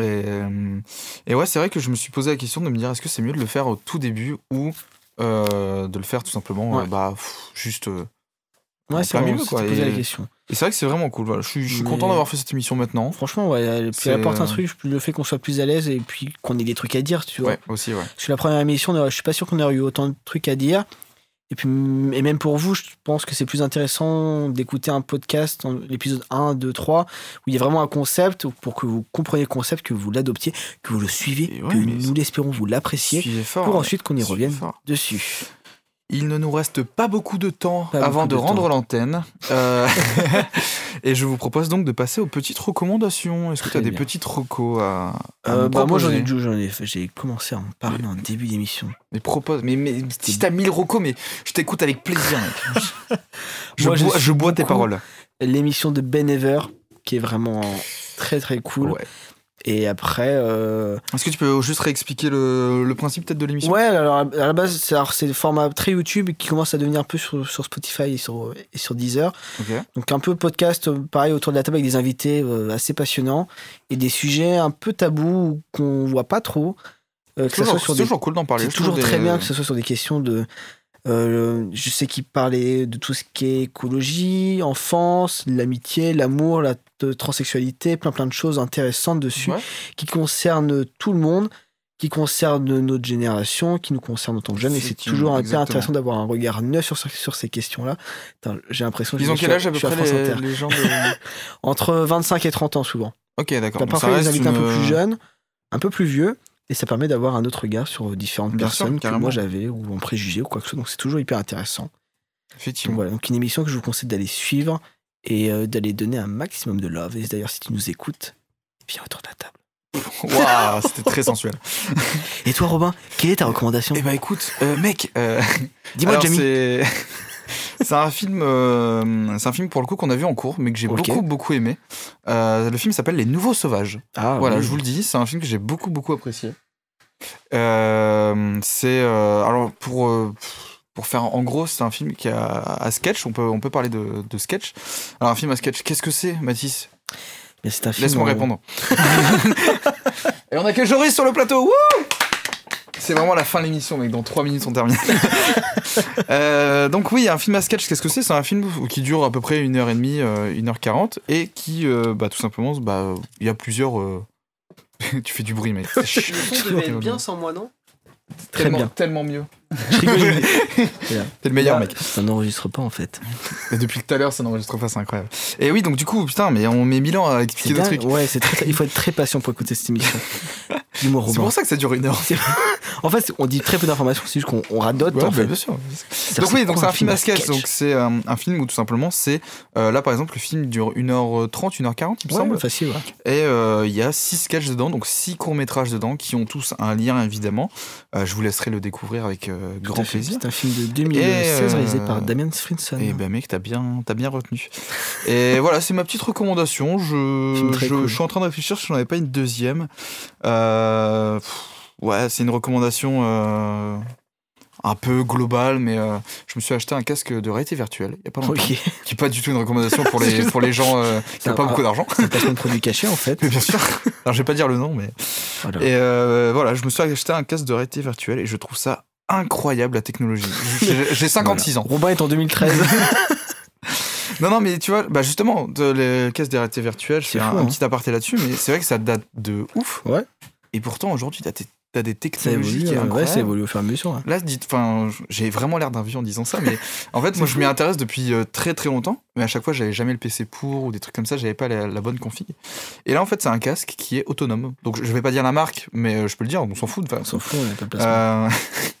Speaker 2: euh, et ouais, c'est vrai que je me suis posé la question de me dire est-ce que c'est mieux de le faire au tout début ou euh, de le faire tout simplement euh,
Speaker 1: Ouais.
Speaker 2: bah, pff, juste. euh.
Speaker 1: Ouais,
Speaker 2: En
Speaker 1: c'est
Speaker 2: plein
Speaker 1: vraiment,
Speaker 2: milieu,
Speaker 1: c'est
Speaker 2: quoi,
Speaker 1: de poser la
Speaker 2: et-
Speaker 1: question.
Speaker 2: Et c'est vrai que c'est vraiment cool. voilà. Je suis, je suis
Speaker 1: Mais-
Speaker 2: content d'avoir fait cette émission maintenant.
Speaker 1: Franchement, ouais, elle- puis
Speaker 2: C'est- euh,
Speaker 1: elle apporte un truc, le fait qu'on soit plus à l'aise et puis qu'on ait des trucs à dire, tu vois.
Speaker 2: Ouais, aussi, ouais.
Speaker 1: Parce que la première émission, on aurait- je suis pas sûr qu'on aurait eu autant de trucs à dire. Et puis, et même pour vous, je pense que c'est plus intéressant d'écouter un podcast, en- l'épisode 1, 2, 3, où il y a vraiment un concept pour que vous compreniez le concept, que vous l'adoptiez, que vous le suivez,
Speaker 2: Et ouais,
Speaker 1: que
Speaker 2: mais
Speaker 1: nous
Speaker 2: c'est-
Speaker 1: l'espérons, vous l'appréciez,
Speaker 2: Suivez fort.
Speaker 1: pour
Speaker 2: ouais.
Speaker 1: ensuite qu'on y
Speaker 2: Suivez
Speaker 1: revienne
Speaker 2: fort.
Speaker 1: dessus.
Speaker 2: Il ne nous reste pas beaucoup de temps
Speaker 1: Pas
Speaker 2: avant
Speaker 1: beaucoup
Speaker 2: de,
Speaker 1: de
Speaker 2: rendre
Speaker 1: temps.
Speaker 2: l'antenne. Euh, et je vous propose donc de passer aux petites recommandations. Est-ce que tu
Speaker 1: Très
Speaker 2: as des
Speaker 1: bien.
Speaker 2: petites recos à, à
Speaker 1: Euh,
Speaker 2: me
Speaker 1: bah, moi, j'en ai,
Speaker 2: proposer
Speaker 1: j'en ai, j'ai commencé à en parler en début d'émission.
Speaker 2: Mais propose, mais, mais si t'as 1000 recos, mais je t'écoute avec plaisir, mec. je,
Speaker 1: Moi, je
Speaker 2: bois, je bois tes
Speaker 1: beaucoup-
Speaker 2: paroles.
Speaker 1: L'émission de Ben Ever, qui est vraiment très très cool.
Speaker 2: Ouais.
Speaker 1: Et après, euh,
Speaker 2: Est-ce que tu peux juste réexpliquer le, le principe peut-être de l'émission
Speaker 1: Ouais, alors à la base, c'est alors, c'est le format très YouTube qui commence à devenir un peu sur, sur Spotify et sur, et sur Deezer.
Speaker 2: Ok.
Speaker 1: Donc un peu podcast, euh, pareil, autour de la table avec des invités euh, assez passionnants et des sujets un peu tabous qu'on voit pas trop. euh, que
Speaker 2: C'est
Speaker 1: ça soit
Speaker 2: toujours,
Speaker 1: sur
Speaker 2: c'est
Speaker 1: des-
Speaker 2: toujours cool d'en parler.
Speaker 1: c'est
Speaker 2: je trouve
Speaker 1: toujours très
Speaker 2: des-
Speaker 1: bien que ce soit sur des questions de... euh, je sais qu'il parlait de tout ce qui est écologie, enfance, l'amitié, l'amour, la t- transsexualité, plein plein de choses intéressantes dessus
Speaker 2: Ouais.
Speaker 1: qui concerne tout le monde, qui concerne notre génération, qui nous concerne en tant que jeunes. Et c'est
Speaker 2: Effectivement,
Speaker 1: toujours un peu
Speaker 2: exactement.
Speaker 1: intéressant d'avoir un regard neuf sur, ce- sur ces questions-là. Putain, J'ai l'impression que
Speaker 2: Ils ont
Speaker 1: je suis
Speaker 2: quel
Speaker 1: à-
Speaker 2: âge à peu
Speaker 1: je suis à
Speaker 2: près
Speaker 1: France
Speaker 2: les,
Speaker 1: Inter.
Speaker 2: les gens de...
Speaker 1: Entre 25 et 30 ans souvent.
Speaker 2: Ok,
Speaker 1: T'as
Speaker 2: d'accord. donc ça
Speaker 1: Bah, parfois des
Speaker 2: reste
Speaker 1: invités un peu
Speaker 2: une-
Speaker 1: plus jeunes, un peu plus vieux. Et ça permet d'avoir un autre regard sur différentes
Speaker 2: Bien sûr,
Speaker 1: personnes que
Speaker 2: carrément.
Speaker 1: moi j'avais ou en préjugé ou quoi que ce soit. Donc c'est toujours hyper intéressant. Donc
Speaker 2: Effectivement.
Speaker 1: voilà, donc une émission que je vous conseille d'aller suivre et euh, d'aller donner un maximum de love. Et d'ailleurs, si tu nous écoutes, viens autour de la table.
Speaker 2: Waouh, c'était très sensuel.
Speaker 1: Et toi, Robin, quelle est ta recommandation
Speaker 2: Eh bah écoute, euh, mec, euh,
Speaker 1: Dis-moi,
Speaker 2: alors,
Speaker 1: Jamie.
Speaker 2: c'est- C'est un film, euh, c'est un film pour le coup qu'on a vu en cours, mais que j'ai
Speaker 1: Ok.
Speaker 2: beaucoup beaucoup aimé. Euh, le film s'appelle Les Nouveaux Sauvages.
Speaker 1: Ah,
Speaker 2: voilà,
Speaker 1: oui.
Speaker 2: je vous le dis, c'est un film que j'ai beaucoup beaucoup apprécié. Euh, c'est euh, alors pour euh, pour faire en gros, c'est un film qui a à sketch. On peut on peut parler de, de sketch. Alors un film à sketch, qu'est-ce que c'est, Mathis
Speaker 1: Mais c'est un film.
Speaker 2: Laisse-moi
Speaker 1: euh,
Speaker 2: répondre. Et on a que Joris sur le plateau. Wouh c'est vraiment la fin de l'émission, mec. Dans 3 minutes, on termine. Euh, donc oui, un film à sketch, qu'est-ce que c'est C'est un film qui dure à peu près 1h30, euh, 1h40, et qui, euh, bah, tout simplement, bah, euh, il y a plusieurs... euh, tu fais du bruit, mec. C'est chiant.
Speaker 6: devait être bien sans moi, non
Speaker 1: Très
Speaker 2: tellement,
Speaker 1: bien.
Speaker 2: Tellement mieux.
Speaker 1: Je rigole.
Speaker 2: T'es le meilleur,
Speaker 1: Bah,
Speaker 2: mec.
Speaker 1: Ça n'enregistre pas en fait.
Speaker 2: Et depuis tout à l'heure, ça n'enregistre pas, c'est incroyable. Et oui, donc du coup, putain, mais on met mille ans à
Speaker 1: C'est
Speaker 2: expliquer des
Speaker 1: dingue.
Speaker 2: trucs.
Speaker 1: Ouais, c'est très- il faut être très patient pour écouter cette émission. Dis-moi,
Speaker 2: C'est
Speaker 1: Robin.
Speaker 2: pour ça que ça dure une heure.
Speaker 1: En fait, on dit très peu d'informations, c'est juste qu'on on radote.
Speaker 2: Ouais,
Speaker 1: en
Speaker 2: bah,
Speaker 1: fait.
Speaker 2: bien sûr.
Speaker 1: C'est-à-dire,
Speaker 2: Donc oui, donc
Speaker 1: quoi
Speaker 2: c'est un film à sketch,
Speaker 1: sketch
Speaker 2: donc c'est euh, un film où tout simplement c'est euh, là par exemple le film dure euh, 1h30, 1h40 il me
Speaker 1: Ouais,
Speaker 2: semble
Speaker 1: facile, ouais.
Speaker 2: et euh, il y a 6 sketchs dedans, donc 6 courts-métrages dedans qui ont tous un lien évidemment. Euh, je vous laisserai le découvrir avec euh,
Speaker 1: Tout
Speaker 2: grand
Speaker 1: à fait.
Speaker 2: plaisir.
Speaker 1: C'est un film de 2016
Speaker 2: Et, euh,
Speaker 1: réalisé par Damien Sfrinson.
Speaker 2: Et ben mec, t'as bien, t'as bien retenu. Et voilà, c'est ma petite recommandation. Je,
Speaker 1: Film très
Speaker 2: je,
Speaker 1: cool.
Speaker 2: je suis en train de réfléchir si j'en avais pas une deuxième. Euh, pff, ouais, c'est une recommandation euh, un peu globale, mais euh, je me suis acheté un casque de réalité virtuelle. Il y a pas longtemps.
Speaker 1: Ok,
Speaker 2: Qui est pas du tout une recommandation pour les, pour les gens euh, qui
Speaker 1: Ça
Speaker 2: n'ont pas
Speaker 1: va.
Speaker 2: beaucoup d'argent.
Speaker 1: c'est pas un produit caché en fait.
Speaker 2: Mais bien sûr. Alors je vais pas dire le nom, mais.
Speaker 1: Voilà.
Speaker 2: Et euh, voilà, je me suis acheté un casque de réalité virtuelle et je trouve ça incroyable la technologie. J'ai- J'ai 56 ans.
Speaker 1: Robin est en 2013.
Speaker 2: Non, non, mais tu vois, bah justement, de les caisses des réalités virtuelles, je
Speaker 1: C'est
Speaker 2: fais un,
Speaker 1: fou,
Speaker 2: un
Speaker 1: hein.
Speaker 2: petit aparté là-dessus, mais c'est vrai que ça date de ouf.
Speaker 1: Ouais.
Speaker 2: Et pourtant, aujourd'hui, t'as des, t'as des
Speaker 1: ça
Speaker 2: technologies
Speaker 1: évolue, euh,
Speaker 2: qui est
Speaker 1: ouais, ça
Speaker 2: incroyable.
Speaker 1: évolue au fur et à mesure. hein. ouais.
Speaker 2: Là, dites, enfin, j'ai vraiment l'air d'un vieux en disant ça, mais en fait, moi, je m'y intéresse depuis euh, très très longtemps, mais à chaque fois, j'avais jamais le PC pour ou des trucs comme ça, j'avais pas la, la bonne config. Et là, en fait, c'est un casque qui est autonome. Donc, je je vais pas dire la marque, mais euh, je peux le dire, on s'en fout. de
Speaker 1: On s'en fout, on n'a pas de placement.
Speaker 2: euh,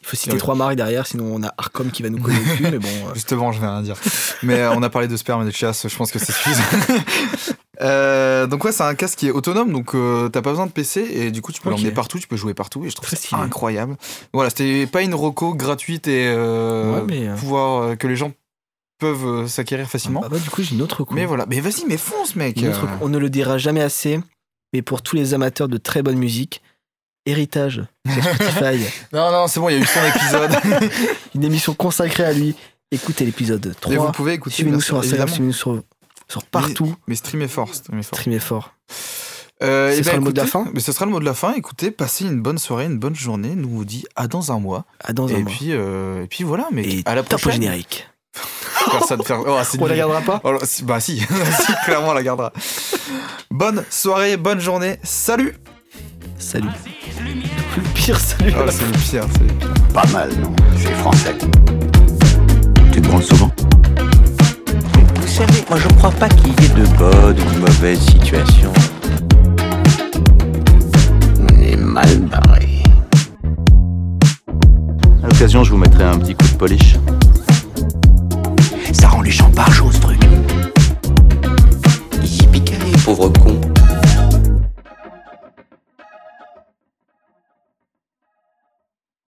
Speaker 1: Il faut citer
Speaker 2: oui.
Speaker 1: trois marques derrière, sinon on a Arcom qui va nous coller dessus, mais bon. euh,
Speaker 2: Justement, je vais rien dire. Mais euh, on a parlé de sperme et de chasse, je pense que c'est suffisant. Euh, donc ouais, c'est un casque qui est autonome, donc euh, t'as pas besoin de PC et du coup tu peux
Speaker 1: Ok.
Speaker 2: l'emmener partout, tu peux jouer partout et je trouve
Speaker 1: Très
Speaker 2: ça
Speaker 1: stylé.
Speaker 2: incroyable. Voilà, c'était pas une roco gratuite et euh,
Speaker 1: ouais, mais. euh,
Speaker 2: pouvoir euh, que les gens peuvent euh, s'acquérir facilement.
Speaker 1: bah, bah, du coup, j'ai une autre recours.
Speaker 2: Mais voilà, mais vas-y, mais fonce mec.
Speaker 1: Une autre-
Speaker 2: Euh,
Speaker 1: on ne le dira jamais assez, mais pour tous les amateurs de très bonne musique, Héritage sur Spotify,
Speaker 2: Non non, c'est bon, il y a eu son épisode.
Speaker 1: une émission consacrée à lui Écoutez l'épisode 3.
Speaker 2: Mais vous pouvez écouter.
Speaker 1: Suivez-nous
Speaker 2: bien
Speaker 1: sur
Speaker 2: sûr,
Speaker 1: Instagram,
Speaker 2: évidemment.
Speaker 1: suivez-nous sur, sur partout.
Speaker 2: Mais streamez fort. Streamez fort.
Speaker 1: Streamez fort.
Speaker 2: Euh,
Speaker 1: Ce
Speaker 2: eh ben,
Speaker 1: sera le mot de la
Speaker 2: écoutez,
Speaker 1: fin.
Speaker 2: Mais ce sera le mot de la fin. Écoutez, passez une bonne soirée, une bonne journée. Nous vous dit à dans un mois.
Speaker 1: À dans un
Speaker 2: et
Speaker 1: mois.
Speaker 2: puis, euh, et puis voilà. Mais
Speaker 1: Et
Speaker 2: à la
Speaker 1: top au
Speaker 2: prochaine.
Speaker 1: générique.
Speaker 2: Faire ça de faire- Oh, c'est
Speaker 1: On la
Speaker 2: nul.
Speaker 1: gardera pas
Speaker 2: Oh là, si- bah si, Si, clairement on la gardera. Bonne soirée, bonne journée, salut
Speaker 1: Salut.
Speaker 3: Aziz Lumière.
Speaker 1: Le pire, salut.
Speaker 2: Oh, C'est le pire, c'est-
Speaker 4: Pas mal, non C'est français. Tu te branles souvent
Speaker 5: Vous savez, moi je crois pas qu'il y ait de bonnes ou de mauvaises situations. On est mal barré.
Speaker 4: À l'occasion, je vous mettrai un petit coup de polish.
Speaker 5: Ça rend les gens par chose, ce truc. Yippee-ki-yay, pauvre con.